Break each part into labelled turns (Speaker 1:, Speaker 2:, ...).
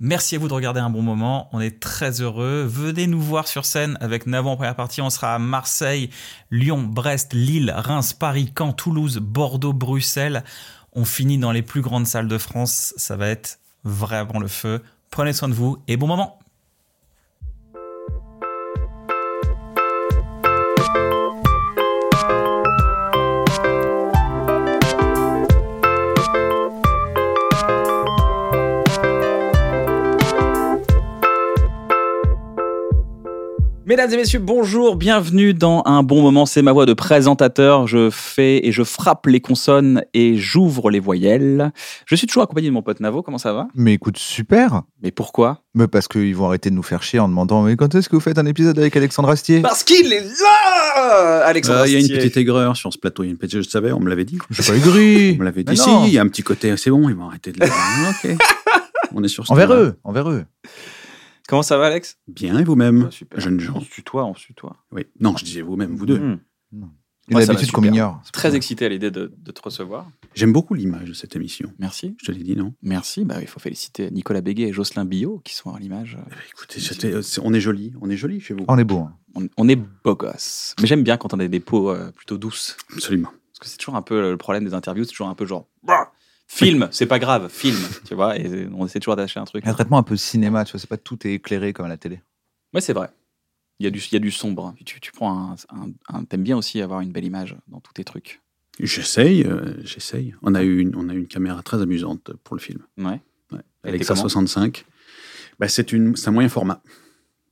Speaker 1: Merci à vous de regarder un bon moment. On est très heureux. Venez nous voir sur scène avec Navon en première partie. On sera à Marseille, Lyon, Brest, Lille, Reims, Paris, Caen, Toulouse, Bordeaux, Bruxelles. On finit dans les plus grandes salles de France. Ça va être vraiment le feu. Prenez soin de vous et bon moment. Mesdames et messieurs, bonjour, bienvenue dans un bon moment. C'est ma voix de présentateur. Je fais et je frappe les consonnes et j'ouvre les voyelles. Je suis toujours accompagné de mon pote Navo. Comment ça va
Speaker 2: Mais écoute, super
Speaker 1: Mais pourquoi
Speaker 2: Mais parce qu'ils vont arrêter de nous faire chier en demandant Mais quand est-ce que vous faites un épisode avec Alexandre Astier
Speaker 1: Parce qu'il est là, Alexandre.
Speaker 3: Ah, Il y a une
Speaker 1: Astier.
Speaker 3: petite aigreur sur ce plateau. Il y a une petite, je le savais, on me l'avait dit.
Speaker 2: Je suis pas aigri
Speaker 3: On me l'avait
Speaker 2: Mais
Speaker 3: dit. Si,
Speaker 2: non.
Speaker 3: il y a un petit côté, c'est bon, ils vont arrêter de le dire. Ah, Ok. On est sur ce
Speaker 2: Envers
Speaker 3: terrain.
Speaker 2: eux, envers eux.
Speaker 1: Comment ça va, Alex Ah,
Speaker 3: Bien, et vous-même
Speaker 1: Super.
Speaker 3: Jeunes
Speaker 1: On
Speaker 3: gens.
Speaker 1: se tutoie, on se tutoie.
Speaker 3: Oui. Non, je disais vous-même, vous deux.
Speaker 2: Mm.
Speaker 1: Hmm.
Speaker 2: Une
Speaker 1: Moi, ça va
Speaker 2: habitude qu'on
Speaker 1: super.
Speaker 2: ignore.
Speaker 1: Très excité à l'idée de, de te recevoir.
Speaker 3: J'aime beaucoup l'image de cette émission.
Speaker 1: Merci.
Speaker 3: Je te l'ai dit, non
Speaker 1: Merci. Bah, il faut féliciter Nicolas Béguet et Jocelyn Billot qui sont à l'image.
Speaker 3: Eh ben, Écoutez, c'était- euh, c'est- on est joli, on est joli chez vous.
Speaker 2: On est beau. hein.
Speaker 1: On, on est beau gosse. Mais j'aime bien quand on a des peaux euh, plutôt douces.
Speaker 3: Absolument.
Speaker 1: Parce que c'est toujours un peu le problème des interviews, c'est toujours un peu genre. Bah, Film, c'est pas grave, film, tu vois, et on essaie toujours d'attacher un truc.
Speaker 2: Il y a un traitement un peu cinéma, tu vois, c'est pas tout est éclairé comme à la télé.
Speaker 1: Ouais, c'est vrai. Il y a du, il y a du sombre. Tu, tu prends un, un- un- T'aimes bien aussi avoir une belle image dans tous tes trucs.
Speaker 3: J'essaye, euh, j'essaye. On a eu une, on a eu une caméra très amusante pour le film.
Speaker 1: Ouais.
Speaker 3: Ouais.
Speaker 1: Elle
Speaker 3: Alexa
Speaker 1: était comment
Speaker 3: 65. Bah, c'est une, c'est un moyen format.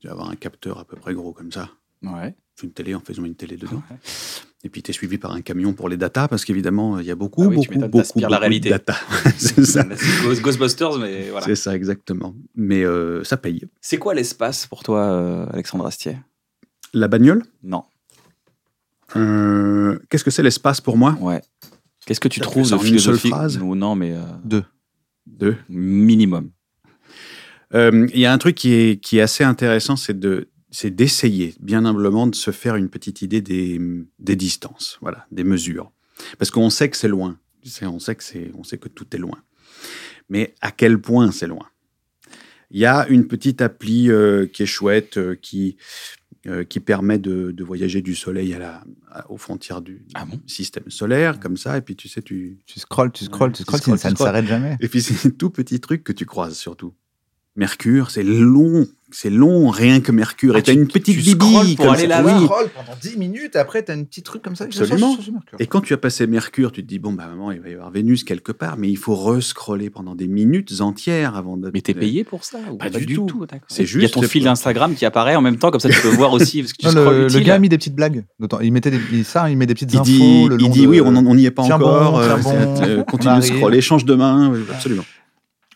Speaker 3: Tu vas avoir un capteur à peu près gros comme ça.
Speaker 1: Ouais.
Speaker 3: Fais une télé en faisant une télé dedans. Et puis, tu es suivi par un camion pour les datas, parce qu'évidemment, il y a beaucoup,
Speaker 1: Ah oui, tu
Speaker 3: beaucoup,
Speaker 1: m'étonnes,
Speaker 3: beaucoup,
Speaker 1: t'aspires la
Speaker 3: beaucoup de
Speaker 1: réalité.
Speaker 3: data. c'est ça.
Speaker 1: Bah, Ghostbusters, mais voilà.
Speaker 3: C'est ça, exactement. Mais euh, ça paye.
Speaker 1: C'est quoi l'espace pour toi, euh, Alexandre Astier
Speaker 3: La bagnole,
Speaker 1: Non.
Speaker 3: euh, qu'est-ce que c'est l'espace pour moi
Speaker 1: Ouais. Qu'est-ce que tu
Speaker 3: T'as
Speaker 1: trouves
Speaker 3: fait ça
Speaker 1: de
Speaker 3: en une seule
Speaker 1: philosophique
Speaker 3: phrase
Speaker 1: Ou non, mais euh,
Speaker 3: Deux.
Speaker 1: minimum.
Speaker 3: Euh, Il y a un truc qui est, qui est assez intéressant, c'est de c'est d'essayer, bien humblement, de se faire une petite idée des, des distances, voilà, des mesures. Parce qu'on sait que c'est loin. C'est- On sait que, c'est- on sait que tout est loin. Mais à quel point c'est loin Il y a une petite appli euh, qui est chouette, euh, qui, euh, qui permet de, de voyager du soleil à la, à- aux frontières du
Speaker 1: Ah bon
Speaker 3: système solaire, comme ça. Et puis, tu sais, tu,
Speaker 2: Tu scrolles, tu scrolles, tu
Speaker 3: tu
Speaker 2: scrolles,
Speaker 3: scrolles,
Speaker 2: ça
Speaker 3: tu
Speaker 2: ne
Speaker 3: scrolles.
Speaker 2: s'arrête jamais.
Speaker 3: et puis c'est tout petit truc que tu croises surtout. Mercure, c'est long, c'est long, rien que Mercure.
Speaker 1: Ah,
Speaker 3: et t'as
Speaker 1: tu-
Speaker 3: une
Speaker 1: tu
Speaker 3: petite
Speaker 1: scrolles
Speaker 3: bibille
Speaker 1: pour
Speaker 3: comme
Speaker 1: aller
Speaker 3: ça.
Speaker 1: là-bas.
Speaker 3: Oui.
Speaker 2: scrolles pendant 10 minutes, après t'as un petit truc comme ça.
Speaker 3: je Absolument. sors Et quand tu as passé Mercure, tu te dis bon bah maman, il va y avoir Vénus quelque part, mais il faut rescroller pendant des minutes entières avant de.
Speaker 1: Mais t'es payé pour ça ou
Speaker 3: Pas du tout.
Speaker 1: d'accord. Il y
Speaker 3: C'est
Speaker 1: a
Speaker 3: juste-
Speaker 1: ton fil d'Instagram qui apparaît en même temps, comme ça tu peux voir aussi. Parce que tu
Speaker 2: Non,
Speaker 1: scrolles
Speaker 2: le, le
Speaker 1: utile.
Speaker 2: gars a mis des petites blagues. D'autant- Il mettait des, il- ça, il met des petites
Speaker 3: Il
Speaker 2: infos.
Speaker 3: dit,
Speaker 2: le
Speaker 3: il
Speaker 2: long
Speaker 3: dit
Speaker 2: de-
Speaker 3: oui, on n'en- on n'y est pas
Speaker 2: Tiens
Speaker 3: encore.
Speaker 2: bon,
Speaker 3: euh,
Speaker 2: tiens
Speaker 3: c'est-
Speaker 2: bon,
Speaker 3: euh,
Speaker 2: on
Speaker 3: continue de
Speaker 2: arrive.
Speaker 3: scroller, change de main, euh, absolument.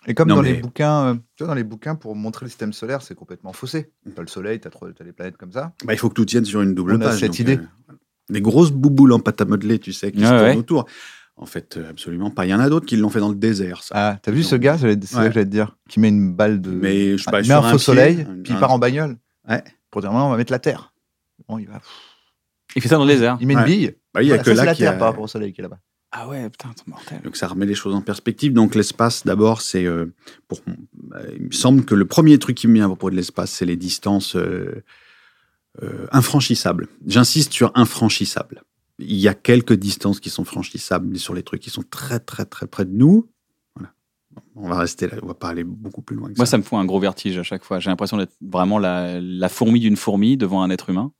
Speaker 2: Et comme
Speaker 3: Non,
Speaker 2: dans
Speaker 3: mais-
Speaker 2: les bouquins, euh, tu vois, dans les bouquins pour montrer le système solaire, c'est complètement faussé. T'as le soleil, t'as trois- t'as les planètes comme ça.
Speaker 3: Bah, il faut que tout tienne sur une double
Speaker 2: On a
Speaker 3: page.
Speaker 2: cette
Speaker 3: donc,
Speaker 2: idée.
Speaker 3: euh, des grosses bouboules en pâte à modeler, tu sais, qui
Speaker 1: Ouais,
Speaker 3: se tournent
Speaker 1: ouais.
Speaker 3: autour. En fait, euh, absolument pas. Il y en a d'autres qui l'ont fait dans le désert, ça.
Speaker 2: Ah, t'as vu
Speaker 3: Non.
Speaker 2: ce gars j'allais- C'est ça
Speaker 3: Ouais.
Speaker 2: que j'allais te dire. Qui met une balle de.
Speaker 3: Mais je sais pas,
Speaker 2: il met
Speaker 3: sur
Speaker 2: Ah, un
Speaker 3: un
Speaker 2: faux
Speaker 3: pied,
Speaker 2: soleil,
Speaker 3: un-
Speaker 2: puis il
Speaker 3: un-
Speaker 2: part en bagnole.
Speaker 3: Ouais.
Speaker 2: Pour dire, maintenant, on va mettre la terre. Bon, il va.
Speaker 1: Il fait ça dans le désert.
Speaker 2: Il met une
Speaker 3: Ouais.
Speaker 2: bille.
Speaker 3: Bah, il y a
Speaker 2: Voilà,
Speaker 3: que
Speaker 2: ça, c'est
Speaker 3: là
Speaker 2: la
Speaker 3: qu'il y a-
Speaker 2: terre par rapport au soleil qui est là-bas.
Speaker 1: Ah ouais, putain, c'est mortel.
Speaker 3: Donc ça remet les choses en perspective. Donc l'espace, d'abord, c'est euh, pour. bah, il me semble que le premier truc qui me vient à propos de l'espace, c'est les distances euh, euh, infranchissables. J'insiste sur infranchissables. Il y a quelques distances qui sont franchissables mais sur les trucs qui sont très très très près de nous. Voilà. On va rester là, on va pas aller beaucoup plus loin. Que
Speaker 1: Moi,
Speaker 3: ça.
Speaker 1: ça me fout un gros vertige à chaque fois. J'ai l'impression d'être vraiment la, la fourmi d'une fourmi devant un être humain.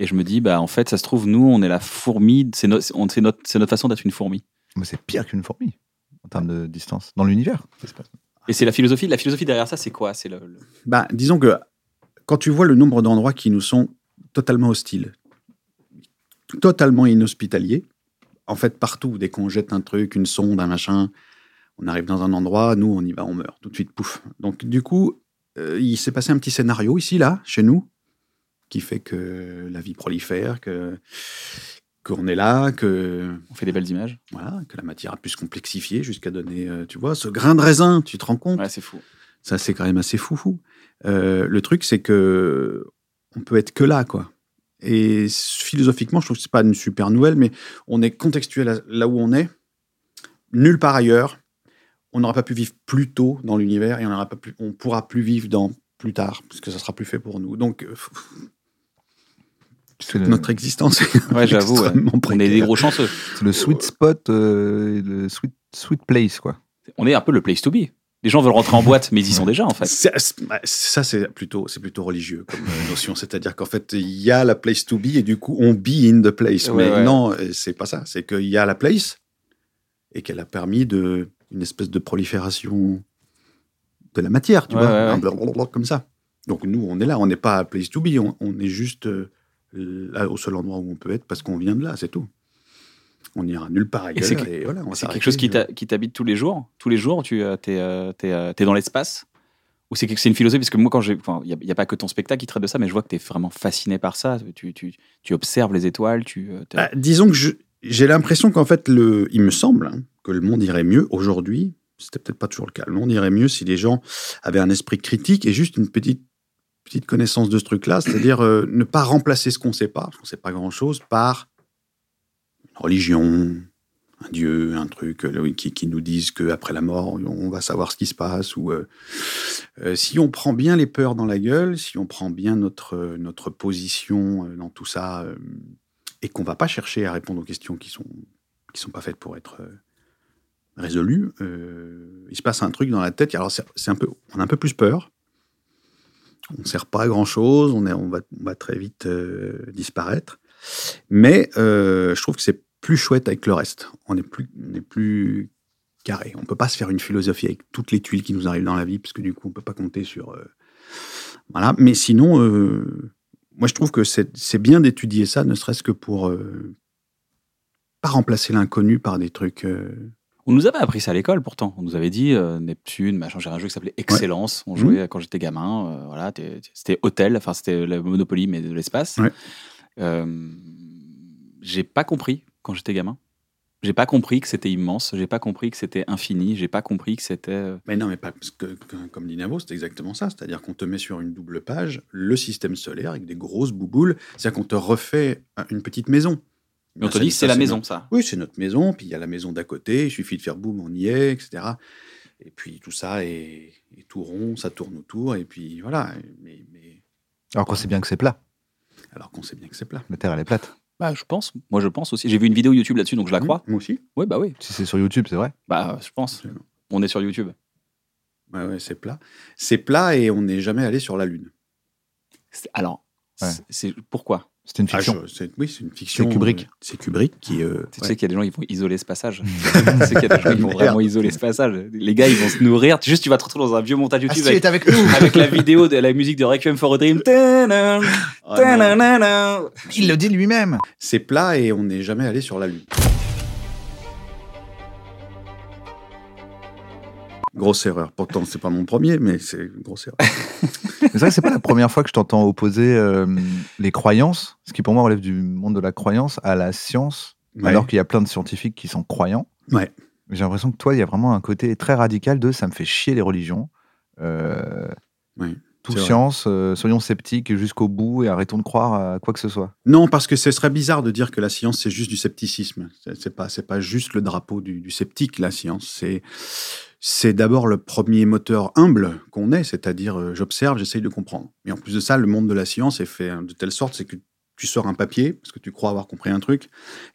Speaker 1: Et je me dis, bah, en fait, ça se trouve, nous, on est la fourmi. C'est no- c'est- on- c'est notre, c'est notre façon d'être une fourmi.
Speaker 2: Mais c'est pire qu'une fourmi en termes de distance dans l'univers. l'espace.
Speaker 1: Et c'est la philosophie. La philosophie derrière ça, c'est quoi C'est le, le-
Speaker 3: Bah, disons que quand tu vois le nombre d'endroits qui nous sont totalement hostiles, totalement inhospitaliers, en fait, partout, dès qu'on jette un truc, une sonde, un machin, on arrive dans un endroit, nous, on y va, on meurt. Tout de suite, pouf. Donc, du coup, euh, il s'est passé un petit scénario ici, là, chez nous, qui fait que la vie prolifère, que qu'on est là, que
Speaker 1: On fait des belles images.
Speaker 3: voilà, que la matière a pu se complexifier jusqu'à donner, euh, tu vois, ce grain de raisin. Tu te rends compte
Speaker 1: Ouais, c'est fou.
Speaker 3: Ça, c'est quand même assez foufou. Euh, le truc, c'est que on peut être que là, quoi. Et philosophiquement, je trouve que c'est pas une super nouvelle, mais on est contextuel à- là où on est, nulle part ailleurs. On n'aura pas pu vivre plus tôt dans l'univers et on n'aura pas pu, on pourra plus vivre dans plus tard parce que ça sera plus fait pour nous. Donc euh,
Speaker 2: C'est le,
Speaker 3: notre existence est
Speaker 1: Ouais, j'avoue. ouais.
Speaker 3: extrêmement
Speaker 1: On est des
Speaker 3: précaire.
Speaker 1: gros chanceux.
Speaker 2: c'est le sweet spot, euh, le sweet, sweet place, quoi.
Speaker 1: On est un peu le place to be. Les gens veulent rentrer en boîte, mais ils y sont déjà, en fait.
Speaker 3: C'est- c'est- bah, Ça, c'est plutôt, c'est plutôt religieux comme euh, notion. C'est-à-dire qu'en fait, il y a la place to be et du coup, on be in the place.
Speaker 1: Ouais,
Speaker 3: mais
Speaker 1: ouais.
Speaker 3: non, euh, c'est pas ça. C'est qu'il y a la place et qu'elle a permis de, une espèce de prolifération de la matière, tu
Speaker 1: Ouais,
Speaker 3: vois,
Speaker 1: ouais, ouais.
Speaker 3: un blablabla comme ça. Donc nous, on est là. On n'est pas à place to be. On, on est juste euh, là, au seul endroit où on peut être parce qu'on vient de là. C'est tout. On ira nulle part ailleurs.
Speaker 1: c'est
Speaker 3: et voilà, on va
Speaker 1: C'est quelque
Speaker 3: s'arrêter,
Speaker 1: chose qui
Speaker 3: euh,
Speaker 1: t'a- qui t'habite tous les jours. Tous les jours, tu euh, es, dans l'espace. Ou c'est quelque- c'est une philosophie Parce que moi, quand j'ai. enfin, Il n'y a, pas que ton spectacle qui traite de ça, mais je vois que tu es vraiment fasciné par ça. Tu, tu- tu observes les étoiles. Tu, euh, t'es-
Speaker 3: Bah, disons que je- j'ai l'impression qu'en fait, le, il me semble hein, que le monde irait mieux aujourd'hui. C'était peut-être pas toujours le cas. Le monde irait mieux si les gens avaient un esprit critique et juste une petite, petite connaissance de ce truc-là, c'est-à-dire euh, ne pas remplacer ce qu'on sait pas, parce qu'on sait pas grand-chose, par une religion, un dieu, un truc euh, oui, qui, qui nous dise qu'après la mort, on va savoir ce qui se passe. Ou euh, euh, si on prend bien les peurs dans la gueule, si on prend bien notre, euh, notre position euh, dans tout ça, euh, et qu'on va pas chercher à répondre aux questions qui sont qui sont pas faites pour être euh, résolues, euh, il se passe un truc dans la tête. Alors c'est c'est un peu, on a un peu plus peur. On ne sert pas à grand chose. On est, on va, on va très vite euh, disparaître. Mais euh, je trouve que c'est plus chouette avec le reste. On est plus, on est plus carré. On peut pas se faire une philosophie avec toutes les tuiles qui nous arrivent dans la vie, parce que du coup on peut pas compter sur. euh, voilà. Mais sinon. euh, moi, je trouve que c'est c'est bien d'étudier ça, ne serait-ce que pour euh, pas remplacer l'inconnu par des trucs. euh,
Speaker 1: On nous avait appris ça à l'école pourtant. On nous avait dit euh, Neptune, machin. J'ai un jeu qui s'appelait Excellence. On
Speaker 3: Mhm.
Speaker 1: jouait quand j'étais gamin. euh, voilà, t'es- t'es- c'était Hôtel. Enfin, c'était la Monopoly, mais de l'espace.
Speaker 3: Ouais.
Speaker 1: Euh, j'ai pas compris quand j'étais gamin. J'ai pas compris que c'était immense. J'ai pas compris que c'était infini. J'ai pas compris que c'était. euh,
Speaker 3: Mais non, mais pas parce que, que- comme dit Navo, c'est exactement ça. C'est-à-dire qu'on te met sur une double page le système solaire avec des grosses bouboules. C'est-à-dire qu'on te refait un- une petite maison.
Speaker 1: Mais on
Speaker 3: Ben,
Speaker 1: te
Speaker 3: ça,
Speaker 1: dit
Speaker 3: ça,
Speaker 1: c'est la
Speaker 3: c'est
Speaker 1: maison, ça.
Speaker 3: Oui, c'est notre maison, puis il y a la maison d'à côté, il suffit de faire boum, on y est, etc. Et puis tout ça est, est tout rond, ça tourne autour, et puis voilà. Mais, mais-
Speaker 2: Alors qu'on sait bien que c'est plat.
Speaker 3: alors qu'on sait bien que c'est plat.
Speaker 2: La Terre, elle est plate.
Speaker 1: Bah, je pense. Moi, je pense aussi. J'ai vu une vidéo YouTube là-dessus, donc je la crois.
Speaker 3: Hein Moi aussi.
Speaker 1: Oui, bah oui.
Speaker 2: Si c'est sur YouTube, c'est vrai.
Speaker 1: Bah, je pense.
Speaker 3: Absolument.
Speaker 1: On est sur YouTube.
Speaker 3: Ouais, ouais, c'est plat. C'est plat et on n'est jamais allé sur la Lune.
Speaker 1: C'est- Alors,
Speaker 2: Ouais.
Speaker 1: c'est- c'est pourquoi
Speaker 2: C'était une
Speaker 3: Ah,
Speaker 2: fiction.
Speaker 3: je- c'est- oui, c'est une fiction.
Speaker 2: C'est Kubrick.
Speaker 3: euh, C'est Kubrick qui. euh,
Speaker 1: Tu
Speaker 3: ouais.
Speaker 1: sais qu'il y a des gens qui vont isoler ce passage. tu sais qu'il y a des gens qui vont
Speaker 3: Merde.
Speaker 1: vraiment isoler ce passage. Les gars, ils vont se nourrir. Juste, tu vas te retrouver dans un vieux montage
Speaker 2: Ah,
Speaker 1: YouTube
Speaker 2: si, elle
Speaker 1: avec,
Speaker 2: est avec nous
Speaker 1: avec la vidéo de la musique de Requiem for a Dream. Ta-da,
Speaker 3: Ah, non.
Speaker 1: ta-da-da-da.
Speaker 2: Il le dit lui-même
Speaker 3: C'est plat et on n'est jamais allé sur la Lune. Grosse erreur. Pourtant, c'est pas mon premier, mais c'est une grosse erreur.
Speaker 2: C'est vrai que c'est pas la première fois que je t'entends opposer euh, les croyances, ce qui pour moi relève du monde de la croyance, à la science,
Speaker 3: Ouais.
Speaker 2: alors qu'il y a plein de scientifiques qui sont croyants.
Speaker 3: Ouais.
Speaker 2: Mais J'ai l'impression que toi, il y a vraiment un côté très radical de ça me fait chier les religions. Euh,
Speaker 3: Oui,
Speaker 2: tout
Speaker 3: c'est vrai.
Speaker 2: science, euh, soyons sceptiques jusqu'au bout et arrêtons de croire à quoi que ce soit.
Speaker 3: Non, parce que ce serait bizarre de dire que la science, c'est juste du scepticisme. C'est c'est pas, c'est pas juste le drapeau du, du sceptique, la science. C'est, c'est d'abord le premier moteur humble qu'on est, c'est-à-dire euh, j'observe, j'essaye de comprendre. Et en plus de ça, le monde de la science est fait hein, de telle sorte, c'est que tu sors un papier, parce que tu crois avoir compris un truc,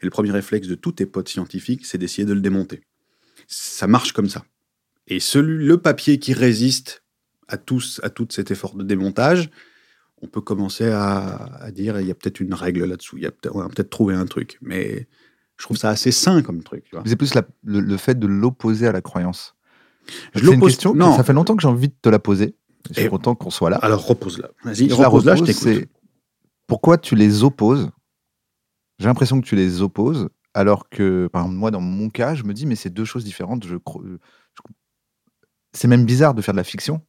Speaker 3: et le premier réflexe de tous tes potes scientifiques, c'est d'essayer de le démonter. Ça marche comme ça. Et celui, le papier qui résiste à tous, à tout cet effort de démontage, on peut commencer à, à dire il y a peut-être une règle là-dessous, il y a peut-être- on a peut-être trouvé un truc. Mais je trouve ça assez sain comme truc. tu vois.
Speaker 2: C'est plus la- le, le fait de l'opposer à la croyance.
Speaker 3: Je
Speaker 2: C'est une
Speaker 3: l'oppose-
Speaker 2: question que-
Speaker 3: non.
Speaker 2: Ça fait longtemps que j'ai envie de te la poser. Je suis
Speaker 3: Et-
Speaker 2: content qu'on soit là.
Speaker 3: Alors repose-la. Vas-y,
Speaker 2: Je la
Speaker 3: repose-la, je
Speaker 2: repose,
Speaker 3: t'écoute.
Speaker 2: c'est Pourquoi tu les opposes J'ai l'impression que tu les opposes, alors que, par exemple, moi, dans mon cas, je me dis, mais c'est deux choses différentes. Je, cro- je c'est même bizarre de faire de la fiction,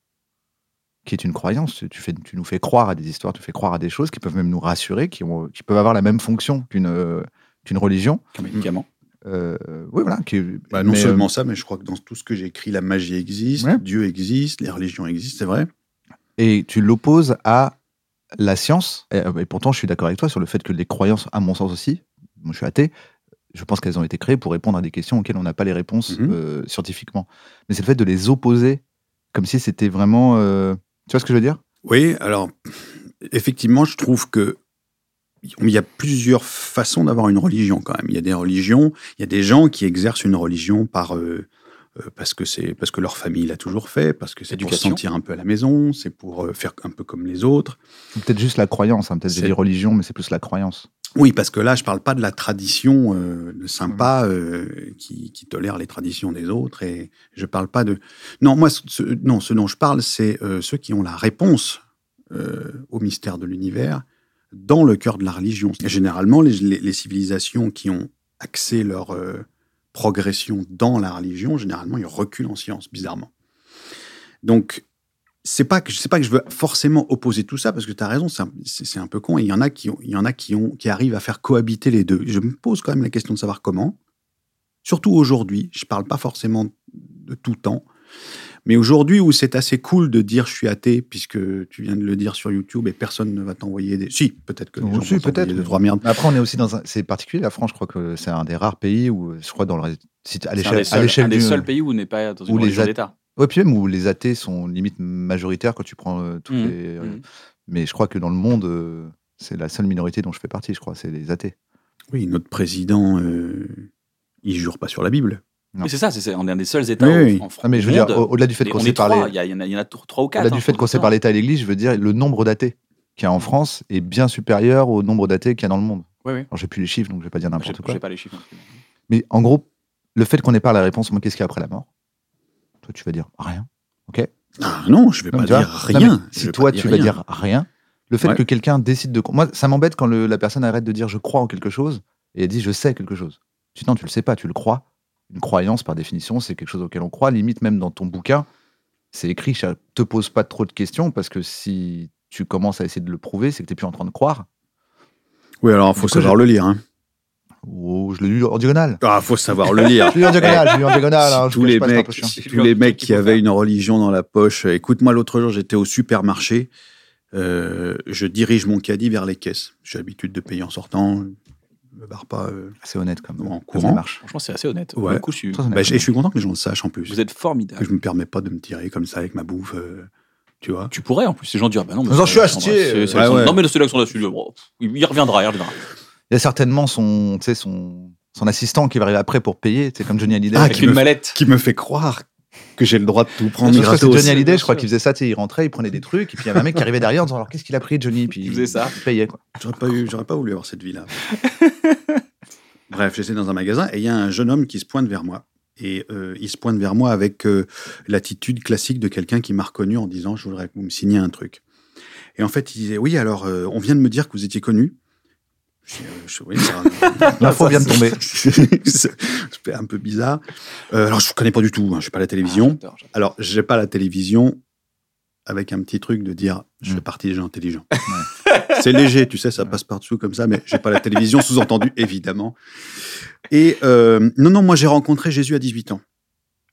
Speaker 2: qui est une croyance. Tu, fais, tu nous fais croire à des histoires, tu fais croire à des choses qui peuvent même nous rassurer, qui, ont- qui peuvent avoir la même fonction qu'une euh, qu'une religion.
Speaker 1: Comme médicament.
Speaker 2: Euh, oui, voilà. Qui,
Speaker 3: Bah,
Speaker 2: Mm.
Speaker 3: non
Speaker 2: mais, euh,
Speaker 3: seulement ça, mais je crois que dans tout ce que j'ai écrit, la magie existe,
Speaker 2: Ouais.
Speaker 3: Dieu existe, les religions existent, c'est vrai.
Speaker 2: et tu l'opposes à la science. Et, euh, et pourtant, je suis d'accord avec toi sur le fait que les croyances, à mon sens aussi, moi je suis athée, je pense qu'elles ont été créées pour répondre à des questions auxquelles on n'a pas les réponses
Speaker 3: Mhm.
Speaker 2: euh, scientifiquement. Mais c'est le fait de les opposer, comme si c'était vraiment. euh, Tu vois ce que je veux dire
Speaker 3: Oui, alors, effectivement, je trouve que il y a plusieurs façons d'avoir une religion quand même. Il y a des religions, il y a des gens qui exercent une religion par euh, euh, parce que c'est parce que leur famille l'a toujours fait, parce que c'est pour se
Speaker 1: Éducation.
Speaker 3: sentir un peu à la maison, c'est pour euh, faire un peu comme les autres.
Speaker 2: Ou Peut-être juste la croyance, hein, peut-être j'ai
Speaker 3: C'est-
Speaker 2: dit religion, mais c'est plus la croyance.
Speaker 3: Oui, parce que là, je parle pas de la tradition euh, de sympa euh, qui, qui tolère les traditions des autres, et je parle pas de. Non, moi, ce, ce- non, ce dont je parle, c'est euh, ceux qui ont la réponse euh, au mystère de l'univers dans le cœur de la religion. Et généralement, les, les- les civilisations qui ont axé leur euh, progression dans la religion, généralement, ils reculent en science, bizarrement. Donc, c'est pas que je sais pas que je veux forcément opposer tout ça parce que tu as raison c'est un- c'est c'est un peu con et il y en a qui ont, il y en a qui ont qui arrivent à faire cohabiter les deux. Je me pose quand même la question de savoir comment. Surtout aujourd'hui, je parle pas forcément de tout temps. Mais aujourd'hui où c'est assez cool de dire je suis athée puisque tu viens de le dire sur YouTube et personne ne va t'envoyer des si peut-être que les
Speaker 2: Oui,
Speaker 3: gens
Speaker 2: si,
Speaker 3: vont t'envoyer
Speaker 2: peut-être.
Speaker 3: deux, trois merdes.
Speaker 2: Mais Après, on est aussi dans un. C'est particulier, la France, je crois que c'est un des rares pays où, euh, je crois, dans le. si t-
Speaker 1: C'est un
Speaker 2: à
Speaker 1: des
Speaker 2: l'échelle à
Speaker 1: seuls-
Speaker 2: l'échelle
Speaker 1: un des
Speaker 2: du-
Speaker 1: seuls pays où on n'est pas dans
Speaker 2: où
Speaker 1: une
Speaker 2: les
Speaker 1: religion
Speaker 2: ath-
Speaker 1: d'État.
Speaker 2: Ouais, puis même où les athées sont limite majoritaires quand tu prends euh, tous
Speaker 1: Mhm.
Speaker 2: les. euh,
Speaker 1: Mhm.
Speaker 2: Mais je crois que dans le monde, euh, c'est la seule minorité dont je fais partie, je crois, c'est les athées.
Speaker 3: Oui, notre président euh, il jure pas sur la Bible.
Speaker 2: Non.
Speaker 1: Mais c'est ça, c'est- c'est un des seuls États
Speaker 3: Oui,
Speaker 1: en-
Speaker 3: oui.
Speaker 1: en France.
Speaker 2: Ah, mais je veux dire, au- au-delà du fait qu'on
Speaker 1: on est
Speaker 2: sépare
Speaker 1: trois,
Speaker 2: les-
Speaker 1: il y, a- il y en a- il y en a trois- trois ou quatre.
Speaker 2: au-delà
Speaker 1: hein,
Speaker 2: du fait
Speaker 1: faut
Speaker 2: qu'on
Speaker 1: dire ça.
Speaker 2: sépare l'État et l'Église, je veux dire, le nombre d'athées qu'il y a en France est bien supérieur au nombre d'athées qu'il y a dans le monde.
Speaker 1: Oui, oui.
Speaker 2: Alors, j'ai plus les chiffres, donc je vais pas dire
Speaker 1: J'ai
Speaker 2: n'importe quoi.
Speaker 1: j'ai pas les chiffres.
Speaker 2: Mais en gros, le fait qu'on n'ait pas la réponse, moi, qu'est-ce qu'il y a après la mort Toi, tu vas dire rien.
Speaker 3: Ah non, je vais
Speaker 2: Non,
Speaker 3: pas
Speaker 2: mais tu vois,
Speaker 3: dire
Speaker 2: non,
Speaker 3: rien.
Speaker 2: mais
Speaker 3: Je
Speaker 2: si
Speaker 3: vais
Speaker 2: toi,
Speaker 3: pas
Speaker 2: tu vas
Speaker 3: rien.
Speaker 2: dire rien, le fait
Speaker 3: Ouais.
Speaker 2: que quelqu'un décide de. Moi, ça m'embête quand le- la personne arrête de dire je crois en quelque chose et elle dit je sais quelque chose. Tu dis non, tu le sais pas, tu le crois. Une croyance, par définition, c'est quelque chose auquel on croit. Limite, même dans ton bouquin, c'est écrit ça te pose pas trop de questions parce que si tu commences à essayer de le prouver, c'est que tu plus en train de croire.
Speaker 3: Oui, alors faut
Speaker 2: Du coup,
Speaker 3: savoir
Speaker 2: je-
Speaker 3: le lire hein.
Speaker 2: Ou Oh, je le dis en diagonale.
Speaker 3: Ah, faut savoir le lire.
Speaker 2: Je le dis en diagonale, je le dis en diagonale.
Speaker 3: Si
Speaker 2: hein, je
Speaker 3: tous
Speaker 2: cache
Speaker 3: les
Speaker 2: pas, c'est un
Speaker 3: mecs,
Speaker 2: peu chiant.
Speaker 3: si tous les mecs qui avaient une religion dans la poche. euh, Écoute-moi, l'autre jour, j'étais au supermarché. euh, je dirige mon caddie vers les caisses. J'ai l'habitude de payer en sortant. Je me barre pas. euh.
Speaker 2: C'est honnête comme,
Speaker 3: En
Speaker 2: comme
Speaker 3: courant.
Speaker 2: démarche.
Speaker 1: Franchement, c'est assez honnête.
Speaker 3: Ouais.
Speaker 1: Du coup, je suis-
Speaker 2: Très honnête
Speaker 3: Bah, je-
Speaker 2: comme
Speaker 3: et je suis content que les gens le sachent en plus.
Speaker 1: vous êtes
Speaker 3: Que
Speaker 1: formidable.
Speaker 3: je me permets pas de me tirer comme ça avec ma bouffe. euh, tu vois.
Speaker 1: Tu pourrais en plus. Les gens diront, ah bah non, mais
Speaker 3: J'en
Speaker 1: c'est
Speaker 3: suis
Speaker 1: Alexandre,
Speaker 3: acheté.
Speaker 1: c'est- c'est
Speaker 3: Ouais,
Speaker 1: Alexandre.
Speaker 3: ouais.
Speaker 1: Non, mais c'est l'accent dessus. Il reviendra, il reviendra.
Speaker 2: Il y a certainement son, tu sais, son, son assistant qui va arriver après pour payer. C'est comme Johnny Hallyday.
Speaker 3: Ah,
Speaker 2: avec
Speaker 1: Avec
Speaker 3: qui
Speaker 1: une
Speaker 3: me-
Speaker 1: mallette.
Speaker 3: Qui me fait croire que j'ai le droit de tout prendre.
Speaker 2: Sauf que c'est
Speaker 3: gratos.
Speaker 2: Johnny Hallyday, je crois
Speaker 1: sûr.
Speaker 2: qu'il faisait ça, tu sais, il rentrait, il prenait des trucs, et puis il y avait un mec qui arrivait derrière en disant alors qu'est-ce qu'il a pris Johnny Puis
Speaker 1: Il faisait ça.
Speaker 2: Il payait quoi.
Speaker 3: J'aurais pas, eu- j'aurais pas voulu avoir cette vie-là. Bref, j'étais dans un magasin et il y a un jeune homme qui se pointe vers moi. Et euh, il se pointe vers moi avec euh, l'attitude classique de quelqu'un qui m'a reconnu en disant Je voudrais que vous me signiez un truc. Et en fait, il disait Oui, alors, euh, on vient de me dire que vous étiez connu. Je dis, Euh, je- oui, ça-
Speaker 2: L'info vient de tomber.
Speaker 3: C'est c'est un peu bizarre. Euh, alors, je ne connais pas du tout, hein, je ne suis pas à la télévision.
Speaker 1: Ah, j'adore, j'adore.
Speaker 3: Alors, j'ai pas la télévision avec un petit truc de dire je fais
Speaker 2: Mm.
Speaker 3: partie des gens intelligents. C'est léger, tu sais, ça passe par-dessous comme ça, mais j'ai pas la télévision, sous-entendu, évidemment. Et euh, non, non, moi j'ai rencontré Jésus à 18 ans.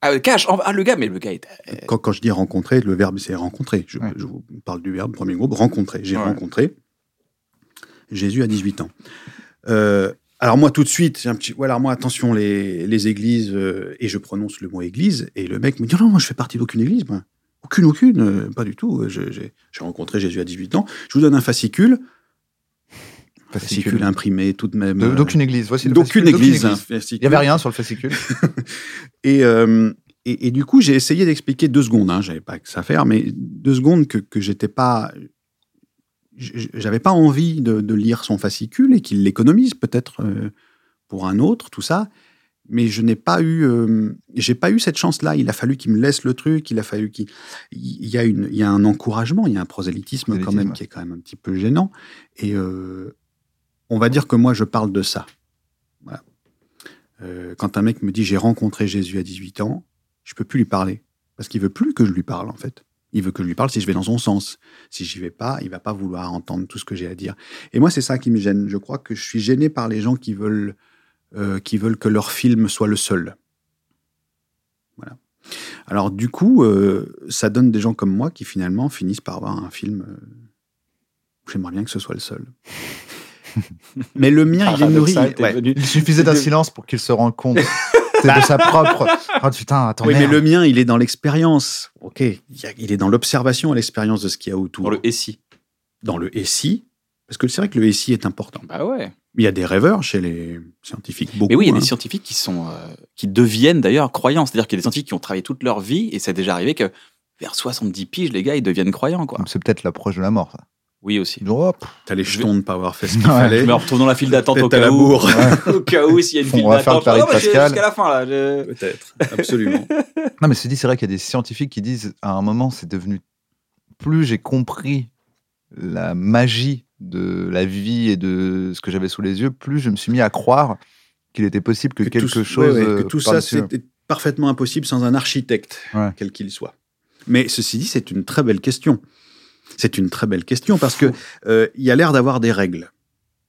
Speaker 1: Ah, euh, Cash, en- ah, le gars, mais le gars est. euh,
Speaker 3: Quand, quand je dis rencontrer, le verbe c'est rencontrer. Je,
Speaker 2: Ouais.
Speaker 3: je vous parle du verbe premier groupe, rencontrer. J'ai
Speaker 1: Ouais.
Speaker 3: rencontré Jésus à 18 ans. Euh, alors moi tout de suite, j'ai un petit. Ouais, alors moi attention les, les églises euh, et je prononce le mot église et le mec me dit oh non, moi je fais partie d'aucune église, moi. Aucune, aucune, euh, pas du tout. Euh, je- J'ai j'ai rencontré Jésus à 18 ans. Je vous donne un fascicule, fascicule imprimé tout de même.
Speaker 2: De-
Speaker 3: euh,
Speaker 2: D'aucune église, voici le
Speaker 3: d'aucune
Speaker 2: fascicule,
Speaker 3: église. hein,
Speaker 2: Il n'y avait rien sur le fascicule.
Speaker 3: et, euh, et, et du coup, j'ai essayé d'expliquer deux secondes, hein, j'avais pas que ça à faire, mais deux secondes que, que j'étais pas. j- J'avais pas envie de, de lire son fascicule et qu'il l'économise peut-être euh, pour un autre, tout ça. Mais je n'ai pas eu, euh, j'ai pas eu cette chance-là. Il a fallu qu'il me laisse le truc. Il a fallu qu'il, il y a une, il y a un encouragement, il y a un prosélytisme, quand
Speaker 2: Prosélytisme,
Speaker 3: même
Speaker 2: ouais.
Speaker 3: qui est quand même un petit peu gênant. Et euh, on va dire que moi je parle de ça. Voilà. Euh, quand un mec me dit j'ai rencontré Jésus à 18 ans, je peux plus lui parler. Parce qu'il veut plus que je lui parle, en fait. Il veut que je lui parle si je vais dans son sens. Si j'y vais pas, il va pas vouloir entendre tout ce que j'ai à dire. Et moi, c'est ça qui me gêne. Je crois que je suis gêné par les gens qui veulent, euh, qui veulent que leur film soit le seul. Voilà. Alors, du coup, euh, ça donne des gens comme moi qui finalement finissent par avoir un film euh, où j'aimerais bien que ce soit le seul. Mais le mien, il est nourri.
Speaker 1: Paradoxal, t'es
Speaker 3: ouais.
Speaker 1: venu-
Speaker 2: Il suffisait d'un silence pour qu'il se rende compte c'est de sa propre. Oh putain, attends.
Speaker 3: Oui, mais
Speaker 2: merde.
Speaker 3: le mien, il est dans l'expérience. Ok, il y a- il est dans l'observation et l'expérience de ce qu'il y a autour.
Speaker 1: Dans le SI.
Speaker 3: dans le SI, parce que c'est vrai que le SI est important.
Speaker 1: Bah ouais.
Speaker 3: Il y a des rêveurs chez les scientifiques, beaucoup.
Speaker 1: Mais oui, il y a
Speaker 3: hein.
Speaker 1: des scientifiques qui sont, euh, qui deviennent d'ailleurs croyants. C'est-à-dire qu'il y a des scientifiques qui ont travaillé toute leur vie et c'est déjà arrivé que vers 70 piges, les gars, ils deviennent croyants, quoi.
Speaker 2: Donc, C'est peut-être l'approche de la mort. Ça.
Speaker 1: Oui, aussi.
Speaker 2: Ils disent, oh, pff,
Speaker 3: T'as les jetons de pas avoir fait ce qu'il
Speaker 2: Ouais.
Speaker 1: Je
Speaker 3: fallait.
Speaker 1: me retrouve dans la file d'attente au
Speaker 3: Tête à
Speaker 1: cas
Speaker 3: la
Speaker 1: où.
Speaker 3: bourre.
Speaker 1: au cas où, s'il y a une
Speaker 2: On
Speaker 1: file
Speaker 2: va faire le
Speaker 1: d'attente.
Speaker 2: pari de
Speaker 1: bah, j'ai-
Speaker 2: Pascal.
Speaker 1: Jusqu'à la fin, là. je-
Speaker 3: Peut-être, absolument.
Speaker 2: Non, mais c'est dit, c'est vrai qu'il y a des scientifiques qui disent à un moment, c'est devenu. Plus j'ai compris la magie de la vie et de ce que j'avais sous les yeux, plus je me suis mis à croire qu'il était possible que, quelque
Speaker 3: tout,
Speaker 2: chose.
Speaker 3: ouais, ouais, que
Speaker 2: euh,
Speaker 3: tout ça,
Speaker 2: par-dessus-
Speaker 3: c'était parfaitement impossible sans un architecte,
Speaker 2: Ouais.
Speaker 3: quel qu'il soit. Mais ceci dit, c'est une très belle question. C'est une très belle question parce que euh, il y a l'air d'avoir des règles.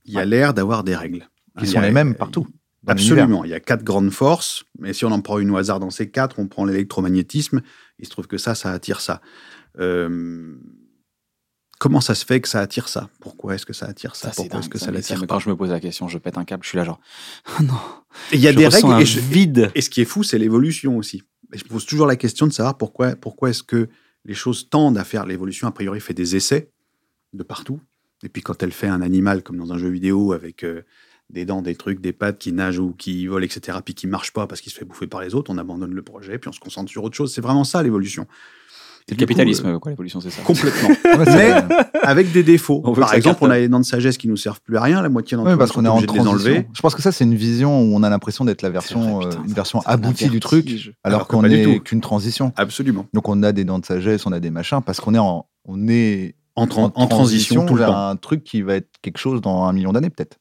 Speaker 3: Il y a l'air d'avoir des règles.
Speaker 2: Qui
Speaker 3: Il y
Speaker 2: sont
Speaker 3: a-
Speaker 2: les mêmes partout, dans l'univers.
Speaker 3: Ah, Absolument. Il y a quatre grandes forces, mais si on en prend une au hasard dans ces quatre, on prend l'électromagnétisme. Il se trouve que ça, ça attire ça. Euh, comment ça se fait que ça attire ça Pourquoi est-ce que ça attire ça,
Speaker 1: Ça, c'est
Speaker 3: Pourquoi est-ce
Speaker 1: dingue,
Speaker 3: que ça
Speaker 1: mais
Speaker 3: l'attire
Speaker 1: mais
Speaker 3: pas
Speaker 1: Quand je me pose la question, je pète un câble, je suis là genre. Oh non.
Speaker 3: Et Il y a
Speaker 1: Je
Speaker 3: des
Speaker 1: ressens
Speaker 3: règles
Speaker 1: un
Speaker 3: et, je-
Speaker 1: vide.
Speaker 3: et ce qui est fou, c'est l'évolution aussi. Et je pose toujours la question de savoir pourquoi, pourquoi est-ce que les choses tendent à faire l'évolution. A priori, fait des essais de partout. Et puis quand elle fait un animal, comme dans un jeu vidéo, avec euh, des dents, des trucs, des pattes qui nagent ou qui volent, etc., puis qui marche pas parce qu'il se fait bouffer par les autres, on abandonne le projet, puis on se concentre sur autre chose. C'est vraiment ça l'évolution. Et
Speaker 1: C'est le
Speaker 3: du coup,
Speaker 1: capitalisme, quoi, l'évolution, c'est ça.
Speaker 3: euh, complètement.
Speaker 2: Ouais, c'est-
Speaker 3: Mais- avec des défauts.
Speaker 1: On veut que
Speaker 3: Par
Speaker 1: ça
Speaker 3: exemple, on
Speaker 1: cartonne.
Speaker 3: a les dents de sagesse qui nous servent plus à rien, la moitié d'entre
Speaker 2: Ouais,
Speaker 3: eux
Speaker 2: parce
Speaker 3: sont
Speaker 2: qu'on est en
Speaker 3: obligés de les enlever.
Speaker 2: transition. Je pense que ça, c'est une vision où on a l'impression d'être la
Speaker 1: C'est
Speaker 2: version,
Speaker 1: vrai, putain,
Speaker 2: euh, une
Speaker 1: ça-
Speaker 2: version
Speaker 1: ça donne un
Speaker 2: aboutie du truc,
Speaker 1: vertige.
Speaker 2: alors,
Speaker 3: Alors que
Speaker 2: qu'on
Speaker 3: pas du tout.
Speaker 2: n'est qu'une transition.
Speaker 3: Absolument.
Speaker 2: Donc on a des dents de sagesse, on a des machins, parce qu'on est en, on est
Speaker 3: En, tran- en transition, tout le
Speaker 2: vers
Speaker 3: temps.
Speaker 2: un truc qui va être quelque chose dans un million d'années peut-être.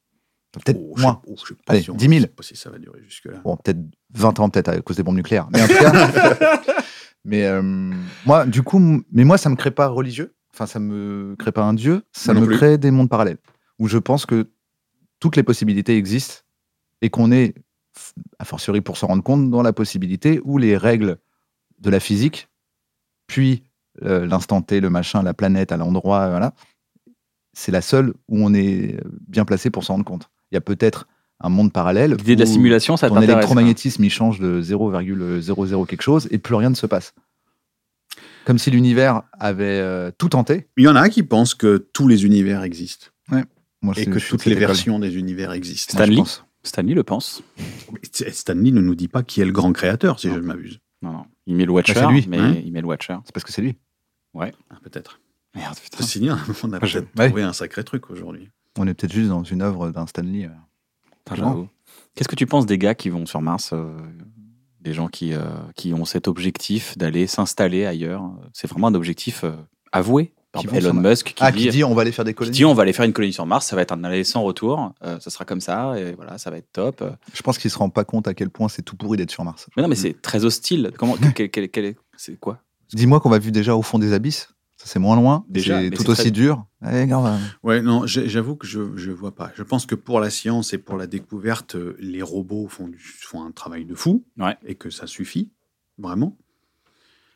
Speaker 2: Peut-être
Speaker 3: Oh, je sais-
Speaker 2: moins.
Speaker 3: oh, je sais
Speaker 2: Allez,
Speaker 3: on-
Speaker 2: 10 000.
Speaker 3: je sais pas si ça va durer jusque-là.
Speaker 2: Bon, peut-être 20 ans peut-être à cause des bombes nucléaires. Mais en tout cas, mais euh, moi, du coup, m- mais moi, ça me crée pas religieux. Enfin, ça me crée pas un dieu. Ça
Speaker 3: Moi non
Speaker 2: me
Speaker 3: plus.
Speaker 2: crée des mondes parallèles où je pense que toutes les possibilités existent et qu'on est, f- a fortiori pour s'en rendre compte, dans la possibilité où les règles de la physique, puis euh, l'instant T, le machin, la planète, à l'endroit, euh, voilà, c'est la seule où on est euh, bien placé pour s'en rendre compte. Il y a peut-être un monde parallèle.
Speaker 1: L'idée de la
Speaker 2: où-
Speaker 1: simulation, ça
Speaker 2: ton
Speaker 1: t'intéresse. hein.
Speaker 2: électromagnétisme, il change de 0,00 quelque chose et plus rien ne se passe. Comme si l'univers avait euh, tout tenté.
Speaker 3: Il y en a qui pensent que tous les univers existent
Speaker 2: Moi,
Speaker 3: et
Speaker 2: je-
Speaker 3: que
Speaker 2: je suis
Speaker 3: toutes
Speaker 2: de cette
Speaker 3: les
Speaker 2: école.
Speaker 3: versions des univers existent.
Speaker 2: Moi, je
Speaker 1: Stanley.
Speaker 2: pense.
Speaker 1: quoi. Stanley le pense.
Speaker 3: Mais St- Stanley ne nous dit pas qui est le grand créateur, si
Speaker 1: Non.
Speaker 3: je ne m'abuse.
Speaker 1: Non, non. Il met le Watcher.
Speaker 2: c'est lui,
Speaker 1: mais
Speaker 3: hein.
Speaker 1: il met le Watcher.
Speaker 2: C'est parce que c'est lui.
Speaker 3: Ah, peut-être.
Speaker 1: Merde, putain.
Speaker 3: Ceci dit, on a
Speaker 1: Je-
Speaker 3: peut-être
Speaker 2: Ah. ouais.
Speaker 3: trouvé un sacré truc aujourd'hui.
Speaker 2: On est peut-être juste dans une œuvre d'un Stanley. euh.
Speaker 1: Putain, j'avoue. Qu'est-ce que tu penses des gars qui vont sur Mars euh, Des gens qui, euh, qui ont cet objectif d'aller s'installer ailleurs C'est vraiment un objectif euh, avoué par
Speaker 2: Qui vont
Speaker 1: Elon
Speaker 2: sur
Speaker 1: Musk qui,
Speaker 2: Ah,
Speaker 1: dit,
Speaker 2: qui dit on va aller faire des
Speaker 1: qui
Speaker 2: colonies.
Speaker 1: dit, on va aller faire une colonie sur Mars, ça va être un aller sans retour, euh, ça sera comme ça, et voilà, ça va être top.
Speaker 2: Je pense qu'il se rend pas compte à quel point c'est tout pourri d'être sur Mars.
Speaker 1: Mais non, mais c'est très hostile. Comment quel- quel- quel est- C'est quoi
Speaker 2: Dis-moi qu'on va vivre déjà au fond des abysses. Ça, c'est moins loin.
Speaker 1: Déjà,
Speaker 2: c'est
Speaker 1: mais
Speaker 2: tout
Speaker 1: c'est
Speaker 2: aussi
Speaker 1: très-
Speaker 2: dur. Allez, gars, on va-
Speaker 3: Ouais, non, j'ai- j'avoue que je ne vois pas. Je pense que pour la science et pour la découverte, euh, les robots font, du- font un travail de fou
Speaker 1: Ouais.
Speaker 3: et que ça suffit, vraiment.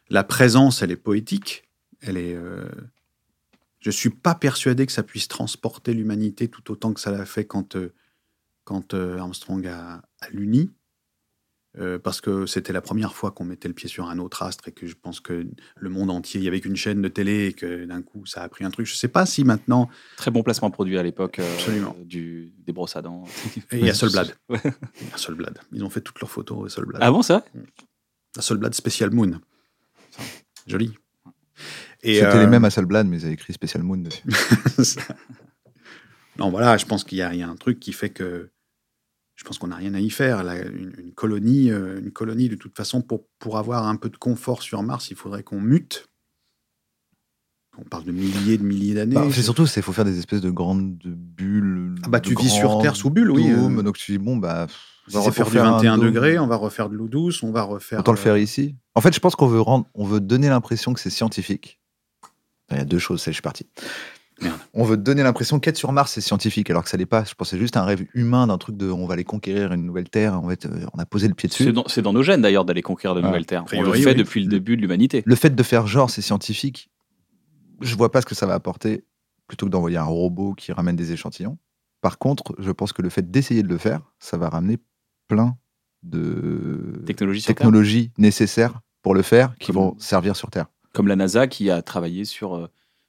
Speaker 3: La présence, elle est poétique. Elle est. euh, Je suis pas persuadé que ça puisse transporter l'humanité tout autant que ça l'a fait quand, euh, quand euh, Armstrong a, a l'uni. Euh, parce que c'était la première fois qu'on mettait le pied sur un autre astre et que je pense que le monde entier, il y avait qu'une chaîne de télé et que d'un coup, ça a pris un truc. Je sais pas si maintenant
Speaker 1: Très bon placement produit à l'époque euh,
Speaker 3: Absolument.
Speaker 1: du, des brosses à dents.
Speaker 3: Et il y a
Speaker 2: Oui.
Speaker 3: Solblad. Il y a Solblad. Ils ont fait toutes leurs photos à Solblad.
Speaker 1: Ah bon, ça
Speaker 3: La Solblad Special Moon. Joli. Et,
Speaker 2: C'était
Speaker 3: euh,
Speaker 2: les mêmes à Solblad, mais ils avaient écrit Special Moon dessus.
Speaker 3: non, voilà, je pense qu'il y, a il y a un truc qui fait que. Je pense qu'on n'a rien à y faire. là. une, une colonie, euh, une colonie, de toute façon, pour, pour avoir un peu de confort sur Mars, il faudrait qu'on mute. On parle de milliers de milliers d'années.
Speaker 2: Bah, c'est surtout, c'est faut faire des espèces de grandes de bulles.
Speaker 3: Ah bah,
Speaker 2: de
Speaker 3: tu vis sur
Speaker 2: grands
Speaker 3: Terre sous bulle, oui,
Speaker 2: dômes,
Speaker 3: euh.
Speaker 2: donc tu dis, bon, bah,
Speaker 3: Si
Speaker 2: on va
Speaker 3: c'est
Speaker 2: refaire
Speaker 3: pour du
Speaker 2: un
Speaker 3: 21
Speaker 2: dôme.
Speaker 3: degrés, on va refaire de l'eau douce, on va refaire.
Speaker 2: Autant le
Speaker 3: euh,
Speaker 2: faire ici. En fait, je pense qu'on veut, rendre, on veut donner l'impression que c'est scientifique. Enfin, Il y a deux choses, c'est je suis parti.
Speaker 3: Merde.
Speaker 2: On veut donner l'impression qu'être sur Mars, c'est scientifique, alors que ça l'est pas. Je pensais juste à un rêve humain d'un truc de on va aller conquérir une nouvelle Terre, on, va être- euh, on a posé le pied
Speaker 1: C'est
Speaker 2: dessus.
Speaker 1: dans, c'est dans nos gènes d'ailleurs d'aller conquérir de
Speaker 2: Ouais.
Speaker 1: nouvelles terres. On le
Speaker 3: priori,
Speaker 1: fait
Speaker 3: oui.
Speaker 1: depuis le début de l'humanité.
Speaker 2: Le fait de faire genre c'est scientifique, je vois pas ce que ça va apporter, plutôt que d'envoyer un robot qui ramène des échantillons. Par contre, je pense que le fait d'essayer de le faire, ça va ramener plein de
Speaker 1: Technologie sur Terre.
Speaker 2: technologies nécessaires pour le faire qui
Speaker 1: Comme-
Speaker 2: vont servir sur Terre.
Speaker 1: Comme la NASA qui a travaillé sur euh,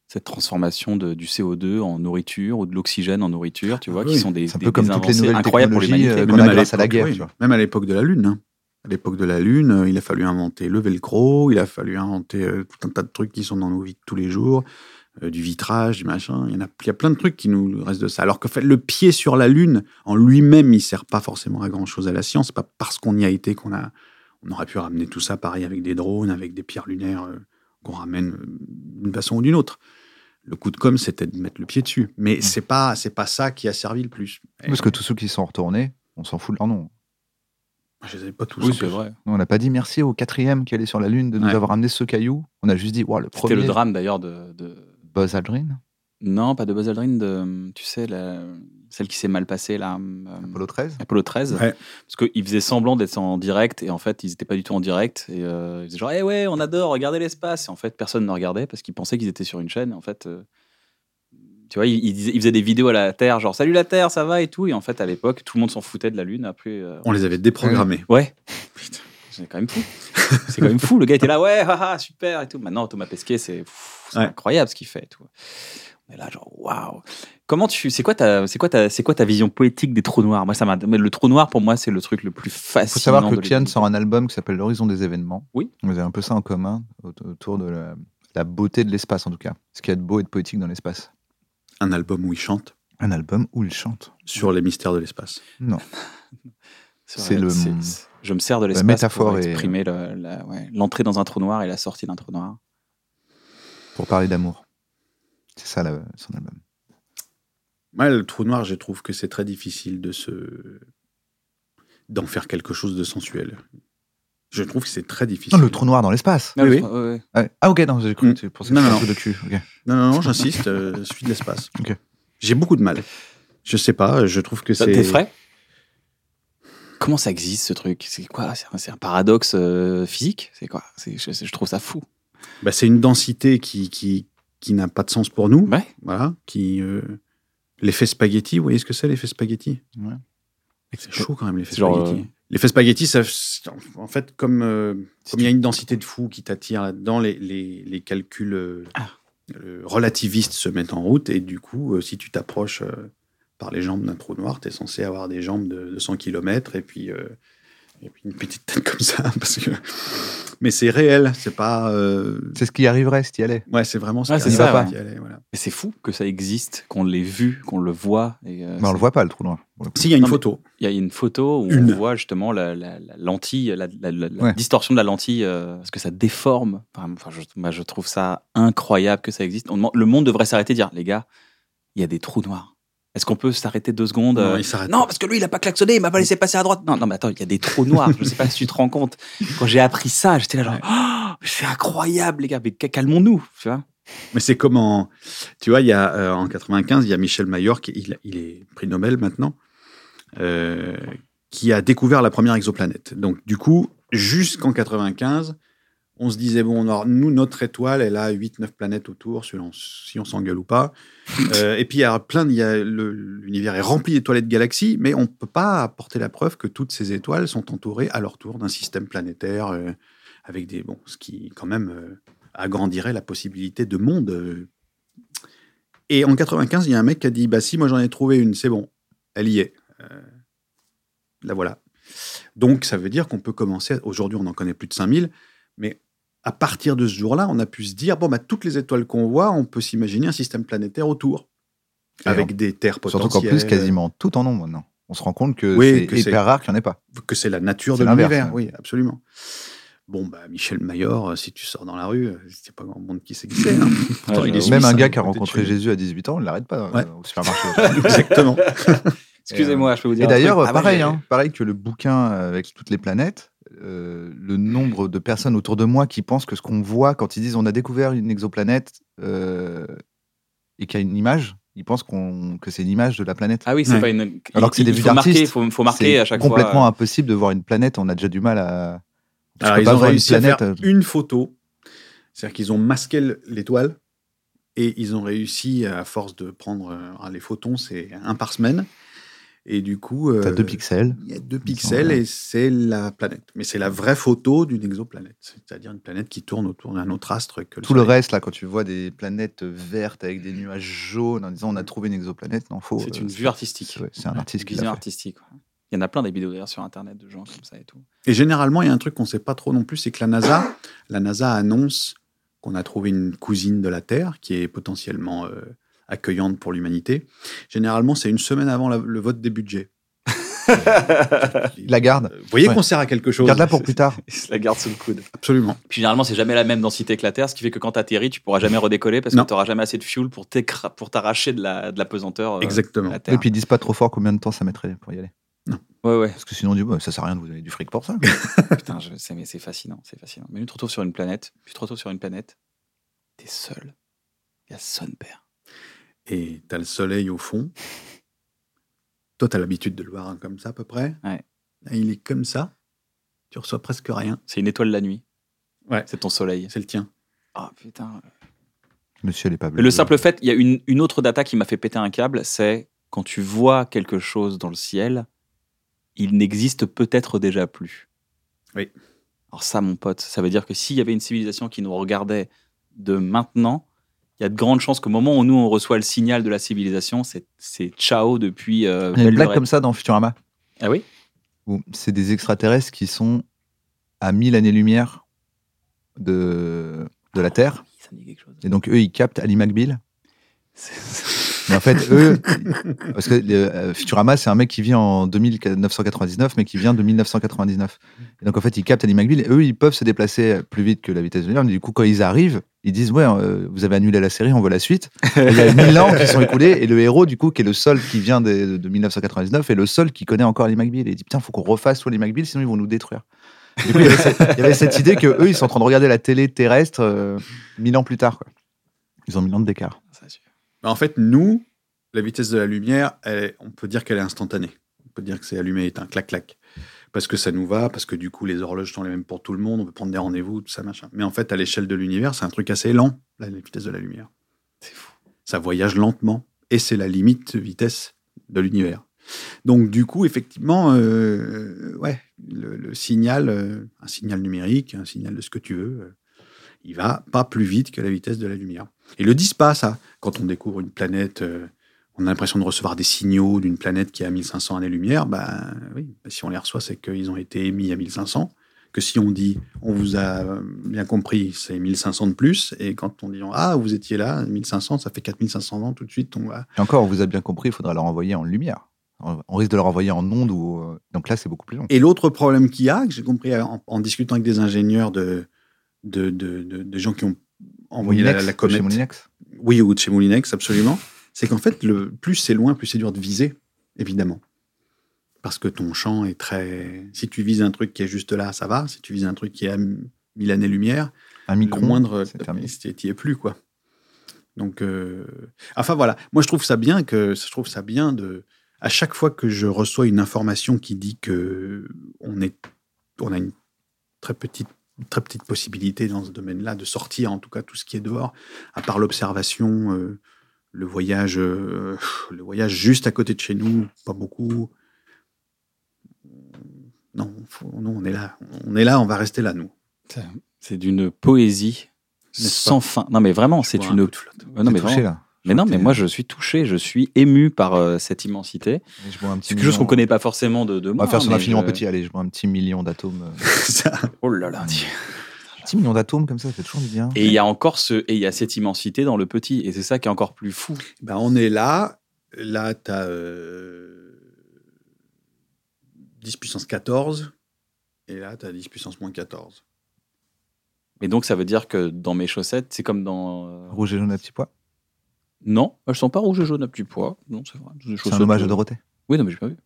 Speaker 1: cette transformation de- du CO2 en nourriture ou de l'oxygène en nourriture, tu
Speaker 3: Ah
Speaker 1: vois,
Speaker 3: oui.
Speaker 1: qui sont des,
Speaker 2: C'est un
Speaker 1: des-
Speaker 2: peu comme
Speaker 1: des
Speaker 2: toutes les
Speaker 1: avancées
Speaker 2: nouvelles
Speaker 1: incroyables pour
Speaker 2: technologies,
Speaker 1: l'humanité.
Speaker 2: euh,
Speaker 1: mais-
Speaker 2: qu'on a
Speaker 3: même à
Speaker 2: grâce à la
Speaker 3: l'époque,
Speaker 2: guerre,
Speaker 3: oui.
Speaker 2: tu vois.
Speaker 3: Même à l'époque de la Lune. hein. À l'époque de la Lune, euh, il a fallu inventer le velcro, il a fallu inventer euh, tout un tas de trucs qui sont dans nos vies de tous les jours, euh, du vitrage, du machin. Il y, en a, il y a plein de trucs qui nous restent de ça. Alors que fait, le pied sur la Lune, en lui-même, il sert pas forcément à grand-chose à la science. C'est pas parce qu'on y a été qu'on a, on aurait pu ramener tout ça, pareil, avec des drones, avec des pierres lunaires euh, qu'on ramène euh, d'une façon ou d'une autre. Le coup de com', c'était de mettre le pied dessus. Mais c'est pas, c'est pas ça qui a servi le plus. Et
Speaker 2: Parce que tous ceux qui sont retournés, on s'en fout de leur nom.
Speaker 3: Je les ai pas tous. en
Speaker 1: Oui,
Speaker 2: euh,
Speaker 3: plus.
Speaker 1: c'est vrai.
Speaker 2: Nous, on n'a pas dit merci au quatrième qui allait sur la Lune de nous
Speaker 3: Ouais.
Speaker 2: avoir amené ce caillou. On a juste dit, waouh, le
Speaker 1: C'était
Speaker 2: premier.
Speaker 1: le drame d'ailleurs de, de-
Speaker 2: Buzz Aldrin,
Speaker 1: Non, pas de Buzz Aldrin, de, tu sais, la- celle qui s'est mal passée, là. euh,
Speaker 2: Apollo 13.
Speaker 1: Apollo 13.
Speaker 3: Ouais.
Speaker 1: Parce qu'ils faisaient semblant d'être en direct et en fait, ils n'étaient pas du tout en direct. Et euh, ils faisaient genre, eh ouais, on adore, regardez l'espace. Et en fait, personne ne regardait parce qu'ils pensaient qu'ils étaient sur une chaîne. En fait, euh, tu vois, ils, ils disaient- ils faisaient des vidéos à la Terre, genre, salut la Terre, ça va et tout. Et en fait, à l'époque, tout le monde s'en foutait de la Lune. Après, euh,
Speaker 3: On les avait déprogrammés.
Speaker 1: ouais. C'est quand même fou. C'est quand même fou. Le gars était là, ouais, haha, super et tout. Maintenant, Thomas Pesquet, c'est pff, c'est
Speaker 3: Ouais.
Speaker 1: incroyable ce qu'il fait. et tout. On est là, genre, waouh. Comment tu. C'est quoi, ta, c'est quoi, ta, c'est quoi ta vision poétique des trous noirs Moi, ça m'a. mais Le trou noir, pour moi, c'est le truc le plus
Speaker 2: Il
Speaker 1: fascinant.
Speaker 2: faut savoir que
Speaker 1: de
Speaker 2: Kian
Speaker 1: l'humanité.
Speaker 2: sort un album qui s'appelle L'horizon des événements.
Speaker 1: Oui.
Speaker 2: Vous avez un peu ça en commun aut- autour de la, la beauté de l'espace, en tout cas. Ce qu'il y a de beau et de poétique dans l'espace.
Speaker 3: Un album où ils chantent
Speaker 2: Un album où il chante.
Speaker 3: sur les mystères de l'espace.
Speaker 2: Non. c'est
Speaker 1: vrai,
Speaker 2: le-
Speaker 1: je me sers de l'espace
Speaker 2: métaphore
Speaker 1: pour
Speaker 2: et-
Speaker 1: exprimer le- la- ouais, l'entrée dans un trou noir et la sortie d'un trou noir.
Speaker 2: Pour parler d'amour. C'est ça la- son album.
Speaker 3: Moi, le trou noir, je trouve que c'est très difficile de se d'en faire quelque chose de sensuel. Je trouve que c'est très difficile.
Speaker 2: Non, le trou noir dans l'espace.
Speaker 3: Ah
Speaker 1: Ouais,
Speaker 3: oui.
Speaker 1: ouais.
Speaker 2: Ah, ouais. Ah, ok, non, j'ai cru
Speaker 3: Mm.
Speaker 2: que tu pensais que
Speaker 3: Non,
Speaker 2: c'était un
Speaker 3: non.
Speaker 2: truc de cul. ok.
Speaker 3: Non, non, non, j'insiste. euh, je suis de l'espace.
Speaker 2: Ok.
Speaker 3: J'ai beaucoup de mal. Je sais pas. Je trouve que
Speaker 1: Ça,
Speaker 3: c'est.
Speaker 1: T'es frais Comment ça existe ce truc C'est quoi C'est un- C'est un paradoxe euh, physique C'est quoi C'est- je- je trouve ça fou.
Speaker 3: Bah, c'est une densité qui qui, qui n'a pas de sens pour nous.
Speaker 1: Ouais.
Speaker 3: Voilà. Qui euh, l'effet spaghetti. Vous voyez ce que c'est l'effet spaghetti
Speaker 2: Ouais.
Speaker 3: C'est chaud quand même l'effet
Speaker 1: C'est genre,
Speaker 3: spaghetti.
Speaker 1: euh,
Speaker 3: L'effet spaghetti, ça, c'est- en fait, comme euh, comme il y a une densité de fous qui t'attire là-dedans, les, les- les calculs euh,
Speaker 1: Ah.
Speaker 3: euh, relativistes se mettent en route et du coup, euh, si tu t'approches euh, par les jambes d'un trou noir, tu es censé avoir des jambes de, de 100 km et puis, euh, et puis une petite tête comme ça. Parce que... Mais c'est réel, c'est pas. euh,
Speaker 2: C'est ce qui arriverait si tu y allais.
Speaker 3: Ouais, c'est vraiment
Speaker 1: Ouais,
Speaker 3: qui
Speaker 1: c'est
Speaker 3: arrive
Speaker 1: ça,
Speaker 3: quand il y allait, voilà.
Speaker 1: Mais c'est fou que ça existe, qu'on l'ait vu, qu'on le voit. Et, euh,
Speaker 2: Mais on le voit pas, le trou noir. pour le coup.
Speaker 3: Si, il y a une
Speaker 1: Non, mais-
Speaker 3: photo.
Speaker 1: Il y a une photo où
Speaker 3: Une.
Speaker 1: on voit justement la, la- la lentille, la, la- la- la
Speaker 2: Ouais.
Speaker 1: distorsion de la lentille, euh, parce que ça déforme. Enfin, je, moi, je trouve ça incroyable que ça existe. On demande- le monde devrait s'arrêter et dire, les gars, il y a des trous noirs. Est-ce qu'on peut s'arrêter deux secondes euh,
Speaker 3: Non, il s'arrête.
Speaker 1: non, parce que lui, il a pas klaxonné, il m'a pas laissé passer à droite. Non, non, mais attends, il y a des trous noirs. Je sais pas si tu te rends compte. Quand j'ai appris ça, j'étais là genre, Oh, c'est incroyable, les gars. Mais ca- calmons-nous, tu vois.
Speaker 3: Mais c'est comme en... Tu vois, il y a, euh, en 95, il y a Michel Mayor, qui il, il est prix Nobel maintenant, euh, qui a découvert la première exoplanète. Donc, du coup, jusqu'en 95, on se disait, bon, on aura- nous, notre étoile, elle a 8-9 planètes autour, selon si on s'engueule ou pas. Euh, et puis, il y a plein... de- il y a le- L'univers est rempli d'étoiles et de galaxies, mais on ne peut pas apporter la preuve que toutes ces étoiles sont entourées à leur tour d'un système planétaire euh, avec des... Bon, ce qui, quand même... euh, agrandirait la possibilité de monde. euh. Et en 95, il y a un mec qui a dit Bah, si, moi j'en ai trouvé une, c'est bon, elle y est. Euh, la voilà. Donc, ça veut dire qu'on peut commencer. Aujourd'hui, on en connaît plus de 5000, mais à partir de ce jour-là, on a pu se dire Bon, bah, toutes les étoiles qu'on voit, on peut s'imaginer un système planétaire autour,
Speaker 2: Et
Speaker 3: avec
Speaker 2: en-
Speaker 3: des terres
Speaker 2: Surtout
Speaker 3: potentielles. euh,
Speaker 2: qu'en plus, quasiment tout en nombre maintenant. On se rend compte que
Speaker 3: Oui,
Speaker 2: c'est
Speaker 3: que c'est-
Speaker 2: hyper rare qu'il n'y en ait pas.
Speaker 3: que c'est la nature
Speaker 2: C'est
Speaker 3: de
Speaker 2: l'inverse,
Speaker 3: l'univers.
Speaker 2: hein.
Speaker 3: Oui, absolument. Bon, bah, Michel Mayor, euh, si tu sors dans la rue, euh, c'est pas grand monde qui sait qui c'est. hein. Pourtant,
Speaker 1: Ouais, j'avoue.
Speaker 3: il est suisse,
Speaker 2: Euh, Même un
Speaker 3: hein,
Speaker 2: gars qui a
Speaker 3: peut-être
Speaker 2: rencontré
Speaker 3: chez lui.
Speaker 2: Jésus à 18 ans, il l'arrête pas euh,
Speaker 3: Ouais.
Speaker 2: au supermarché.
Speaker 3: Exactement.
Speaker 1: Excusez-moi, je peux vous dire.
Speaker 2: Et
Speaker 1: un truc.
Speaker 2: d'ailleurs,
Speaker 1: Ah ouais,
Speaker 2: pareil,
Speaker 1: j'ai-
Speaker 2: hein, pareil que le bouquin euh, avec toutes les planètes, euh, le nombre de personnes autour de moi qui pensent que ce qu'on voit quand ils disent on a découvert une exoplanète euh, et qu'il y a une image, ils pensent qu'on- que c'est une image de la planète.
Speaker 1: Ah oui, c'est
Speaker 3: Ouais.
Speaker 1: pas une.
Speaker 2: Alors que c'est
Speaker 1: il-
Speaker 2: des
Speaker 1: il
Speaker 2: vues
Speaker 1: faut marquer,
Speaker 2: d'artistes.
Speaker 1: faut, faut marquer
Speaker 2: C'est
Speaker 1: à chaque fois. euh,
Speaker 2: complètement impossible de voir une planète, on a déjà du mal à. Tu
Speaker 3: Alors,
Speaker 2: peux
Speaker 3: ils
Speaker 2: pas
Speaker 3: ont
Speaker 2: voir une
Speaker 3: réussi à faire
Speaker 2: planète, euh,
Speaker 3: une photo. C'est-à-dire qu'ils ont masqué l- l'étoile et ils ont réussi, à force de prendre euh, les photons, c'est un par semaine. Et du coup,
Speaker 2: T'as
Speaker 3: euh,
Speaker 2: deux pixels.
Speaker 3: il y a deux
Speaker 2: me
Speaker 3: pixels
Speaker 2: semble.
Speaker 3: et c'est la planète. Mais c'est la vraie photo d'une exoplanète, c'est-à-dire une planète qui tourne autour d'un autre astre que le
Speaker 2: Tout le
Speaker 3: Soleil.
Speaker 2: reste, là, quand tu vois des planètes vertes avec des nuages jaunes en disant on a trouvé une exoplanète, non, faux.
Speaker 1: C'est
Speaker 2: euh,
Speaker 1: une vue artistique.
Speaker 2: ouais, C'est un artiste
Speaker 1: Une
Speaker 2: qui
Speaker 1: vision
Speaker 2: l'a fait.
Speaker 1: artistique. quoi. Il y en a plein des vidéos d'ailleurs sur internet de gens comme ça et tout.
Speaker 3: Et généralement, il y a un truc qu'on ne sait pas trop non plus, c'est que la NASA, la NASA annonce qu'on a trouvé une cousine de la Terre qui est potentiellement euh, accueillante pour l'humanité. Généralement, c'est une semaine avant la- le vote des budgets. Euh,
Speaker 2: La garde.
Speaker 3: Vous voyez
Speaker 2: Ouais.
Speaker 3: qu'on sert à quelque chose.
Speaker 2: Garde-la pour plus tard.
Speaker 1: Ils se la gardent sous le coude.
Speaker 3: Absolument.
Speaker 1: Puis généralement, c'est jamais la même densité que la Terre, ce qui fait que quand t'atterris, tu pourras jamais redécoller parce
Speaker 3: Non.
Speaker 1: que t'auras jamais assez de fuel pour t'écra- pour t'arracher de la, de la pesanteur. euh, de
Speaker 3: Exactement.
Speaker 1: La Terre.
Speaker 2: Et puis ils disent pas trop fort combien de temps ça mettrait pour y aller.
Speaker 1: Ouais, ouais.
Speaker 2: Parce que sinon, on dit, bah, ça sert à rien de vous donner du fric pour ça.
Speaker 1: Putain, je sais, mais c'est fascinant, c'est fascinant. Mais tu te retrouves sur une planète, tu te retrouves sur une planète, t'es seul. Il y a Sonpère.
Speaker 3: Et tu as le soleil au fond. Toi, tu as l'habitude de le voir hein, comme ça à peu près.
Speaker 1: Ouais.
Speaker 3: Là, il est comme ça. Tu reçois presque rien.
Speaker 1: C'est une étoile la nuit.
Speaker 3: Ouais.
Speaker 1: C'est ton soleil.
Speaker 3: C'est le tien.
Speaker 1: Ah putain.
Speaker 2: Monsieur, elle est pas bleue.
Speaker 1: Le simple fait, il y a une, une autre data qui m'a fait péter un câble, c'est quand tu vois quelque chose dans le ciel, il n'existe peut-être déjà plus.
Speaker 3: Oui.
Speaker 1: Alors ça, mon pote, ça veut dire que s'il y avait une civilisation qui nous regardait de maintenant, il y a de grandes chances qu'au moment où nous, on reçoit le signal de la civilisation, c'est- c'est ciao depuis... euh,
Speaker 2: Il y a une
Speaker 1: belle
Speaker 2: blague
Speaker 1: lurette.
Speaker 2: comme ça dans Futurama.
Speaker 1: Ah oui
Speaker 2: où C'est des extraterrestres qui sont à 1000 années-lumière de, de la Terre.
Speaker 1: Ça me dit quelque chose.
Speaker 2: Et donc, eux, ils captent Ali McBeal.
Speaker 1: C'est-
Speaker 2: Mais en fait, eux. Parce que euh, Futurama, c'est un mec qui vit en 2999, mais qui vient de 1999. Et donc, en fait, ils captent Ali McBeal. Et eux, ils peuvent se déplacer plus vite que la vitesse de lumière. Mais du coup, quand ils arrivent, ils disent Ouais, euh, vous avez annulé la série, on voit la suite. Et Il y a 1000 ans qui sont écoulés. Et le héros, du coup, qui est le seul qui vient de, de 1999, est le seul qui connaît encore Ali McBeal. Et il dit Putain, faut qu'on refasse tous les McBeal, sinon ils vont nous détruire. Du coup, il y avait cette, il y avait cette idée que eux, ils sont en train de regarder la télé terrestre euh, 1000 ans plus tard. quoi. Ils ont 1000 ans de décart.
Speaker 1: Ça, c'est-
Speaker 3: Bah, En fait, nous, la vitesse de la lumière, elle est- on peut dire qu'elle est instantanée. On peut dire que c'est allumé et éteint, clac, clac. Parce que ça nous va, parce que du coup, les horloges sont les mêmes pour tout le monde, on peut prendre des rendez-vous, tout ça, machin. Mais en fait, à l'échelle de l'univers, c'est un truc assez lent, la la vitesse de la lumière.
Speaker 1: c'est fou.
Speaker 3: Ça voyage lentement. Et c'est la limite de vitesse de l'univers. Donc, du coup, effectivement, euh, ouais, le, le signal, euh, un signal numérique, un signal de ce que tu veux, euh, il va pas plus vite que la vitesse de la lumière. Ils le disent pas, ça. Quand on découvre une planète, euh, on a l'impression de recevoir des signaux d'une planète qui est à 1500 années-lumière. Ben oui, ben, si on les reçoit, c'est qu'ils ont été émis à 1500. Que si on dit, on vous a euh, bien compris, c'est 1500 de plus. Et quand on dit, ah, vous étiez là, 1500, ça fait 4500 ans, tout de suite, on va.
Speaker 2: Et encore, on vous a bien compris, il faudra leur envoyer en lumière. On on risque de leur envoyer en onde ou. euh, Donc là, c'est beaucoup plus long.
Speaker 3: Et l'autre problème qu'il y a, que j'ai compris en, en discutant avec des ingénieurs de, de, de, de- de gens qui ont envoyé la,
Speaker 2: Moulinex,
Speaker 3: la
Speaker 2: chez
Speaker 3: comète,
Speaker 2: Moulinex.
Speaker 3: oui, ou de chez Moulinex, absolument, c'est qu'en fait, le plus c'est loin, plus c'est dur de viser, évidemment. Parce que ton champ est très. Si tu vises un truc qui est juste là, ça va. Si tu vises un truc qui est à mille années-lumière,
Speaker 2: Un micron.
Speaker 3: le moindre
Speaker 2: c'est terminé.
Speaker 3: n'y est plus quoi donc euh, enfin voilà moi je trouve ça bien que je trouve ça bien de à chaque fois que je reçois une information qui dit que on est on a une très petite très petite possibilité dans ce domaine-là de sortir en tout cas tout ce qui est dehors à part l'observation euh, le voyage euh, le voyage juste à côté de chez nous pas beaucoup non, faut- non, on est là on est là on va rester là nous
Speaker 1: C'est d'une poésie
Speaker 3: N'est-ce
Speaker 1: sans fin. Non, mais vraiment,
Speaker 3: Je
Speaker 1: c'est
Speaker 3: vois un
Speaker 1: une.
Speaker 3: peu de flotte.
Speaker 1: Ouais, non,
Speaker 2: T'es
Speaker 1: mais,
Speaker 2: touché,
Speaker 1: vraiment.
Speaker 2: là.
Speaker 1: mais non, mais
Speaker 2: T'es-
Speaker 1: moi, je suis touché, je suis ému par euh, cette immensité.
Speaker 2: Je bois un petit
Speaker 1: C'est quelque chose qu'on
Speaker 2: million.
Speaker 1: connaît pas forcément de, de
Speaker 2: On
Speaker 1: moi.
Speaker 2: va faire son
Speaker 1: mais
Speaker 2: infiniment
Speaker 1: je-
Speaker 2: petit. Allez, je bois un petit million d'atomes. euh.
Speaker 3: Ça,
Speaker 1: Oh là là. dis-
Speaker 2: Mmh. Un petit million d'atomes comme ça, ça fait toujours du bien.
Speaker 1: Et il y a encore ce, et il y a cette immensité dans le petit, et c'est ça qui est encore plus fou.
Speaker 3: Ben, on est là. Là, euh, tu as 10 puissance 14. Et là, tu as 10 puissance moins 14.
Speaker 1: Et donc, ça veut dire que dans mes chaussettes, c'est comme dans. euh,
Speaker 2: Rouge et jaune à petits pois.
Speaker 1: Non, elles sont pas rouges et jaunes à petits pois. Non, c'est vrai. Des
Speaker 2: C'est
Speaker 1: chaussettes- euh,
Speaker 2: un hommage à Dorothée.
Speaker 1: Oui, non, mais j'ai pas vu.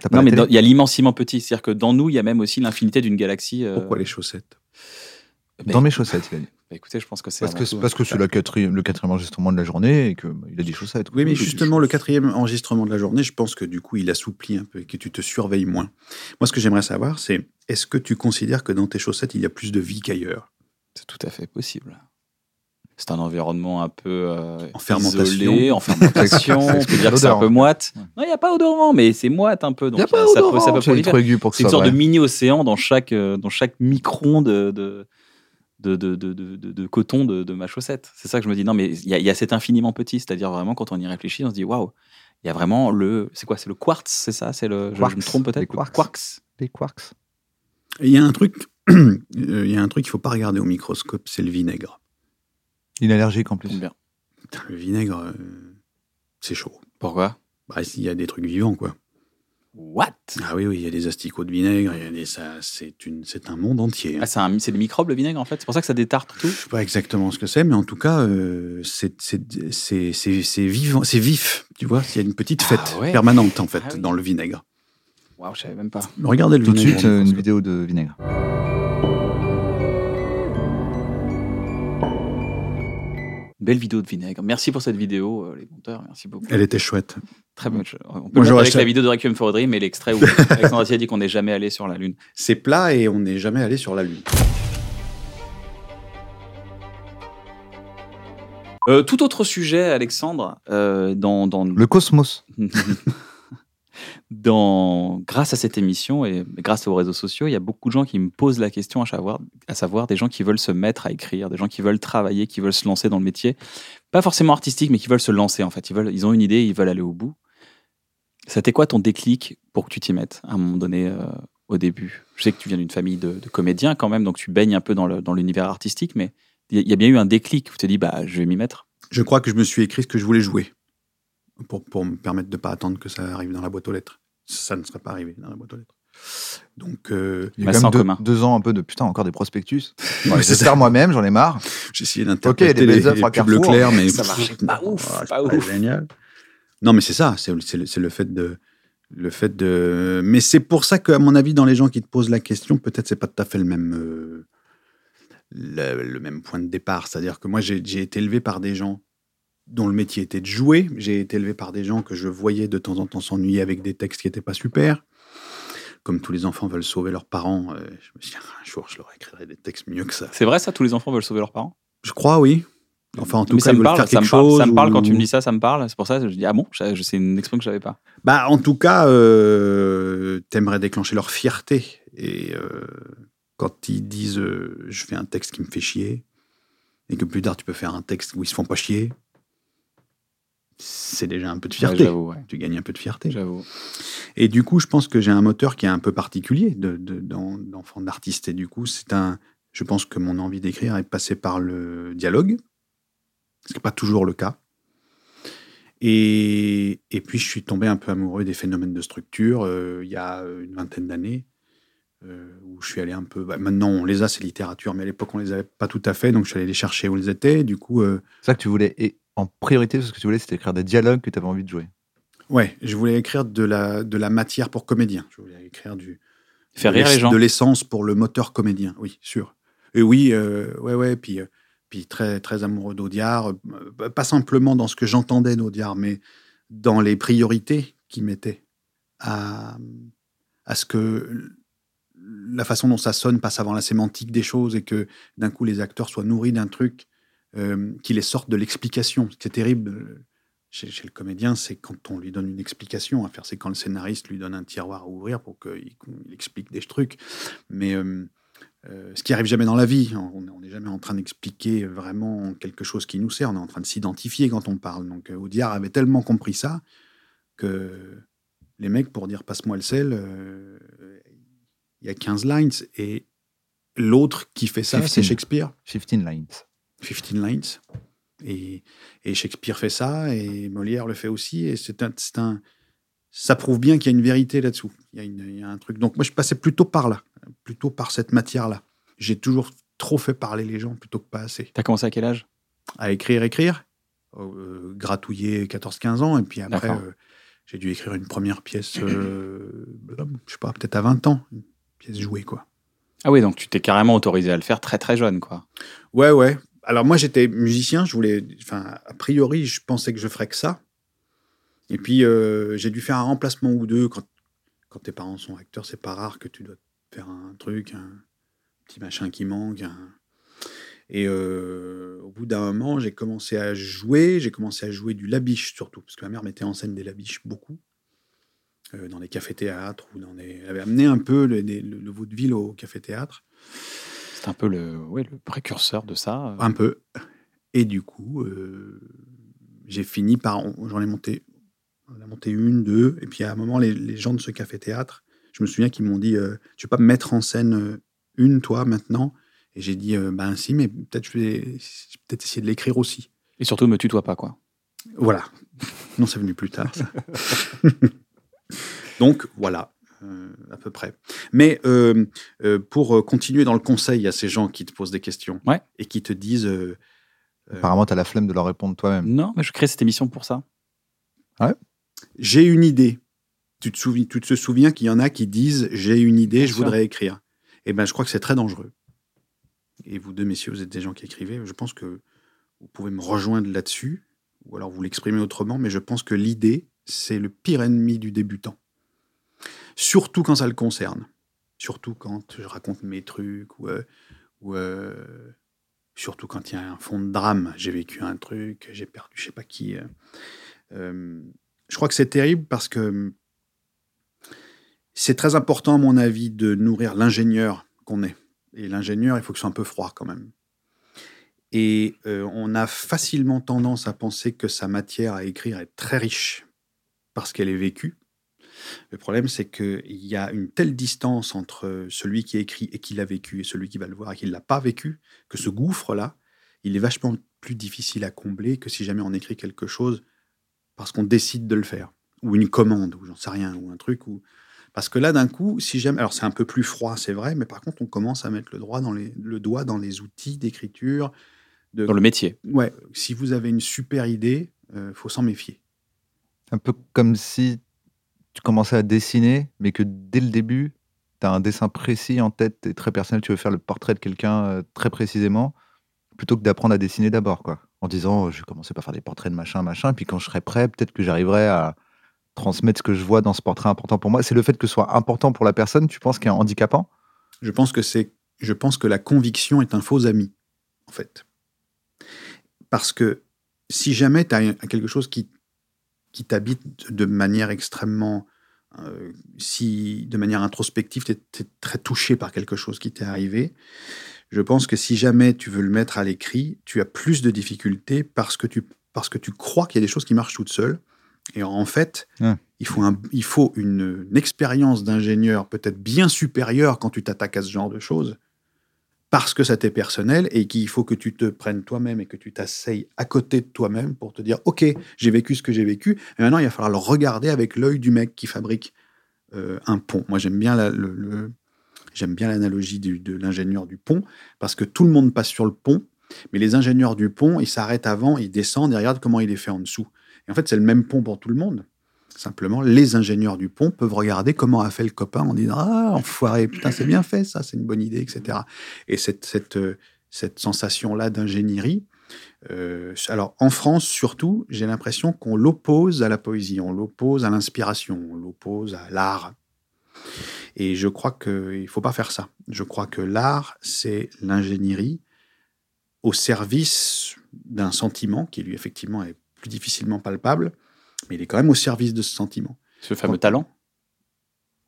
Speaker 2: T'as pas
Speaker 1: Non,
Speaker 2: la
Speaker 1: mais
Speaker 2: télé
Speaker 1: dans- il y a l'immensément petit. C'est-à-dire que dans nous, il y a même aussi l'infinité d'une galaxie. euh,
Speaker 3: Pourquoi les chaussettes
Speaker 1: mais-
Speaker 2: Dans mes chaussettes, il a dit.
Speaker 1: bah, Écoutez, je pense que c'est.
Speaker 2: Parce
Speaker 1: avant
Speaker 2: que
Speaker 1: tout,
Speaker 2: c'est
Speaker 1: hein.
Speaker 2: parce que c'est la quatrième- le quatrième enregistrement de la journée et qu'il a dit chaussettes.
Speaker 3: Oui, mais
Speaker 2: Il a dit
Speaker 3: justement, le
Speaker 2: chaussettes.
Speaker 3: quatrième enregistrement de la journée, je pense que du coup, il assouplit un peu et que tu te surveilles moins. Moi, ce que j'aimerais savoir, c'est est-ce que tu considères que dans tes chaussettes, il y a plus de vie qu'ailleurs
Speaker 1: C'est tout à fait possible. C'est un environnement un peu euh,
Speaker 3: En fermentation.
Speaker 1: isolé, en fermentation.
Speaker 2: Ça
Speaker 1: on peut
Speaker 2: explique
Speaker 1: dire que c'est un
Speaker 2: l'odeur,
Speaker 1: peu
Speaker 2: en fait.
Speaker 1: moite.
Speaker 2: Ouais.
Speaker 1: Non, il n'y a pas odorant, mais c'est moite un peu. Donc
Speaker 2: Il n'y a
Speaker 1: ça-
Speaker 2: pas
Speaker 1: ça peut-
Speaker 2: odorant,
Speaker 1: ça peut
Speaker 2: c'est
Speaker 1: proliférer.
Speaker 2: trop aigu pour que
Speaker 1: C'est
Speaker 2: ce
Speaker 1: une
Speaker 2: soit
Speaker 1: sorte de
Speaker 2: vrai.
Speaker 1: mini océan dans chaque euh, dans chaque micron de de de, de, de- de- de- de coton de, de ma chaussette. C'est ça que je me dis. Non, mais il y, a- il y a cet infiniment petit, c'est-à-dire vraiment quand on y réfléchit, on se dit waouh. Il y a vraiment le c'est quoi C'est le quartz, c'est ça C'est le je- je, me
Speaker 2: Quarks,
Speaker 1: trompe
Speaker 2: les
Speaker 1: peut-être.
Speaker 2: quarks. Les quarks.
Speaker 3: Il y a un truc, euh, il y a un truc qu'il faut pas regarder au microscope, c'est le vinaigre.
Speaker 2: Il est allergique en plus.
Speaker 1: Bien.
Speaker 3: Putain, le vinaigre, euh, c'est chaud.
Speaker 1: Pourquoi
Speaker 3: Bah, il y a des trucs vivants, quoi.
Speaker 1: What
Speaker 3: Ah oui, oui, il y a des asticots de vinaigre, il y a des, ça, c'est une, c'est un monde entier. hein.
Speaker 1: Ah, c'est un- c'est des microbes le vinaigre en fait. C'est pour ça que ça détarte tout.
Speaker 3: Je sais pas exactement ce que c'est, mais en tout cas, euh, c'est c'est- c'est- c'est- c'est vivant, c'est vif, tu vois. Il y a une petite
Speaker 1: Ah
Speaker 3: fête
Speaker 1: ouais.
Speaker 3: permanente en fait
Speaker 1: Ah oui.
Speaker 3: dans le vinaigre.
Speaker 1: Waouh, je savais même pas.
Speaker 3: Regardez le
Speaker 2: Tout de
Speaker 3: vinaigre.
Speaker 2: suite, euh, une vidéo de vinaigre.
Speaker 1: Belle vidéo de vinaigre. Merci pour cette vidéo, euh, les monteurs. Merci beaucoup.
Speaker 3: Elle était chouette.
Speaker 1: Très bonne chose. On peut
Speaker 3: Moi,
Speaker 1: le mettre
Speaker 3: j'aurais
Speaker 1: avec
Speaker 3: acheté-
Speaker 1: la vidéo de Requiem for a Dream et l'extrait où Alexandre Assier dit qu'on n'est jamais allé sur la Lune.
Speaker 3: C'est plat et on n'est jamais allé sur la lune.
Speaker 1: Euh, tout autre sujet, Alexandre, euh, dans, dans,
Speaker 2: Le cosmos.
Speaker 1: dans- grâce à cette émission et grâce aux réseaux sociaux, il y a beaucoup de gens qui me posent la question, à savoir, à savoir des gens qui veulent se mettre à écrire, des gens qui veulent travailler, qui veulent se lancer dans le métier. Pas forcément artistique, mais qui veulent se lancer en fait. Ils, veulent, ils ont une idée, ils veulent aller au bout. C'était quoi ton déclic pour que tu t'y mettes à un moment donné euh, au début Je sais que tu viens d'une famille de, de comédiens quand même, donc tu baignes un peu dans le- dans l'univers artistique, mais il y, a- il y a bien eu un déclic où tu te dis, bah, je vais m'y mettre.
Speaker 3: Je crois que je me suis écrit ce que je voulais jouer pour, pour me permettre de pas attendre que ça arrive dans la boîte aux lettres. Ça ne serait pas arrivé dans la boîte aux lettres. Donc euh,
Speaker 2: Il y
Speaker 1: Bah,
Speaker 2: a
Speaker 1: c'est en
Speaker 2: quand même
Speaker 1: commun.
Speaker 2: deux, deux ans un peu de putain, encore des prospectus.
Speaker 3: Ouais,
Speaker 2: Ouais,
Speaker 3: c'est
Speaker 2: J'espère moi-même, j'en ai marre.
Speaker 3: J'ai essayé d'interpréter
Speaker 2: Ok, il y a des belles œuvres à
Speaker 3: pubs
Speaker 2: Carrefour. hein.
Speaker 3: Leclerc, mais
Speaker 1: Ça marchait pas ouf,
Speaker 3: Ah, c'est
Speaker 1: pas ouf.
Speaker 3: génial. Non, mais c'est ça, c'est c'est le, c'est le fait de le fait de. Mais c'est pour ça que, à mon avis, dans les gens qui te posent la question, peut-être c'est pas tout à fait le même euh, le, le même point de départ. C'est-à-dire que moi, j'ai j'ai été élevé par des gens dont le métier était de jouer. J'ai été élevé par des gens que je voyais de temps en temps s'ennuyer avec des textes qui n'étaient pas super. Comme tous les enfants veulent sauver leurs parents, euh, je me suis dit, un jour, je leur écrirai des textes mieux que ça.
Speaker 1: C'est vrai ça, tous les enfants veulent sauver leurs parents
Speaker 3: Je crois, oui. Enfin, en tout
Speaker 1: Mais
Speaker 3: cas,
Speaker 1: ça
Speaker 3: ils
Speaker 1: me
Speaker 3: veulent
Speaker 1: parle,
Speaker 3: faire
Speaker 1: ça
Speaker 3: quelque
Speaker 1: me parle,
Speaker 3: chose.
Speaker 1: ça me parle
Speaker 3: ou-
Speaker 1: quand tu me dis ça, ça me parle. C'est pour ça que je dis ah bon, ça, je- c'est une expression que j'avais pas.
Speaker 3: Bah, en tout cas, euh, t'aimerais déclencher leur fierté. Et euh, quand ils disent euh, je fais un texte qui me fait chier, et que plus tard tu peux faire un texte où ils se font pas chier, c'est déjà un peu de
Speaker 1: Ouais,
Speaker 3: fierté.
Speaker 1: Ah, j'avoue, ouais.
Speaker 3: tu gagnes un peu de fierté.
Speaker 1: J'avoue.
Speaker 3: Et du coup, je pense que j'ai un moteur qui est un peu particulier de- de- d'en- d'enfant d'artiste. Et du coup, c'est un. Je pense que mon envie d'écrire est passée par le dialogue, ce qui n'est pas toujours le cas. Et, et puis, je suis tombé un peu amoureux des phénomènes de structure euh, il y a une vingtaine d'années, euh, où je suis allé un peu. bah, maintenant, on les a, c'est littérature, mais à l'époque, on les avait pas tout à fait, donc je suis allé les chercher où ils étaient. Du coup, euh,
Speaker 2: C'est ça que tu voulais. Et en priorité, ce que tu voulais, c'était écrire des dialogues que tu avais envie de jouer.
Speaker 3: ouais, je voulais écrire de la, de la matière pour comédien. Je voulais écrire du,
Speaker 1: Faire
Speaker 3: de
Speaker 1: rire
Speaker 3: l'ess-
Speaker 1: les gens.
Speaker 3: De l'essence pour le moteur comédien, oui, sûr. Et oui, euh, ouais, ouais, puis, euh, puis très, très amoureux d'Audiard, euh, pas simplement dans ce que j'entendais d'Audiard, mais dans les priorités qu'il mettait à, à ce que la façon dont ça sonne passe avant la sémantique des choses et que d'un coup les acteurs soient nourris d'un truc euh, qui les sorte de l'explication. C'est terrible euh, chez, chez le comédien, c'est quand on lui donne une explication à faire, c'est quand le scénariste lui donne un tiroir à ouvrir pour qu'il qu'il explique des trucs. Mais euh, euh, ce qui arrive jamais dans la vie, on on n'est jamais en train d'expliquer vraiment quelque chose qui nous sert, on est en train de s'identifier quand on parle. Donc euh, Audiard avait tellement compris ça que les mecs, pour dire passe-moi le sel, euh, il y a 15 lines et l'autre qui fait ça, c'est
Speaker 2: 15.
Speaker 3: Shakespeare.
Speaker 2: 15 lines.
Speaker 3: 15 lines. Et, et Shakespeare fait ça, et Molière le fait aussi. Et c'est un, c'est un- ça prouve bien qu'il y a une vérité là-dessous. Il y, a une- il y a un truc. Donc moi, je passais plutôt par là, plutôt par cette matière-là. J'ai toujours trop fait parler les gens plutôt que pas assez.
Speaker 1: T'as commencé à quel âge
Speaker 3: À écrire, écrire, euh, gratouiller 14-15 ans, et puis après,
Speaker 1: D'accord.
Speaker 3: euh, j'ai dû écrire une première pièce, euh, je sais pas, peut-être à 20 ans, une pièce jouée, quoi.
Speaker 1: Ah oui, donc tu t'es carrément autorisé à le faire très très jeune, quoi.
Speaker 3: Ouais, ouais. Alors moi, j'étais musicien. Je voulais, enfin, a priori, je pensais que je ferais que ça. Et puis euh, j'ai dû faire un remplacement ou deux quand quand tes parents sont acteurs, c'est pas rare que tu dois faire un truc, un petit machin qui manque. un- Et euh, au bout d'un moment, j'ai commencé à jouer. J'ai commencé à jouer du labiche surtout parce que ma mère mettait en scène des labiches beaucoup. euh, dans les cafés-théâtres ou dans des... Elle avait amené un peu le, les- le- le vaudeville au café-théâtre.
Speaker 1: C'est un peu le, ouais, le précurseur de ça.
Speaker 3: Un peu. Et du coup, euh, j'ai fini par. on- J'en ai monté. On a monté une, deux. Et puis à un moment, les, les gens de ce café-théâtre, je me souviens qu'ils m'ont dit euh, Tu peux pas me mettre en scène euh, une, toi, maintenant Et j'ai dit euh, Ben si, mais peut-être je vais, je vais peut-être essayer de l'écrire aussi.
Speaker 1: Et surtout, me tutoie pas, quoi.
Speaker 3: Voilà. non, c'est venu plus tard, ça. Donc, voilà. euh, à peu près. Mais euh, euh, pour euh, continuer dans le conseil à ces gens qui te posent des questions
Speaker 1: Ouais.
Speaker 3: et qui te disent euh, euh,
Speaker 2: Apparemment, t'as la flemme de leur répondre toi-même.
Speaker 1: Non, mais je crée cette émission pour ça.
Speaker 3: j'ai une idée. Tu te, souvi- tu te souviens qu'il y en a qui disent j'ai une idée,
Speaker 1: Bien
Speaker 3: je
Speaker 1: sûr.
Speaker 3: voudrais écrire. Eh ben, je crois que c'est très dangereux. Et vous deux messieurs, vous êtes des gens qui écrivez. Je pense que vous pouvez me rejoindre là-dessus, ou alors vous l'exprimez autrement, mais je pense que l'idée, c'est le pire ennemi du débutant. Surtout quand ça le concerne. Surtout quand je raconte mes trucs, ou, euh, ou, euh, surtout quand il y a un fond de drame. J'ai vécu un truc, j'ai perdu je sais pas qui. euh. Euh, je crois que c'est terrible parce que c'est très important, à mon avis, de nourrir l'ingénieur qu'on est. Et l'ingénieur, il faut que ce soit un peu froid quand même. Et euh, on a facilement tendance à penser que sa matière à écrire est très riche parce qu'elle est vécue. Le problème, c'est qu'il y a une telle distance entre celui qui écrit et qui l'a vécu et celui qui va le voir et qui ne l'a pas vécu, que ce gouffre-là, il est vachement plus difficile à combler que si jamais on écrit quelque chose parce qu'on décide de le faire, ou une commande, ou j'en sais rien, ou un truc. Ou... Parce que là, d'un coup, si jamais. Alors, c'est un peu plus froid, c'est vrai, mais par contre, on commence à mettre le, droit dans les... le doigt dans les outils d'écriture. De...
Speaker 1: Dans le métier.
Speaker 3: Ouais, si vous avez une super idée, euh, faut s'en méfier.
Speaker 2: Un peu comme si tu commençais à dessiner, mais que dès le début, t'as un dessin précis en tête et très personnel. Tu veux faire le portrait de quelqu'un euh, très précisément, plutôt que d'apprendre à dessiner d'abord, quoi. En disant, euh, je vais commencer par faire des portraits de machin, machin, puis quand je serai prêt, peut-être que j'arriverai à transmettre ce que je vois dans ce portrait important pour moi. C'est le fait que ce soit important pour la personne, tu penses qu'il y a un handicapant
Speaker 3: Je pense que c'est, je pense que la conviction est un faux ami, en fait. Parce que si jamais tu as quelque chose qui, qui t'habite de manière extrêmement, euh, si de manière introspective, tu es, très touché par quelque chose qui t'est arrivé, je pense que si jamais tu veux le mettre à l'écrit, tu as plus de difficultés parce que tu, parce que tu crois qu'il y a des choses qui marchent toutes seules. Et en fait,
Speaker 2: Ouais.
Speaker 3: il faut, un- il faut une, une expérience d'ingénieur peut-être bien supérieure quand tu t'attaques à ce genre de choses, parce que ça t'est personnel et qu'il faut que tu te prennes toi-même et que tu t'asseyes à côté de toi-même pour te dire Ok, j'ai vécu ce que j'ai vécu, et maintenant il va falloir le regarder avec l'œil du mec qui fabrique euh, un pont. Moi j'aime bien la- le- le- J'aime bien l'analogie du- de l'ingénieur du pont, parce que tout le monde passe sur le pont, mais les ingénieurs du pont, ils s'arrêtent avant, ils descendent et regardent comment il est fait en dessous. Et en fait, c'est le même pont pour tout le monde. Simplement, les ingénieurs du pont peuvent regarder comment a fait le copain en disant Ah, enfoiré, putain, c'est bien fait, ça, c'est une bonne idée, etc. Et cette, cette, euh, cette sensation-là d'ingénierie, euh, alors en France surtout, j'ai l'impression qu'on l'oppose à la poésie, on l'oppose à l'inspiration, on l'oppose à l'art. Et je crois qu'il ne faut pas faire ça. Je crois que l'art, c'est l'ingénierie au service d'un sentiment qui, lui, effectivement, est plus difficilement palpable, mais il est quand même au service de ce sentiment.
Speaker 1: Ce fameux
Speaker 3: Quand-
Speaker 1: talent.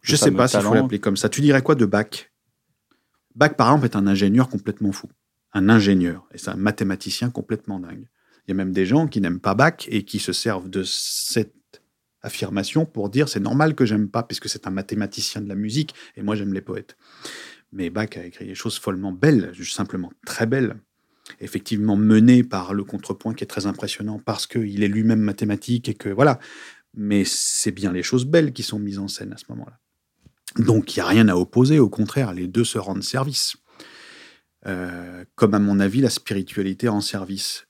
Speaker 3: Je
Speaker 1: Le
Speaker 3: sais
Speaker 1: fameux
Speaker 3: pas s'il faut
Speaker 1: talent.
Speaker 3: l'appeler comme ça. Tu dirais quoi de Bach Bach, par exemple, est un ingénieur complètement fou. Un ingénieur. Et c'est un mathématicien complètement dingue. Il y a même des gens qui n'aiment pas Bach et qui se servent de cette affirmation pour dire c'est normal que j'aime pas, puisque c'est un mathématicien de la musique et moi j'aime les poètes. Mais Bach a écrit des choses follement belles, juste simplement très belles. Effectivement menées par le contrepoint qui est très impressionnant parce qu'il est lui-même mathématique et que voilà. Mais c'est bien les choses belles qui sont mises en scène à ce moment-là. Donc, il n'y a rien à opposer. Au contraire, les deux se rendent service. euh, comme à mon avis la spiritualité rend service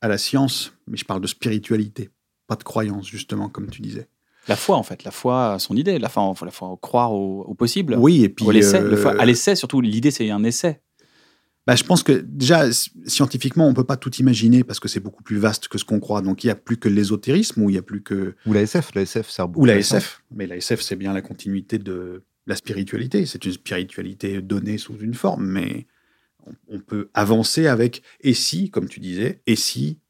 Speaker 3: à la science, mais je parle de spiritualité, pas de croyance justement, comme tu disais.
Speaker 1: La foi, en fait, la foi à son idée, la foi, la foi au croire au, au possible,
Speaker 3: Oui, et puis...
Speaker 1: au l'essai, le
Speaker 3: euh,
Speaker 1: fa- à l'essai surtout. L'idée, c'est un essai.
Speaker 3: Bah, je pense que déjà, s- scientifiquement, on ne peut pas tout imaginer parce que c'est beaucoup plus vaste que ce qu'on croit. Donc il n'y a plus que l'ésotérisme ou il n'y a plus que.
Speaker 2: Ou la SF, la SF sert beaucoup.
Speaker 3: Ou la
Speaker 2: à ça.
Speaker 3: SF. Mais la SF, c'est bien la continuité de la spiritualité. C'est une spiritualité donnée sous une forme, mais on, on peut avancer avec et si, comme tu disais, et si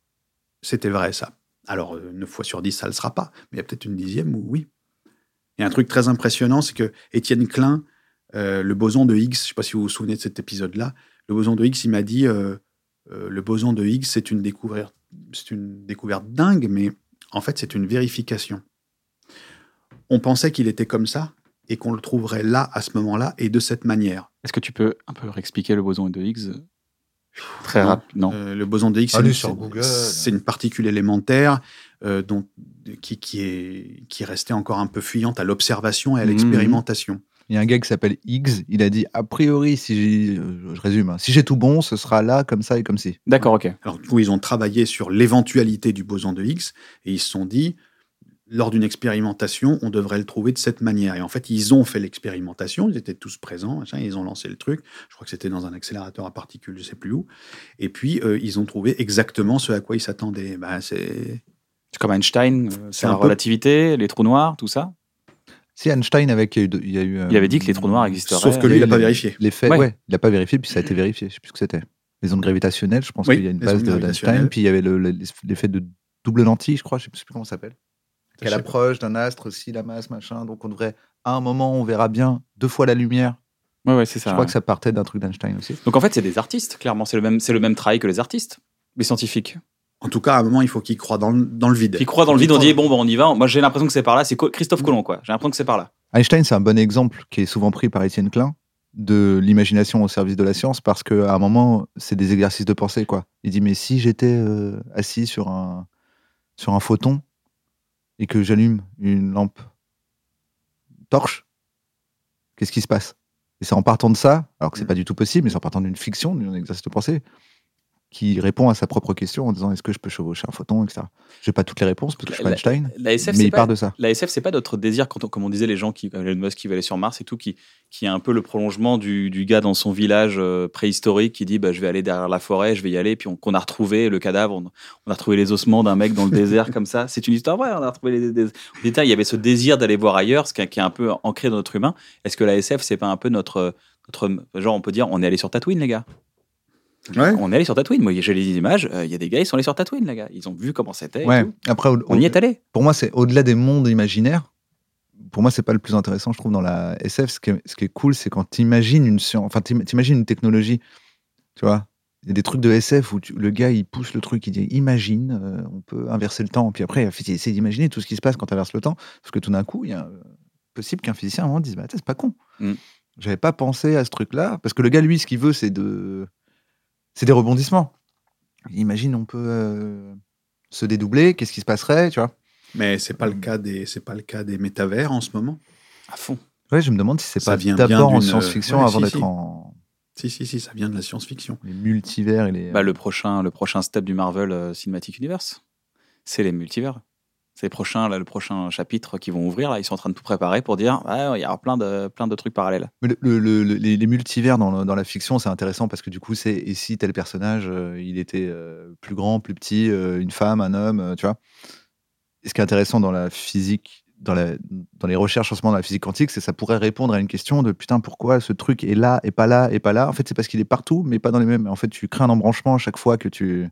Speaker 3: c'était vrai ça. Alors, euh, 9 fois sur 10, ça ne le sera pas, mais il y a peut-être une dixième où oui. Et un truc très impressionnant, c'est que Étienne Klein, euh, le boson de Higgs, je ne sais pas si vous vous souvenez de cet épisode-là, le boson de Higgs, il m'a dit euh, euh, le boson de Higgs, c'est une découverte, c'est une découverte dingue, mais en fait, c'est une vérification. On pensait qu'il était comme ça et qu'on le trouverait là à ce moment-là et de cette manière.
Speaker 1: Est-ce que tu peux un peu réexpliquer le boson de Higgs Très
Speaker 3: Non.
Speaker 1: rapide, non.
Speaker 3: Euh, le boson de Higgs,
Speaker 2: Allez
Speaker 3: c'est-
Speaker 2: sur
Speaker 3: c'est-
Speaker 2: Google.
Speaker 3: c'est une particule élémentaire euh, dont, qui, qui est, qui restait encore un peu fuyante à l'observation et à
Speaker 2: Mmh.
Speaker 1: Mhm.
Speaker 3: l'expérimentation.
Speaker 2: Il y a un gars qui s'appelle Higgs, il a dit a priori, si j'ai- euh, je résume, hein, si j'ai tout bon, ce sera là, comme ça et comme si.
Speaker 1: D'accord, ok.
Speaker 3: Alors, du coup, ils ont travaillé sur l'éventualité du boson de Higgs et ils se sont dit, lors d'une expérimentation, on devrait le trouver de cette manière. Et en fait, ils ont fait l'expérimentation, ils étaient tous présents, machin, ils ont lancé le truc. Je crois que c'était dans un accélérateur à particules, je sais plus où. Et puis, euh, ils ont trouvé exactement ce à quoi ils s'attendaient. Bah, c'est
Speaker 1: C'est comme Einstein, euh,
Speaker 3: C'est
Speaker 1: c'est la
Speaker 3: un peu-
Speaker 1: relativité, les trous noirs, tout ça.
Speaker 2: Si Einstein avait il y a eu, de- il y a eu, euh,
Speaker 1: Il avait dit que les trous noirs existeraient.
Speaker 3: Sauf que
Speaker 2: y
Speaker 3: lui, il
Speaker 2: eu
Speaker 3: n'a pas
Speaker 2: les-
Speaker 3: vérifié.
Speaker 2: Les faits,
Speaker 1: Ouais.
Speaker 2: ouais. il n'a pas vérifié, puis ça a été vérifié. Je sais plus ce que c'était. Les ondes gravitationnelles, je pense
Speaker 3: Oui,
Speaker 2: qu'il y a une
Speaker 3: les
Speaker 2: base
Speaker 3: ondes
Speaker 2: de-
Speaker 3: gravitationnelles.
Speaker 2: d'Einstein, puis il y avait le- le- l'effet de double lentille, je crois, je sais plus comment ça s'appelle.
Speaker 3: Je
Speaker 2: Qu'elle
Speaker 3: sais
Speaker 2: approche d'un astre, si la masse, machin. Donc on devrait, à un moment, on verra bien deux fois la lumière.
Speaker 1: Ouais, ouais, c'est ça.
Speaker 2: Je crois que ça partait d'un truc d'Einstein aussi.
Speaker 1: Donc en fait, c'est des artistes, clairement. C'est le même, c'est le même travail que les artistes, les scientifiques.
Speaker 3: En tout cas, à un moment, il faut qu'il croit dans le, dans le vide.
Speaker 1: Qui croient dans le vide, on dit bon, bon, on y va. Moi, j'ai l'impression que c'est par là. C'est co- Christophe Colomb, quoi. J'ai l'impression que c'est par là.
Speaker 2: Einstein, c'est un bon exemple qui est souvent pris par Étienne Klein de l'imagination au service de la science parce qu'à un moment, c'est des exercices de pensée. quoi. Il dit Mais si j'étais euh, assis sur un, sur un photon et que j'allume une lampe torche, qu'est-ce qui se passe Et c'est en partant de ça, alors que
Speaker 1: Mm.
Speaker 2: c'est
Speaker 3: Mhm.
Speaker 2: pas du tout possible, mais c'est en partant d'une fiction, d'un exercice de pensée, qui répond à sa propre question en disant Est-ce que je peux chevaucher un photon etc. Je n'ai pas toutes les réponses parce que je suis pas
Speaker 1: La-
Speaker 2: Einstein,
Speaker 1: La SF,
Speaker 2: mais
Speaker 1: c'est
Speaker 2: il part
Speaker 1: pas.
Speaker 2: de ça.
Speaker 1: La SF, c'est pas notre désir, quand on- comme on disait les gens qui, comme Elon Musk qui va aller sur Mars et tout, qui, qui est un peu le prolongement du, du gars dans son village euh, préhistorique qui dit bah, je vais aller derrière la forêt, je vais y aller, puis on, qu'on a retrouvé le cadavre, on, on a retrouvé les ossements d'un mec dans le désert comme ça. C'est une histoire vraie, on a retrouvé les. les- les- Putain, il y avait ce désir d'aller voir ailleurs, ce qui, est- qui est un peu ancré dans notre humain. Est-ce que la SF, c'est pas un peu notre, notre. Genre, on peut dire on est allé sur Tatooine, les gars
Speaker 3: Ouais.
Speaker 1: On est allé sur Tatooine. Moi, j'ai les images, euh, il y a des gars, ils sont allés sur Tatooine, les gars. Ils ont vu comment c'était. et
Speaker 2: Ouais.
Speaker 1: tout.
Speaker 2: Après, au-
Speaker 1: On y est allé.
Speaker 2: pour moi, c'est au-delà des mondes imaginaires. Pour moi, c'est pas le plus intéressant, je trouve, dans la SF. Ce qui est, ce qui est cool, c'est quand tu imagines une science, enfin, t'im- t'imagines une technologie, tu vois. Il y a des trucs de SF où tu- le gars, il pousse le truc, il dit imagine, euh, on peut inverser le temps. Puis après, il essaie d'imaginer tout ce qui se passe quand tu inverses le temps. Parce que tout d'un coup, il y a euh, possible qu'un physicien à un moment dise bah, attends, c'est pas con.
Speaker 1: Mm.
Speaker 2: J'avais pas pensé à ce truc-là. Parce que le gars, lui, ce qu'il veut, c'est de... c'est des rebondissements. Il Imagine, on peut euh, se dédoubler, qu'est-ce qui se passerait, tu vois.
Speaker 3: Mais c'est pas le cas des, c'est pas le cas des métavers en ce moment.
Speaker 1: À fond.
Speaker 2: Ouais, je me demande si c'est
Speaker 3: Ça
Speaker 2: pas
Speaker 3: vient
Speaker 2: d'abord
Speaker 3: bien
Speaker 2: en
Speaker 3: d'une-
Speaker 2: science-fiction
Speaker 3: ouais,
Speaker 2: avant
Speaker 3: si,
Speaker 2: d'être
Speaker 3: si.
Speaker 2: en
Speaker 3: Si, si, si, ça vient de la science-fiction.
Speaker 2: les multivers et les.
Speaker 1: Bah, le, prochain, le prochain step du Marvel euh, Cinematic Universe, c'est les multivers. C'est les prochains, là, le prochain chapitre qu'ils vont ouvrir. Là, ils sont en train de tout préparer pour dire Ah, il y aura plein de, plein de trucs parallèles.
Speaker 2: Mais le- le- le- le- les, les multivers dans, le- dans la fiction, c'est intéressant parce que du coup, c'est et si tel personnage, euh, il était euh, plus grand, plus petit, euh, une femme, un homme, euh, tu vois. Et ce qui est intéressant dans la physique, dans, la- dans les recherches en ce moment dans la physique quantique, c'est que ça pourrait répondre à une question de putain, pourquoi ce truc est là et pas là et pas là En fait, c'est parce qu'il est partout, mais pas dans les mêmes. En fait, tu crées un embranchement à chaque fois que tu.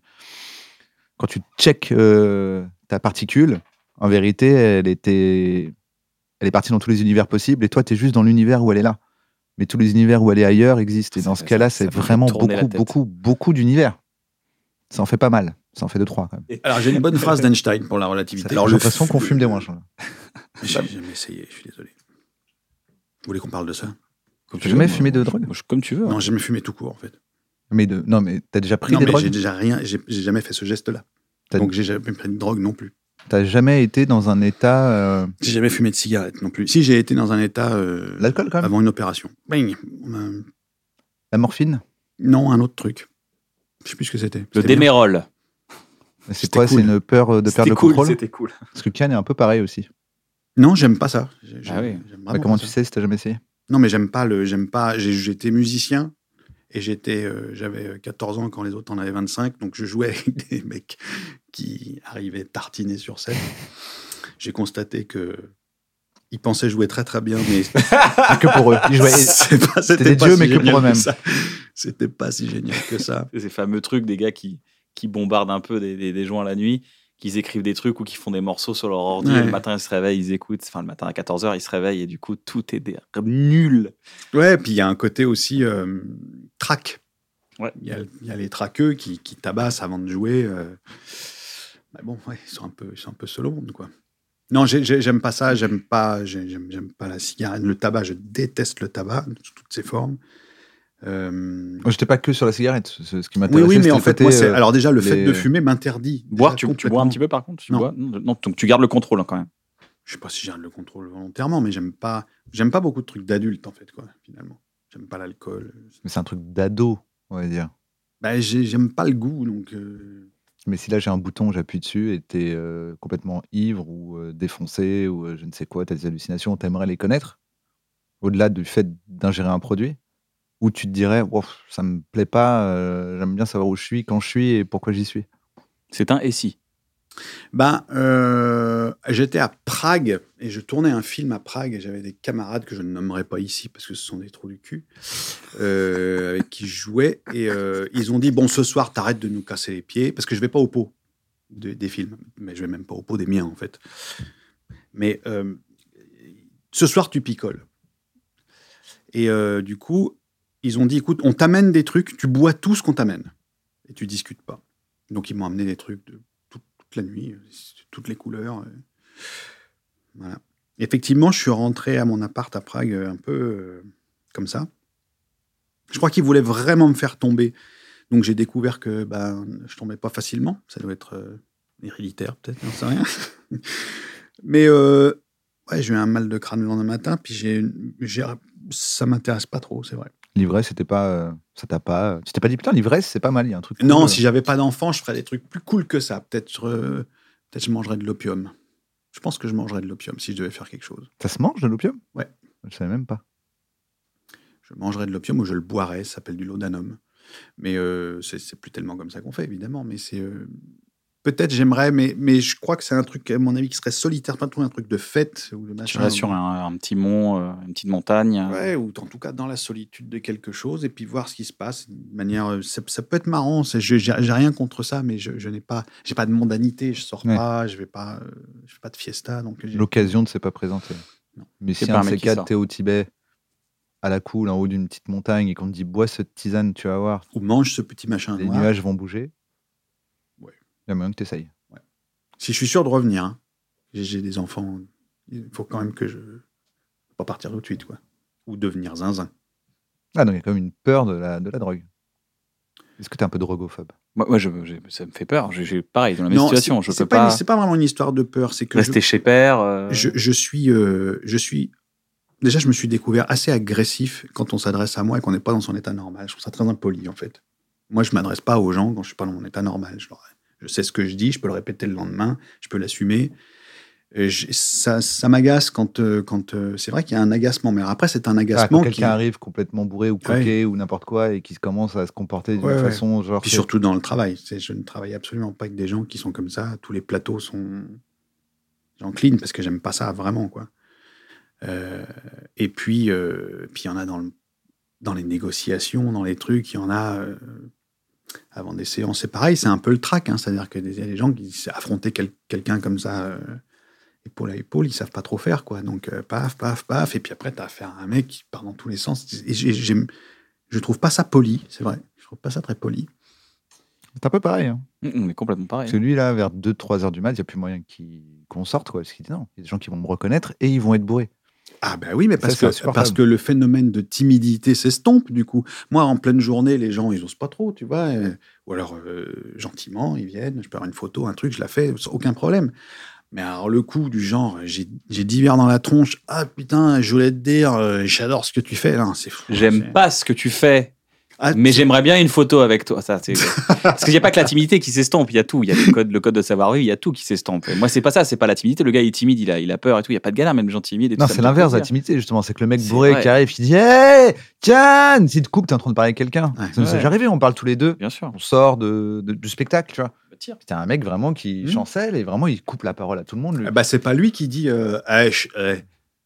Speaker 2: Quand tu check euh, ta particule, en vérité, elle était. Elle est partie dans tous les univers possibles et toi, tu es juste dans l'univers où elle est là. Mais tous les univers où elle est ailleurs existent. Et
Speaker 1: Ça
Speaker 2: dans
Speaker 1: fait-
Speaker 2: ce cas-là,
Speaker 1: ça- ça
Speaker 2: c'est
Speaker 1: fait
Speaker 2: vraiment
Speaker 1: tourner la
Speaker 2: beaucoup,
Speaker 1: tête.
Speaker 2: beaucoup, beaucoup d'univers. Ça en fait pas mal. Ça en fait deux, trois quand même.
Speaker 3: Alors, j'ai une bonne phrase d'Einstein pour la
Speaker 2: Ça
Speaker 3: relativité.
Speaker 2: fait-
Speaker 3: Alors,
Speaker 2: J'ai
Speaker 3: le
Speaker 2: l'impression qu'on
Speaker 3: f-
Speaker 2: fume des moins.
Speaker 3: J'ai jamais essayé, je suis désolé. Vous voulez qu'on parle de ça
Speaker 1: Comme
Speaker 2: T'as jamais
Speaker 1: moi,
Speaker 2: fumé de
Speaker 1: moi,
Speaker 2: drogue
Speaker 1: moi, je- Comme tu veux. hein.
Speaker 3: Non, j'ai jamais fumé tout court, en fait.
Speaker 2: Mais de... Non, mais t'as déjà pris
Speaker 3: non,
Speaker 2: des
Speaker 3: mais j'ai
Speaker 2: drogues
Speaker 3: déjà rien, j'ai j'ai jamais fait ce geste-là.
Speaker 2: T'as-
Speaker 3: Donc, j'ai jamais pris de drogue non plus.
Speaker 2: T'as jamais été dans un état. euh,
Speaker 3: J'ai jamais fumé de cigarette non plus. Si, j'ai été dans un état euh,
Speaker 2: L'alcool, quand même
Speaker 3: avant une opération. Bing On m'a-
Speaker 2: La morphine
Speaker 3: Euh, Non, un autre truc. Je sais plus ce que c'était.
Speaker 1: Le
Speaker 3: C'était bien.
Speaker 1: démérol.
Speaker 2: C'est
Speaker 3: C'était
Speaker 2: quoi
Speaker 3: cool.
Speaker 2: C'est une peur euh, de perdre
Speaker 1: C'était
Speaker 2: le
Speaker 1: cool,
Speaker 2: contrôle
Speaker 1: c'était cool.
Speaker 2: Parce que Cannes est un peu pareil aussi.
Speaker 3: Non, j'aime pas ça. J'ai- j'ai-
Speaker 1: Ah oui.
Speaker 3: j'aime
Speaker 2: Bah,
Speaker 3: vraiment
Speaker 2: comment
Speaker 3: pas
Speaker 2: tu
Speaker 3: ça.
Speaker 2: sais si t'as jamais essayé
Speaker 3: Non, mais j'aime pas le. J'aime pas. j'ai- J'étais musicien et j'étais. euh, J'avais 14 ans quand les autres en avaient 25, donc je jouais avec des mecs qui arrivaient tartinés sur scène. J'ai constaté que ils pensaient jouer très très bien, mais
Speaker 2: Ah, Que pour eux. Ils jouaient-
Speaker 3: c'est pas- c'était
Speaker 2: des
Speaker 3: pas
Speaker 2: dieux,
Speaker 3: si
Speaker 2: mais que pour
Speaker 3: génial
Speaker 2: eux-mêmes.
Speaker 3: ça. C'était pas si génial que ça.
Speaker 1: C'est Ces fameux trucs des gars qui, qui bombardent un peu des, des, des gens la nuit, qu'ils écrivent des trucs ou qui font des morceaux sur leur ordi.
Speaker 3: Ouais.
Speaker 1: Le matin, ils se réveillent, ils écoutent. Enfin, le matin à 14h, ils se réveillent et du coup, tout est des... nul.
Speaker 3: Ouais, puis il y a un côté aussi euh, track.
Speaker 1: Ouais.
Speaker 3: Il y, a- il y a les traqueux qui, qui tabassent avant de jouer. euh. Bah bon, ouais, ils sont un peu, ils sont un peu solo monde, quoi. Non, j'ai- j'ai- j'aime pas ça. J'aime pas, j'ai- j'aime j'aime pas la cigarette, le tabac. Je déteste le tabac sous toutes ses formes. Euh,
Speaker 2: Moi, J'étais pas que sur la cigarette. Ce ce qui
Speaker 3: Oui,
Speaker 2: m'intéressait.
Speaker 3: oui, mais
Speaker 2: c'était
Speaker 3: en
Speaker 2: le
Speaker 3: fait,
Speaker 2: côté,
Speaker 3: moi, c'est-
Speaker 2: euh,
Speaker 3: alors déjà, le fait
Speaker 2: les-
Speaker 3: de fumer m'interdit.
Speaker 1: Boire,
Speaker 3: déjà
Speaker 1: tu, tu bois un
Speaker 3: complètement.
Speaker 1: petit peu par contre tu
Speaker 3: Non.
Speaker 1: bois non, non, donc tu gardes le contrôle hein, quand même.
Speaker 3: Je sais pas si j'ai le contrôle volontairement, mais j'aime pas, j'aime pas beaucoup de trucs d'adultes en fait, quoi. Finalement, j'aime pas l'alcool.
Speaker 2: mais c'est un truc d'ado, on va dire.
Speaker 3: Bah, j'ai- j'aime pas le goût, donc. euh,
Speaker 2: Mais si là j'ai un bouton, j'appuie dessus et t'es euh, complètement ivre ou euh, défoncé ou euh, je ne sais quoi, t'as des hallucinations, t'aimerais les connaître, au-delà du fait d'ingérer un produit, ou tu te dirais, Ouf, ça me plaît pas, euh, j'aime bien savoir où je suis, quand je suis et pourquoi j'y suis.
Speaker 1: C'est un et si.
Speaker 3: Ben, euh, j'étais à Prague et je tournais un film à Prague et j'avais des camarades que je ne nommerai pas ici parce que ce sont des trous du cul euh, avec qui je jouais et euh, ils ont dit bon ce soir t'arrêtes de nous casser les pieds parce que je vais pas au pot de- des films mais je vais même pas au pot des miens en fait mais euh, ce soir tu picoles et euh, du coup ils ont dit écoute on t'amène des trucs tu bois tout ce qu'on t'amène et tu discutes pas donc ils m'ont amené des trucs de toute la nuit, euh, c'est toutes les couleurs. euh. Voilà. Effectivement, je suis rentré à mon appart à Prague euh, un peu euh, comme ça. Je crois qu'ils voulaient vraiment me faire tomber. Donc j'ai découvert que ben, je tombais pas facilement. Ça doit être euh, héréditaire, peut-être, j'en sais rien. Mais euh, ouais, j'ai eu un mal de crâne le lendemain matin, puis j'ai, une- j'ai- ça m'intéresse pas trop, c'est vrai.
Speaker 2: L'ivresse, c'était pas, euh, ça t'a pas, tu t'es pas dit putain l'ivresse, c'est pas mal, il y a un truc.
Speaker 3: Non,
Speaker 1: euh,
Speaker 2: cool.
Speaker 3: si j'avais pas d'enfant, je ferais des trucs plus cool que ça. Peut-être euh, peut-être je mangerais de l'opium. Je pense que je mangerais de l'opium si je devais faire quelque chose.
Speaker 2: ça se mange de l'opium.
Speaker 3: Ouais.
Speaker 2: Je savais même pas.
Speaker 3: Je mangerais de l'opium ou je le boirais, ça s'appelle du laudanum. Mais euh, c'est c'est plus tellement comme ça qu'on fait, évidemment. Mais c'est. euh, Peut-être j'aimerais, mais, mais je crois que c'est un truc, à mon avis, qui serait solitaire, pas trop un truc de fête ou
Speaker 1: Tu
Speaker 3: de machin.
Speaker 1: restes sur un, un petit mont, euh, une petite montagne. euh,
Speaker 3: Ouais, ou en tout cas dans la solitude de quelque chose et puis voir ce qui se passe de manière euh, ça, ça peut être marrant c'est- je- j'ai j'ai rien contre ça mais je, je n'ai pas j'ai pas de mondanité je sors
Speaker 2: Ouais.
Speaker 3: pas je vais pas euh, je fais pas de fiesta donc j'ai-
Speaker 2: L'occasion ne s'est pas présentée.
Speaker 3: Non.
Speaker 2: Mais
Speaker 1: C'est
Speaker 2: si
Speaker 1: pas
Speaker 2: un
Speaker 1: un
Speaker 2: de
Speaker 1: mec
Speaker 2: ces
Speaker 1: qui
Speaker 2: quatre,
Speaker 1: sort.
Speaker 2: t'es au Tibet, à la cool, en haut d'une petite montagne et qu'on te dit bois cette tisane, tu vas voir,
Speaker 3: ou mange ce petit machin
Speaker 2: les
Speaker 3: noir.
Speaker 2: nuages vont bouger.
Speaker 3: Ouais.
Speaker 2: Il y a moyen que tu essayes.
Speaker 3: si je suis sûr de revenir hein. j'ai j'ai des enfants il faut quand même que je faut pas partir tout de suite quoi ou devenir zinzin
Speaker 2: Ah, donc il y a quand même une peur de la, de la drogue. Est-ce que tu es un peu drogophobe Ah,
Speaker 1: Moi, moi, je, je- ça me fait peur. J'ai- j'ai- pareil, dans la même
Speaker 3: Non,
Speaker 1: situation,
Speaker 3: c'est-
Speaker 1: je
Speaker 3: c'est
Speaker 1: peux pas,
Speaker 3: une- c'est pas vraiment une histoire de peur c'est que je-
Speaker 1: rester chez père. euh,
Speaker 3: je, je suis, euh, je suis. Déjà, je me suis découvert assez agressif quand on s'adresse à moi et qu'on n'est pas dans son état normal. Je trouve ça très impoli, en fait. Moi, je m'adresse pas aux gens quand je suis pas dans mon état normal. Je, leur- je sais ce que je dis, je peux le répéter le lendemain, je peux l'assumer. Euh, je- Ça, ça m'agace quand, euh, quand euh, c'est vrai qu'il y a un agacement, mais après c'est un
Speaker 2: Ah, Quand
Speaker 3: agacement qui,
Speaker 2: quelqu'un arrive complètement bourré ou coqué ou n'importe quoi et qui commence à se comporter d'une
Speaker 3: Ouais, ouais.
Speaker 2: façon genre.
Speaker 3: Puis
Speaker 2: c'est-
Speaker 3: surtout dans le travail. C'est- Je ne travaille absolument pas avec des gens qui sont comme ça. Tous les plateaux sont. J'en clean parce que j'aime pas ça vraiment, quoi. Euh, et puis, euh, puis il y en a dans, le- dans les négociations, dans les trucs, il y en a. euh, avant des séances, c'est pareil, c'est un peu le trac. hein. C'est-à-dire que des- il y a des gens qui affronter quel- quelqu'un comme ça, euh, épaule à épaule, ils savent pas trop faire, quoi. Donc, euh, paf, paf, paf. Et puis après, t'as affaire à un mec qui part dans tous les sens. Et j'ai- j'aime- je trouve pas ça poli, c'est vrai. Je trouve pas ça très poli.
Speaker 2: C'est un peu pareil. Hein.
Speaker 1: Mm, On est complètement pareil.
Speaker 2: Celui-là, vers 2-3 heures du mat, il n'y a plus moyen qu'il- qu'on sorte. Quoi, parce qu'il dit non, il y a des gens qui vont me reconnaître et ils vont être bourrés.
Speaker 3: Ah ben oui, mais
Speaker 2: Ça,
Speaker 3: parce,
Speaker 2: c'est
Speaker 3: que,
Speaker 2: insupportable.
Speaker 3: parce que le phénomène de timidité s'estompe du coup. Moi, en pleine journée, les gens, ils osent pas trop, tu vois. euh, ou alors, euh, gentiment, ils viennent, je peux avoir une photo, un truc, je la fais, sans aucun problème. Mais alors, le coup du genre, j'ai j'ai divers dans la tronche, ah putain, je voulais te dire, euh, j'adore ce que tu fais, là, c'est fou.
Speaker 1: J'aime
Speaker 3: c'est-
Speaker 1: pas ce que tu fais.
Speaker 3: Ah,
Speaker 1: Mais j'aimerais bien une photo avec toi. Ça, c'est... Parce qu'il n'y a pas que la timidité qui s'estompe, il y a tout. Il y a le code, le code de savoir-vivre, il y a tout qui s'estompe. Moi, c'est pas ça, c'est pas la timidité. Le gars, il est timide, il a, il a peur et tout. Il n'y a pas de galère, même les gens timides. Et tout,
Speaker 2: Non,
Speaker 1: ça
Speaker 2: c'est
Speaker 1: me fait
Speaker 2: l'inverse, la
Speaker 1: plaisir.
Speaker 2: timidité, justement. C'est que le mec
Speaker 1: C'est
Speaker 2: bourré
Speaker 1: vrai.
Speaker 2: qui arrive, qui dit Hey, Can Si tu te coupes, t'es en train de parler avec quelqu'un.
Speaker 3: Ouais.
Speaker 2: Ça nous est
Speaker 1: Ouais.
Speaker 2: déjà arrivé, on parle tous les deux.
Speaker 1: Bien sûr.
Speaker 2: On sort de, de- du spectacle, tu vois.
Speaker 1: Bah, tire.
Speaker 2: Puis T'as un mec vraiment qui
Speaker 3: Mhm.
Speaker 2: chancelle et vraiment il coupe la parole à tout le monde. lui.
Speaker 3: Ah bah, c'est pas lui qui dit euh, Eh, je, eh,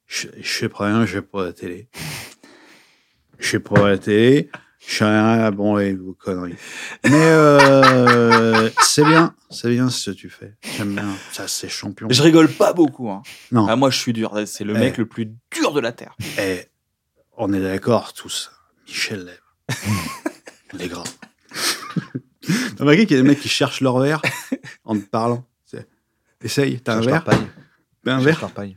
Speaker 3: je, je sais pas rien, je sais pas la télé. Je sais pas la télé. Je sais rien, bon, et vos conneries. Mais euh, c'est bien, c'est bien ce que tu fais. J'aime bien, ça c'est champion.
Speaker 1: Je rigole pas beaucoup. Hein.
Speaker 3: Non.
Speaker 1: Ah, moi, je suis dur. C'est le
Speaker 3: Eh.
Speaker 1: mec le plus dur de la Terre.
Speaker 3: Eh, on est d'accord tous. Michel Lève. Les grands. T'as remarqué qu'il y a des mecs qui cherchent leur verre en te parlant. C'est- Essaye, t'as un
Speaker 2: Cherche leur
Speaker 3: verre
Speaker 2: paille.
Speaker 3: T'as un
Speaker 2: Cherche
Speaker 3: verre
Speaker 2: leur paille.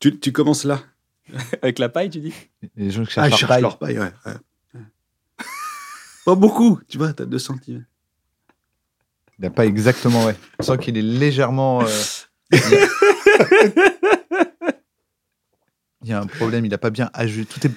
Speaker 3: tu, tu commences là.
Speaker 1: Avec la paille, tu dis
Speaker 2: Les gens qui
Speaker 3: Ah,
Speaker 2: cherchent
Speaker 3: ils
Speaker 2: leur
Speaker 3: cherchent
Speaker 2: paille.
Speaker 3: leur paille, ouais. ouais. Ouais. Pas beaucoup, tu vois, t'as 2 centimes.
Speaker 2: Il n'a pas exactement, ouais. On sent qu'il est légèrement. euh, Il y a un problème, il n'a pas bien ajusté. Tout est...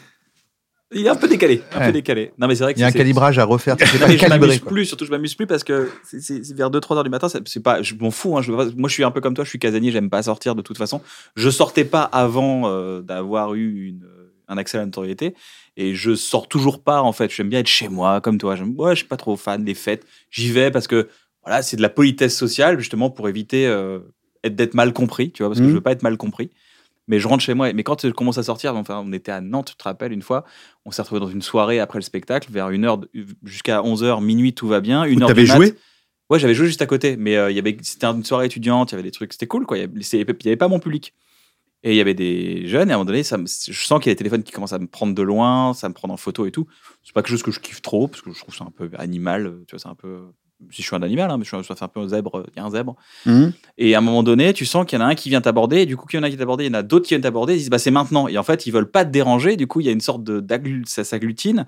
Speaker 1: Il est un peu décalé. Un
Speaker 2: Ouais.
Speaker 1: peu décalé. Non, mais c'est vrai que
Speaker 2: Il y a un
Speaker 1: c'est-
Speaker 2: calibrage à refaire. tout est
Speaker 1: Non,
Speaker 2: pas
Speaker 1: mais je
Speaker 2: calibré.
Speaker 1: m'amuse
Speaker 2: quoi.
Speaker 1: plus, surtout je m'amuse plus parce que c'est- c'est c'est vers 2-3 heures du matin, c'est c'est pas, je m'en fous. hein, je veux pas- moi je suis un peu comme toi, je suis casanier, j'aime pas sortir de toute façon. Je sortais pas avant euh, d'avoir eu une, un accès à la notoriété et je sors toujours pas en fait. J'aime bien être chez moi comme toi. J'aime- Ouais, je suis pas trop fan des fêtes. J'y vais parce que voilà, c'est de la politesse sociale justement pour éviter euh, être- d'être mal compris, tu vois, parce que
Speaker 3: Mhm.
Speaker 1: je veux pas être mal compris. Mais je rentre chez moi. et- Mais quand euh, je commence à sortir, enfin, on était à Nantes, tu te rappelles, une fois, on s'est retrouvé dans une soirée après le spectacle, vers une heure, de- jusqu'à 11h, minuit, tout va bien. Une
Speaker 3: Où
Speaker 1: heure
Speaker 3: T'avais
Speaker 1: du mat.
Speaker 3: joué
Speaker 1: Ouais, j'avais joué juste à côté, mais euh, il y avait, c'était une soirée étudiante, il y avait des trucs, c'était cool, quoi. Il y avait, c'est- il y avait pas mon public. Et il y avait des jeunes, et à un moment donné, ça me- je sens qu'il y a des téléphones qui commencent à me prendre de loin, ça me prendre en photo et tout. C'est pas quelque chose que je kiffe trop, parce que je trouve ça un peu animal, euh, tu vois, c'est un peu. Si je suis un animal, hein, mais je suis un- ça fait un peu un zèbre, il y a un zèbre.
Speaker 3: Mhm.
Speaker 1: Et à un moment donné, tu sens qu'il y en a un qui vient t'aborder, et du coup, qu'il y en a un qui t'aborder, il y en a d'autres qui viennent t'aborder, ils disent, bah, c'est maintenant. Et en fait, ils veulent pas te déranger, du coup, il y a une sorte de, d'agglu- ça s'agglutine.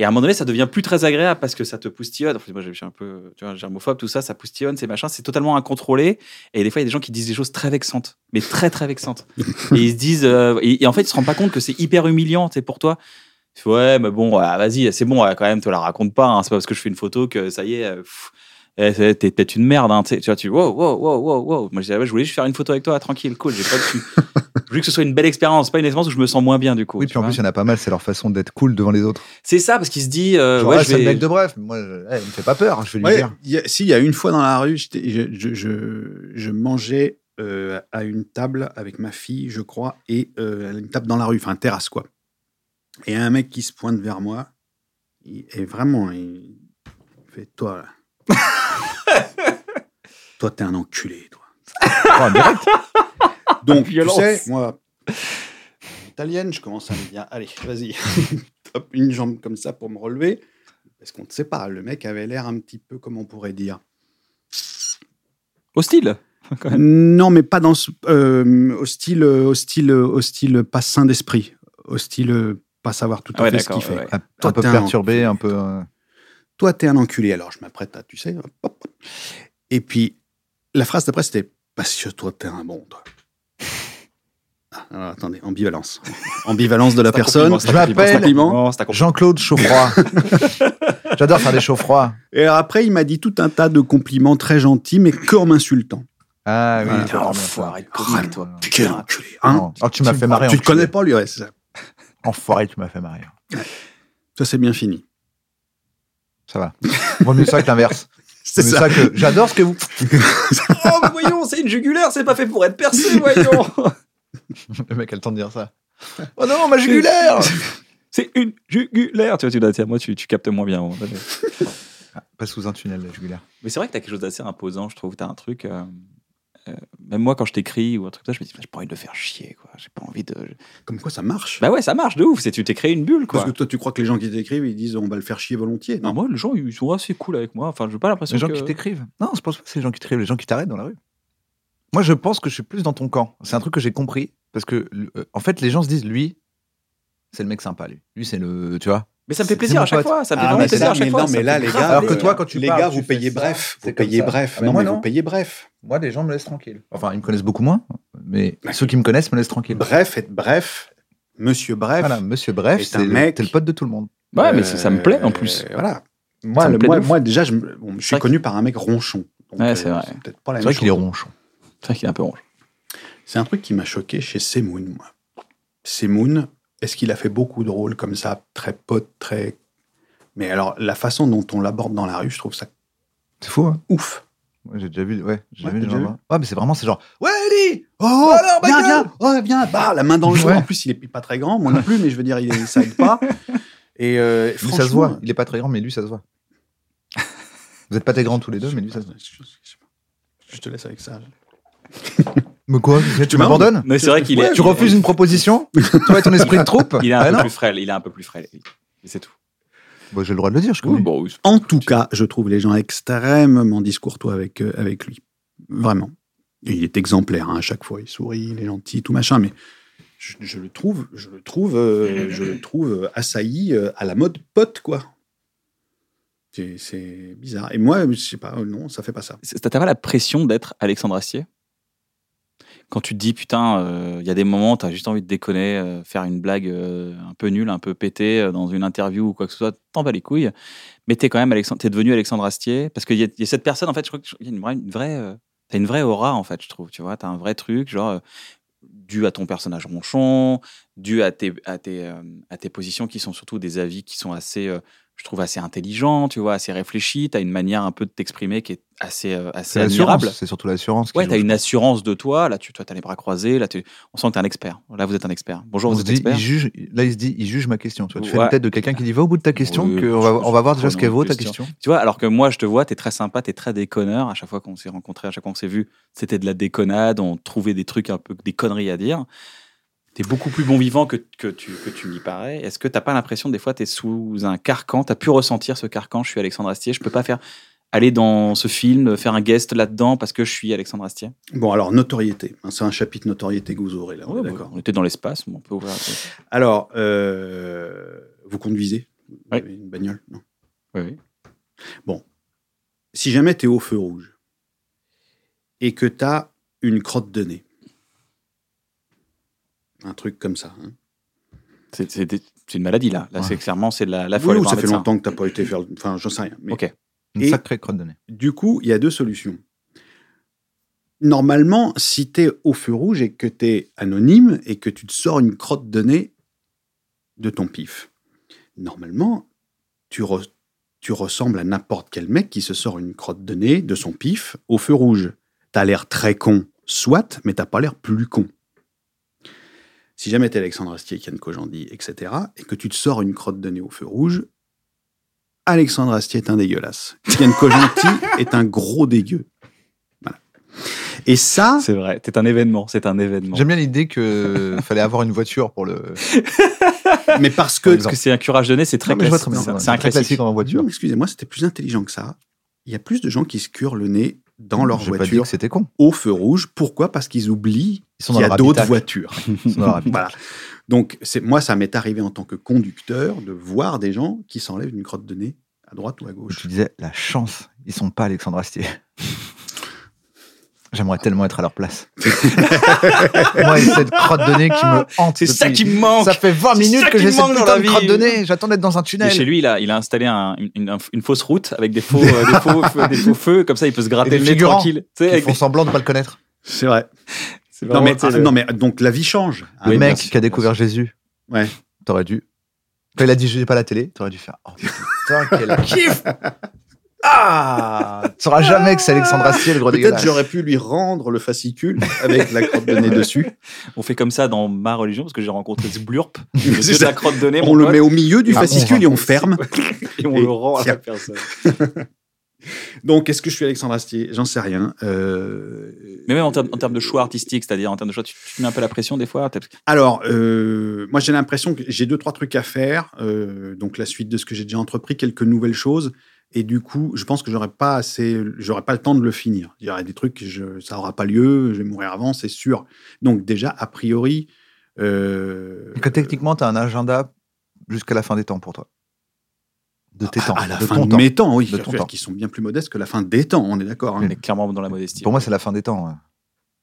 Speaker 1: Et à un moment donné, ça devient plus très agréable parce que ça te postillonne. Enfin, moi, je suis un peu, tu vois, germophobe, tout ça, ça postillonne, c'est machin, c'est totalement incontrôlé. Et des fois, il y a des gens qui disent des choses très vexantes, mais très, très vexantes. et ils se disent, euh, et, et en fait, ils se rendent pas compte que c'est hyper humiliant, c'est pour toi. Tu fais, Ouais, mais bon, ah, vas-y, c'est bon, ah, quand même, te la raconte pas. hein. c'est pas parce que je fais une photo que ça y est, euh, pff, eh, c'est- t'es peut-être une merde. hein, tu sais. tu vois, tu wow, wow, wow, wow, wow. Moi, je, disais, Ah ouais, je voulais juste faire une photo avec toi, tranquille, cool. J'ai pas de- je voulais que ce soit une belle expérience, pas une expérience où je me sens moins bien du coup.
Speaker 2: Oui,
Speaker 1: tu
Speaker 2: puis en
Speaker 1: vois.
Speaker 2: plus, il y en a pas mal, c'est leur façon d'être cool devant les autres.
Speaker 1: c'est ça, parce qu'il se dit, euh,
Speaker 2: Genre,
Speaker 1: ouais,
Speaker 2: ah,
Speaker 1: je
Speaker 2: c'est le
Speaker 1: vais-
Speaker 2: mec de bref. Moi, je- eh, il me fait pas peur, je vais lui
Speaker 3: Ouais,
Speaker 2: dire.
Speaker 3: il y a- si, il y a une fois dans la rue, j'étais- je, je, je- je mangeais euh, à une table avec ma fille, je crois, et euh, une table dans la rue, enfin, terrasse, quoi. Et un mec qui se pointe vers moi, il- et vraiment, il fait Toi, là. toi, t'es un enculé, toi.
Speaker 2: Oh, direct.
Speaker 3: Donc, tu
Speaker 1: Violence.
Speaker 3: sais, moi, italienne, je commence à me dire, allez, vas-y, Hop, une jambe comme ça pour me relever. Parce qu'on ne sait pas, le mec avait l'air un petit peu, comme on pourrait dire.
Speaker 1: hostile. quand même.
Speaker 3: Non, mais pas dans ce. euh, hostile, hostile, hostile, pas sain d'esprit. Hostile, euh, pas savoir tout à
Speaker 1: Ah ouais,
Speaker 3: fait ce
Speaker 1: d'accord,
Speaker 3: qu'il fait.
Speaker 1: ouais, ouais.
Speaker 2: Un,
Speaker 3: Toi,
Speaker 2: un peu
Speaker 3: t'es un
Speaker 2: perturbé,
Speaker 3: enculé.
Speaker 2: un peu. euh,
Speaker 3: Toi, t'es un enculé, alors je m'apprête à, tu sais. hop, hop. Et puis, la phrase d'après, c'était Parce que toi, t'es un bon, toi. Ah, alors, attendez, ambivalence. ambivalence de la personne.
Speaker 1: compliment,
Speaker 2: Je m'appelle
Speaker 3: compliment.
Speaker 1: Oh, c'est un compliment.
Speaker 2: Jean-Claude Chauffroy. J'adore faire des chauffrois.
Speaker 3: Et après, il m'a dit tout un tas de compliments très gentils, mais que en m'insultant.
Speaker 2: Ah oui.
Speaker 3: Voilà.
Speaker 2: t'as vraiment
Speaker 1: Enfoiré de
Speaker 2: peur.
Speaker 1: comique,
Speaker 2: Ah,
Speaker 1: toi.
Speaker 2: non, non.
Speaker 3: Quel enculé, hein
Speaker 2: Non. Oh, tu m'as fait marrer.
Speaker 3: Tu te
Speaker 2: enculé.
Speaker 3: connais pas, lui ouais, c'est ça.
Speaker 2: Enfoiré, tu m'as fait marrer.
Speaker 3: Ça, c'est bien fini.
Speaker 2: Ça va. Vaut mieux ça que l'inverse.
Speaker 3: C'est
Speaker 2: Vaut mieux
Speaker 3: ça.
Speaker 2: ça que j'adore ce que vous.
Speaker 1: Oh, mais voyons, c'est une jugulaire, c'est pas fait pour être percé, voyons.
Speaker 2: Le mec a le temps de dire ça. Oh non, ma jugulaire
Speaker 1: C'est une jugulaire. Tu vois, tu dois dire, moi, tu, tu captes moins bien. à un moment donné.
Speaker 2: Pas sous un tunnel, la jugulaire.
Speaker 1: Mais c'est vrai que t'as quelque chose d'assez imposant, je trouve. T'as un truc. euh, euh, même moi, quand je t'écris ou un truc comme ça, je me dis, bah, j'ai pas envie de le faire chier, quoi. J'ai pas envie de.
Speaker 3: Comme quoi, ça marche.
Speaker 1: Bah ouais, ça marche de ouf. C'est tu t'es créé une bulle, quoi.
Speaker 3: Parce que toi, tu crois que les gens qui t'écrivent, ils disent on va le faire chier volontiers.
Speaker 1: Non,
Speaker 3: Non,
Speaker 1: moi, les gens, ils sont assez cool avec moi. Enfin, j'ai pas l'impression
Speaker 2: Les gens
Speaker 1: que.
Speaker 2: qui t'écrivent. Non, je pense pas que c'est les gens qui t'écrivent, les gens qui t'arrêtent dans la rue. Moi, je pense que je suis plus dans ton camp. C'est un truc que j'ai compris. Parce que, euh, en fait, les gens se disent, lui, c'est le mec sympa, lui. Lui, c'est le. Tu vois
Speaker 1: mais ça me fait
Speaker 2: C'est- c'est
Speaker 1: plaisir
Speaker 2: mon
Speaker 1: à chaque
Speaker 2: pote.
Speaker 1: fois. Ça me fait
Speaker 3: Ah,
Speaker 1: vraiment
Speaker 3: mais
Speaker 1: plaisir
Speaker 3: ça,
Speaker 1: à chaque
Speaker 3: mais
Speaker 1: fois.
Speaker 3: non,
Speaker 1: ça
Speaker 3: mais
Speaker 1: me
Speaker 3: là,
Speaker 1: fait
Speaker 3: les
Speaker 1: grave
Speaker 3: gars,
Speaker 2: Alors que
Speaker 1: plaisir.
Speaker 2: toi, quand tu
Speaker 3: les
Speaker 2: parles,
Speaker 3: gars,
Speaker 2: tu
Speaker 3: vous
Speaker 2: fais
Speaker 3: payez
Speaker 2: ça,
Speaker 3: bref.
Speaker 2: c'est
Speaker 3: Vous
Speaker 2: comme
Speaker 3: payez
Speaker 2: ça.
Speaker 3: bref.
Speaker 2: Ah,
Speaker 3: Non,
Speaker 2: moi,
Speaker 3: mais
Speaker 2: non.
Speaker 3: vous payez bref.
Speaker 2: Moi, les gens me laissent tranquille. Enfin, ils me connaissent beaucoup moins, mais ceux qui me connaissent me laissent tranquille.
Speaker 3: Bref, être bref. Monsieur bref.
Speaker 2: Voilà, monsieur Bref,
Speaker 3: Et
Speaker 2: c'est
Speaker 3: un
Speaker 2: le,
Speaker 3: mec-
Speaker 2: t'es le pote de tout le monde.
Speaker 1: Ouais, mais c'est- ça me plaît en plus.
Speaker 3: Euh, Voilà. Moi,
Speaker 1: Ça me
Speaker 3: le-
Speaker 1: plaît
Speaker 3: moi,
Speaker 1: de ouf.
Speaker 3: moi, déjà, je, me- bon, je suis
Speaker 1: vrai
Speaker 3: connu par un mec ronchon. Donc, euh,
Speaker 1: Ouais, c'est vrai.
Speaker 3: peut-être pas la
Speaker 2: C'est
Speaker 3: même
Speaker 2: vrai qu'il est
Speaker 3: chose.
Speaker 2: ronchon.
Speaker 1: C'est vrai qu'il est un peu orange.
Speaker 3: C'est un truc qui m'a choqué chez Semoun, moi. Semoun, est-ce qu'il a fait beaucoup de rôles comme ça, très pote, très. Mais alors, la façon dont on l'aborde dans la rue, je trouve ça
Speaker 2: C'est fou, hein
Speaker 3: ouf.
Speaker 2: Ouais, J'ai déjà vu, ouais, j'ai déjà vu
Speaker 3: Ouais, t'as
Speaker 2: les gens.
Speaker 3: déjà
Speaker 2: là. Ouais, mais c'est vraiment, c'est genre, ouais, Ellie
Speaker 3: Oh,
Speaker 2: Alors, ma
Speaker 3: viens,
Speaker 2: gueule
Speaker 3: viens, oh, viens, bah, la main dans le dos.
Speaker 2: Ouais.
Speaker 3: En plus, il est pas très grand, moi non plus, mais je veux dire, il ne s'aide pas. Et euh,
Speaker 2: Lui, ça se
Speaker 3: franchement,
Speaker 2: voit. Il est pas très grand, mais lui, ça se voit. Vous êtes pas très grands tous les deux, mais lui, ça se voit.
Speaker 3: Je- je- je- Je te laisse avec ça.
Speaker 2: Mais quoi Tu m'abandonnes
Speaker 1: Mais c'est vrai qu'il est.
Speaker 2: Tu refuses une proposition Toi et ton esprit de troupe
Speaker 1: Il est un
Speaker 2: Ah
Speaker 1: peu
Speaker 2: non
Speaker 1: plus frêle. Il est un peu plus frêle. Et C'est tout.
Speaker 2: Bah, J'ai le droit de le dire, je connais.
Speaker 1: bon, oui,
Speaker 3: En tout cas, je trouve les gens extrêmement discourtois avec, euh, avec lui. Vraiment. Et il est exemplaire hein, à chaque fois. Il sourit, il est gentil, tout machin. Mais je, je le trouve, je le trouve, euh, je le trouve euh, assailli euh, à la mode pote, quoi. C'est- C'est bizarre. Et moi, je sais pas, euh, non, ça fait pas ça.
Speaker 1: C'est- T'as t'as pas la pression d'être Alexandre Astier Quand tu te dis, putain, euh, il y a des moments, t'as juste envie de déconner, euh, faire une blague euh, un peu nulle, un peu pétée euh, dans une interview ou quoi que ce soit, t'en bats les couilles. Mais t'es quand même Alexandre, t'es devenu Alexandre Astier parce qu'il y, a- il y a cette personne, en fait, je crois qu'il y a une vraie. Une vraie euh, t'as une vraie aura, en fait, je trouve, tu vois. T'as un vrai truc, genre. euh, dû à ton personnage ronchon, dû à tes, à, tes, euh, à tes positions qui sont surtout des avis qui sont assez euh, je trouve assez intelligent, tu vois, assez réfléchi. Tu as une manière un peu de t'exprimer qui est assez, euh, assez
Speaker 2: C'est l'assurance,
Speaker 1: admirable.
Speaker 2: c'est surtout l'assurance. qui
Speaker 1: Ouais,
Speaker 2: joue.
Speaker 1: tu as une assurance de toi. Là, tu as les bras croisés. Là, tu- on sent que tu es un expert. Là, vous êtes un expert. Bonjour,
Speaker 2: On
Speaker 1: vous
Speaker 2: se
Speaker 1: êtes
Speaker 2: dit,
Speaker 1: expert.
Speaker 2: il juge, là, il se dit, il juge ma question. Tu, vois, tu fais
Speaker 1: Ouais.
Speaker 2: la tête de quelqu'un qui dit, va au bout de ta question,
Speaker 1: Oui,
Speaker 2: que
Speaker 1: je
Speaker 2: on, va,
Speaker 1: pense
Speaker 2: on va voir
Speaker 1: que
Speaker 2: déjà ce qu'elle
Speaker 1: prenons
Speaker 2: vaut
Speaker 1: une
Speaker 2: ta
Speaker 1: question.
Speaker 2: question.
Speaker 1: Tu vois, alors que moi, je te vois, tu es très sympa, tu es très déconneur. À chaque fois qu'on s'est rencontrés, à chaque fois qu'on s'est vu, c'était de la déconnade. On trouvait des trucs un peu, des conneries à dire. Tu es beaucoup plus bon vivant que, que tu, que tu m'y parais. Est-ce que t'as pas l'impression, des fois, tu es sous un carcan Tu as pu ressentir ce carcan Je suis Alexandre Astier. Je peux pas faire aller dans ce film, faire un guest là-dedans parce que je suis Alexandre Astier.
Speaker 3: Bon, alors, notoriété. Hein, C'est un chapitre notoriété que vous aurez là. on est
Speaker 1: Ouais,
Speaker 3: D'accord.
Speaker 1: bah, on était dans l'espace. mais On peut ouvrir.
Speaker 3: Alors, euh, vous conduisez Vous
Speaker 1: Ouais.
Speaker 3: avez Une bagnole Non.
Speaker 1: Oui, oui.
Speaker 3: Si jamais tu es au feu rouge et que tu as une crotte de nez, un truc comme ça. hein.
Speaker 1: C'est- C'est des- c'est une maladie, là. Là,
Speaker 2: Ouais.
Speaker 1: c'est clairement, c'est de la, la
Speaker 3: Oui,
Speaker 1: fois.
Speaker 3: ou ça fait longtemps que tu pas été faire. Enfin, j'en sais rien. Mais
Speaker 1: Ok.
Speaker 2: Une
Speaker 3: Et-
Speaker 2: sacrée crotte de nez.
Speaker 3: Du coup, il y a deux solutions. Normalement, si tu es au feu rouge et que tu es anonyme et que tu te sors une crotte de nez de ton pif, normalement, tu, re- tu ressembles à n'importe quel mec qui se sort une crotte de nez de son pif au feu rouge. T'as l'air très con, soit, mais t'as pas l'air plus con. Si jamais t'es Alexandre Astier, Yann Kojandi, etc., et que tu te sors une crotte de nez au feu rouge, Alexandre Astier est un dégueulasse. Yann Kojandi est un gros dégueu. Voilà. Et ça,
Speaker 1: C'est vrai. C'est un événement. C'est un événement.
Speaker 2: J'aime bien l'idée que fallait avoir une voiture pour le.
Speaker 3: mais parce que
Speaker 1: Parce que c'est un curage de nez, c'est très
Speaker 2: Non, mais je vois
Speaker 1: classique.
Speaker 2: très bien.
Speaker 1: C'est- C'est un
Speaker 2: très
Speaker 1: classique.
Speaker 2: classique en voiture.
Speaker 3: Non, Excusez-moi, c'était plus intelligent que ça. Il y a plus de gens qui se curent le nez dans leur
Speaker 2: J'ai pas dit
Speaker 3: voiture
Speaker 2: que c'était con.
Speaker 3: au feu rouge. Pourquoi Parce qu'ils oublient
Speaker 2: Ils sont
Speaker 3: qu'il
Speaker 2: dans
Speaker 3: y
Speaker 2: leur
Speaker 3: a d'autres
Speaker 2: habitacle.
Speaker 3: voitures.
Speaker 2: Ils sont dans leur habitacle.
Speaker 3: voilà. Donc, c'est- moi, ça m'est arrivé en tant que conducteur de voir des gens qui s'enlèvent une crotte de nez à droite ou à
Speaker 2: Où Je
Speaker 3: gauche.
Speaker 2: te disais, la chance, ils sont pas Alexandre Astier. J'aimerais tellement être à leur place. Moi, et cette crotte de nez qui me hante.
Speaker 1: C'est ça qui
Speaker 2: depuis-
Speaker 1: me manque.
Speaker 2: Ça fait 20
Speaker 1: C'est
Speaker 2: minutes
Speaker 1: ça
Speaker 2: que
Speaker 1: qui
Speaker 2: j'ai
Speaker 1: me
Speaker 2: cette
Speaker 1: manque dans
Speaker 2: putain
Speaker 1: la
Speaker 2: de crotte
Speaker 1: vie.
Speaker 2: de nez. J'attends d'être dans un
Speaker 1: Et
Speaker 2: tunnel.
Speaker 1: chez lui, il a, il a installé un- une, une- une fausse route avec des faux, euh, des faux, feux- des faux feux, comme ça il peut se
Speaker 2: Et des
Speaker 1: gratter le nez
Speaker 2: figurants
Speaker 1: tranquille. Tu sais,
Speaker 2: Ils
Speaker 1: avec
Speaker 2: font
Speaker 1: des-
Speaker 2: semblant de pas le connaître.
Speaker 3: C'est vrai.
Speaker 1: c'est
Speaker 3: Non mais,
Speaker 1: vraiment, tu sais,
Speaker 3: ah,
Speaker 1: le-
Speaker 3: non, mais donc la vie change.
Speaker 2: Le
Speaker 3: Ah,
Speaker 2: mec
Speaker 3: merci.
Speaker 2: qui a découvert Jésus.
Speaker 3: Ouais.
Speaker 2: T'aurais dû. Quand il a dit j'ai pas la télé, t'aurais dû faire. Oh putain, quel kiff Ah Tu sauras jamais que c'est Alexandre Astier le gros
Speaker 3: Peut-être
Speaker 2: dégueulasse.
Speaker 3: j'aurais pu lui rendre le fascicule avec la crotte de nez dessus.
Speaker 1: On fait comme ça dans ma religion parce que j'ai rencontré ce blurp.
Speaker 3: C'est
Speaker 1: de
Speaker 3: ça.
Speaker 1: la crotte de nez,
Speaker 3: On
Speaker 1: mon
Speaker 3: le
Speaker 1: pote,
Speaker 3: met au milieu du
Speaker 2: Ah, on
Speaker 3: fascicule
Speaker 2: va-
Speaker 3: et on ferme.
Speaker 1: et on
Speaker 3: et-
Speaker 1: le rend à la
Speaker 3: tiens.
Speaker 1: personne.
Speaker 3: Donc, est-ce que je suis Alexandre Astier J'en sais rien. Euh,
Speaker 1: Mais même en termes, en termes de choix artistiques, c'est-à-dire en termes de choix, tu, tu mets un peu la pression des fois. t'as-
Speaker 3: Alors, euh, moi, j'ai l'impression que j'ai deux, trois trucs à faire. euh, donc, la suite de ce que j'ai déjà entrepris, quelques nouvelles choses. Et du coup, je pense que j'aurais pas assez, j'aurais pas le temps de le finir. Il y aurait des trucs, que je, ça aura pas lieu, je vais mourir avant, c'est sûr. Donc, déjà, a priori. euh,
Speaker 2: Et que techniquement, tu as un agenda jusqu'à la fin des temps pour toi. De tes
Speaker 3: à-
Speaker 2: temps.
Speaker 3: Ah, À la
Speaker 2: de
Speaker 3: fin
Speaker 2: ton
Speaker 3: de
Speaker 2: temps.
Speaker 3: mes temps, oui.
Speaker 2: De ton temps.
Speaker 3: Qui sont bien plus modestes que la fin des temps, on est d'accord. hein.
Speaker 1: On est clairement dans la modestie.
Speaker 2: Pour moi, c'est la fin des temps. ouais.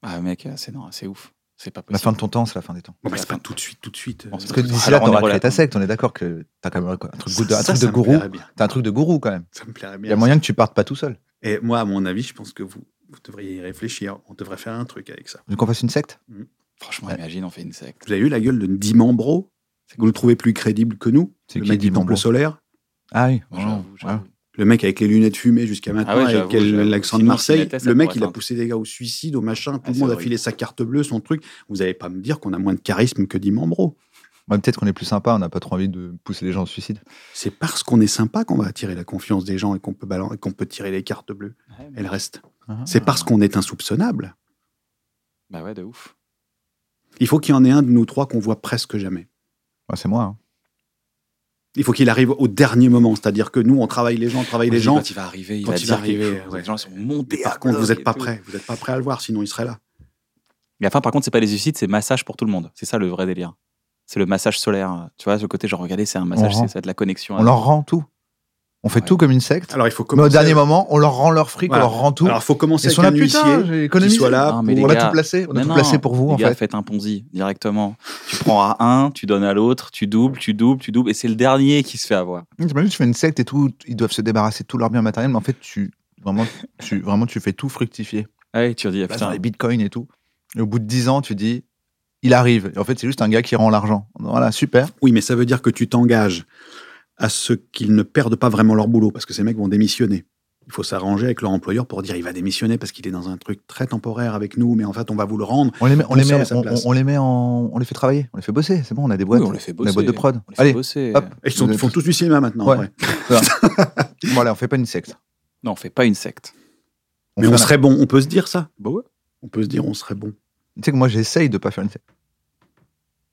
Speaker 1: Ah mec, c'est non, c'est ouf. C'est pas
Speaker 2: La
Speaker 1: possible.
Speaker 2: fin de ton temps, c'est la fin des temps.
Speaker 3: Bon, bah, c'est pas tout de suite, tout de suite.
Speaker 1: Parce
Speaker 2: Parce que d'ici là,
Speaker 1: Alors, on est
Speaker 2: t'auras créé
Speaker 1: relativement-
Speaker 2: ta secte. On est d'accord que t'as quand même un truc, de- un
Speaker 3: Ça,
Speaker 2: truc
Speaker 3: ça
Speaker 2: de
Speaker 3: me
Speaker 2: gourou.
Speaker 3: plairait bien.
Speaker 2: T'as un truc de gourou quand même.
Speaker 3: Ça me plairait
Speaker 2: Il
Speaker 3: bien.
Speaker 2: y a moyen que tu partes pas tout seul.
Speaker 3: Et moi, à mon avis, je pense que vous, vous devriez y réfléchir. On devrait faire un truc avec ça.
Speaker 2: Donc qu'on fasse une secte
Speaker 1: Franchement,
Speaker 2: Ouais.
Speaker 1: imagine, on fait une secte.
Speaker 3: Vous avez vu la gueule de Dimambro Vous le trouvez plus crédible que nous
Speaker 2: C'est
Speaker 3: Le
Speaker 2: qui,
Speaker 3: mec du
Speaker 2: Dimambro
Speaker 3: temple solaire
Speaker 2: Ah oui.
Speaker 1: Moi, j'avoue,
Speaker 2: ouais.
Speaker 1: j'avoue.
Speaker 3: Le mec avec les lunettes fumées jusqu'à
Speaker 1: Ah
Speaker 3: maintenant,
Speaker 1: ouais, j'avoue,
Speaker 3: avec quel-
Speaker 1: j'avoue.
Speaker 3: l'accent de
Speaker 1: Sinon, s'il
Speaker 3: Marseille.
Speaker 1: était, ça
Speaker 3: Le mec,
Speaker 1: pourrait
Speaker 3: il
Speaker 1: être
Speaker 3: a
Speaker 1: un-
Speaker 3: poussé des gars au suicide, au machin. Tout
Speaker 1: hein. Ah,
Speaker 3: le
Speaker 1: c'est
Speaker 3: monde a
Speaker 1: horrible.
Speaker 3: filé sa carte bleue, son truc. Vous n'allez pas me dire qu'on a moins de charisme que Dimambro.
Speaker 2: Ouais, Peut-être qu'on est plus sympa. On n'a pas trop envie de pousser les gens au suicide.
Speaker 3: C'est parce qu'on est sympa qu'on va attirer la confiance des gens et qu'on peut, balan- et qu'on peut tirer les cartes bleues
Speaker 1: Ouais,
Speaker 3: et
Speaker 1: mais-
Speaker 3: le reste.
Speaker 2: Ah.
Speaker 3: C'est parce qu'on est insoupçonnable.
Speaker 1: Bah ouais, de ouf.
Speaker 3: Il faut qu'il y en ait un de nous trois qu'on voit presque jamais.
Speaker 2: Ouais, c'est moi. hein.
Speaker 3: Il faut qu'il arrive au dernier moment. C'est-à-dire que nous, on travaille les gens, on travaille les gens.
Speaker 1: Quand il va arriver, il
Speaker 3: quand
Speaker 1: va
Speaker 3: il va
Speaker 1: dire
Speaker 3: arriver,
Speaker 1: quelque chose.
Speaker 3: ouais.
Speaker 1: Les gens sont
Speaker 3: Mais
Speaker 1: montés. à
Speaker 3: par contre, vous
Speaker 1: bloc
Speaker 3: n'êtes
Speaker 1: et
Speaker 3: pas
Speaker 1: tout.
Speaker 3: prêts. Vous n'êtes pas prêts à le voir, sinon il serait là.
Speaker 1: La fin, par contre, c'est pas les suicides, c'est massage pour tout le monde. C'est ça le vrai délire. C'est le massage solaire. Tu vois, ce côté, genre, regardez, c'est un massage,
Speaker 2: rend-
Speaker 1: c'est ça, de la connexion.
Speaker 2: On leur rend tout. On fait
Speaker 1: Ouais.
Speaker 2: tout comme une secte.
Speaker 3: Alors, il faut
Speaker 2: mais
Speaker 3: commencer.
Speaker 2: au dernier moment, on leur rend leur fric,
Speaker 3: Voilà.
Speaker 2: on leur rend tout.
Speaker 3: Alors, il faut commencer
Speaker 2: Ils sont
Speaker 3: avec
Speaker 2: là,
Speaker 3: un
Speaker 2: putain,
Speaker 3: huissier
Speaker 2: j'ai
Speaker 3: qui
Speaker 2: économisé.
Speaker 3: soit là.
Speaker 1: Non,
Speaker 3: pour-
Speaker 1: mais les
Speaker 2: on a
Speaker 1: gars,
Speaker 2: tout placé, on a
Speaker 1: Non,
Speaker 2: tout
Speaker 1: non,
Speaker 2: placé pour vous
Speaker 1: les
Speaker 2: en
Speaker 1: gars,
Speaker 2: fait.
Speaker 1: faites un ponzi directement. Tu prends à un, tu donnes à l'autre, tu doubles, tu doubles, tu doubles, et c'est le dernier qui se fait avoir.
Speaker 2: T'imagines, tu fais une secte et tout, ils doivent se débarrasser de tous leurs biens matériels, mais en fait, tu vraiment, tu, vraiment, tu fais tout fructifier.
Speaker 1: Ah oui, tu redis, ah,
Speaker 2: Là, sur
Speaker 1: putain,
Speaker 2: les bitcoins et tout. Et au bout de 10 ans, tu dis, il arrive. Et en fait, c'est juste un gars qui rend l'argent. Voilà, super.
Speaker 3: Oui, mais ça veut dire que tu t'engages à ce qu'ils ne perdent pas vraiment leur boulot, parce que ces mecs vont démissionner. Il faut s'arranger avec leur employeur pour dire il va démissionner parce qu'il est dans un truc très temporaire avec nous, mais en fait, on va vous le rendre.
Speaker 2: On les met, on
Speaker 3: Tout
Speaker 2: les
Speaker 3: ça
Speaker 2: met,
Speaker 3: à sa
Speaker 2: on,
Speaker 3: place.
Speaker 2: on- on les met en, on les fait travailler, on les fait bosser. C'est bon, on a des boîtes,
Speaker 1: Oui, on les fait
Speaker 2: des
Speaker 1: bosser.
Speaker 2: boîtes de prod.
Speaker 1: on les fait
Speaker 2: Allez,
Speaker 1: bosser.
Speaker 2: hop.
Speaker 3: Et Ils, sont-
Speaker 2: Vous
Speaker 3: ils
Speaker 2: êtes-
Speaker 3: font tous du cinéma maintenant.
Speaker 2: Ouais.
Speaker 3: ouais.
Speaker 2: voilà, on fait pas une secte.
Speaker 1: Non, on fait pas une secte.
Speaker 2: On
Speaker 3: Mais
Speaker 2: fait
Speaker 3: on
Speaker 2: un-
Speaker 3: serait bon, on peut se dire ça.
Speaker 1: Bah ouais.
Speaker 3: On peut se dire on serait bon.
Speaker 2: Tu sais que moi, j'essaye de pas faire une secte.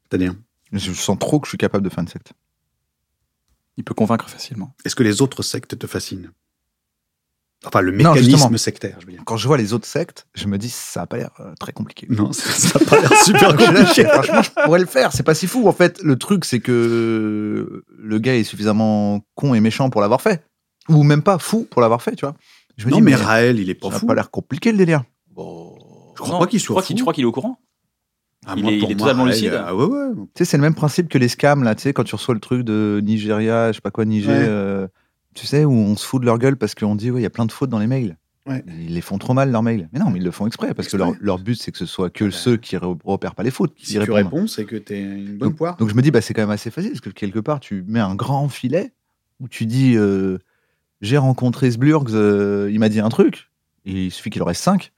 Speaker 3: C'est-à-dire,
Speaker 2: Je sens trop que je suis capable de faire une secte.
Speaker 1: Il peut convaincre facilement.
Speaker 3: est-ce que les autres sectes te fascinent Enfin, le
Speaker 2: Non,
Speaker 3: mécanisme
Speaker 2: justement.
Speaker 3: sectaire, je veux dire.
Speaker 2: Quand je vois les autres sectes, je me dis, ça a pas l'air euh, très compliqué.
Speaker 3: Non, ça ça a pas l'air super
Speaker 2: Je lâche,
Speaker 3: compliqué.
Speaker 2: franchement, je pourrais le faire. C'est pas si fou. En fait, le truc, c'est que le gars est suffisamment con et méchant pour l'avoir fait. Ou même pas fou pour l'avoir fait, tu vois. Je me
Speaker 3: Non,
Speaker 2: dis,
Speaker 3: mais Raël, il est
Speaker 2: ça
Speaker 3: pas
Speaker 2: n'a
Speaker 3: fou.
Speaker 2: pas l'air compliqué le délire.
Speaker 1: Bon.
Speaker 3: Je crois pas qu'il soit
Speaker 1: crois
Speaker 3: fou.
Speaker 1: Tu crois qu'il est au courant
Speaker 3: Ah,
Speaker 1: il
Speaker 3: moi,
Speaker 1: est-
Speaker 3: pour
Speaker 1: il est
Speaker 3: moi,
Speaker 1: totalement
Speaker 3: Raël,
Speaker 1: lucide.
Speaker 3: euh, Ah ouais, ouais.
Speaker 2: Tu sais, c'est le même principe que les scams, là, tu sais, quand tu reçois le truc de Nigeria, je sais pas quoi, Niger,
Speaker 3: Ouais.
Speaker 2: euh, tu sais, où on se fout de leur gueule parce qu'on dit, ouais, il y a plein de fautes dans les mails.
Speaker 3: Ouais.
Speaker 2: Ils les font trop mal, leurs mails. Mais non, mais ils le font exprès parce que leur,
Speaker 3: Exprès.
Speaker 2: leur but, c'est que ce soit que
Speaker 3: Ouais.
Speaker 2: ceux qui re- repèrent pas les fautes qui
Speaker 3: Si tu
Speaker 2: répondent.
Speaker 3: réponds, c'est que t'es une bonne poire.
Speaker 2: Donc je me dis, bah, c'est quand même assez facile, parce que quelque part, tu mets un grand filet où tu dis, euh, j'ai rencontré ce Blurgs, euh, il m'a dit un truc, et il suffit qu'il en reste 5.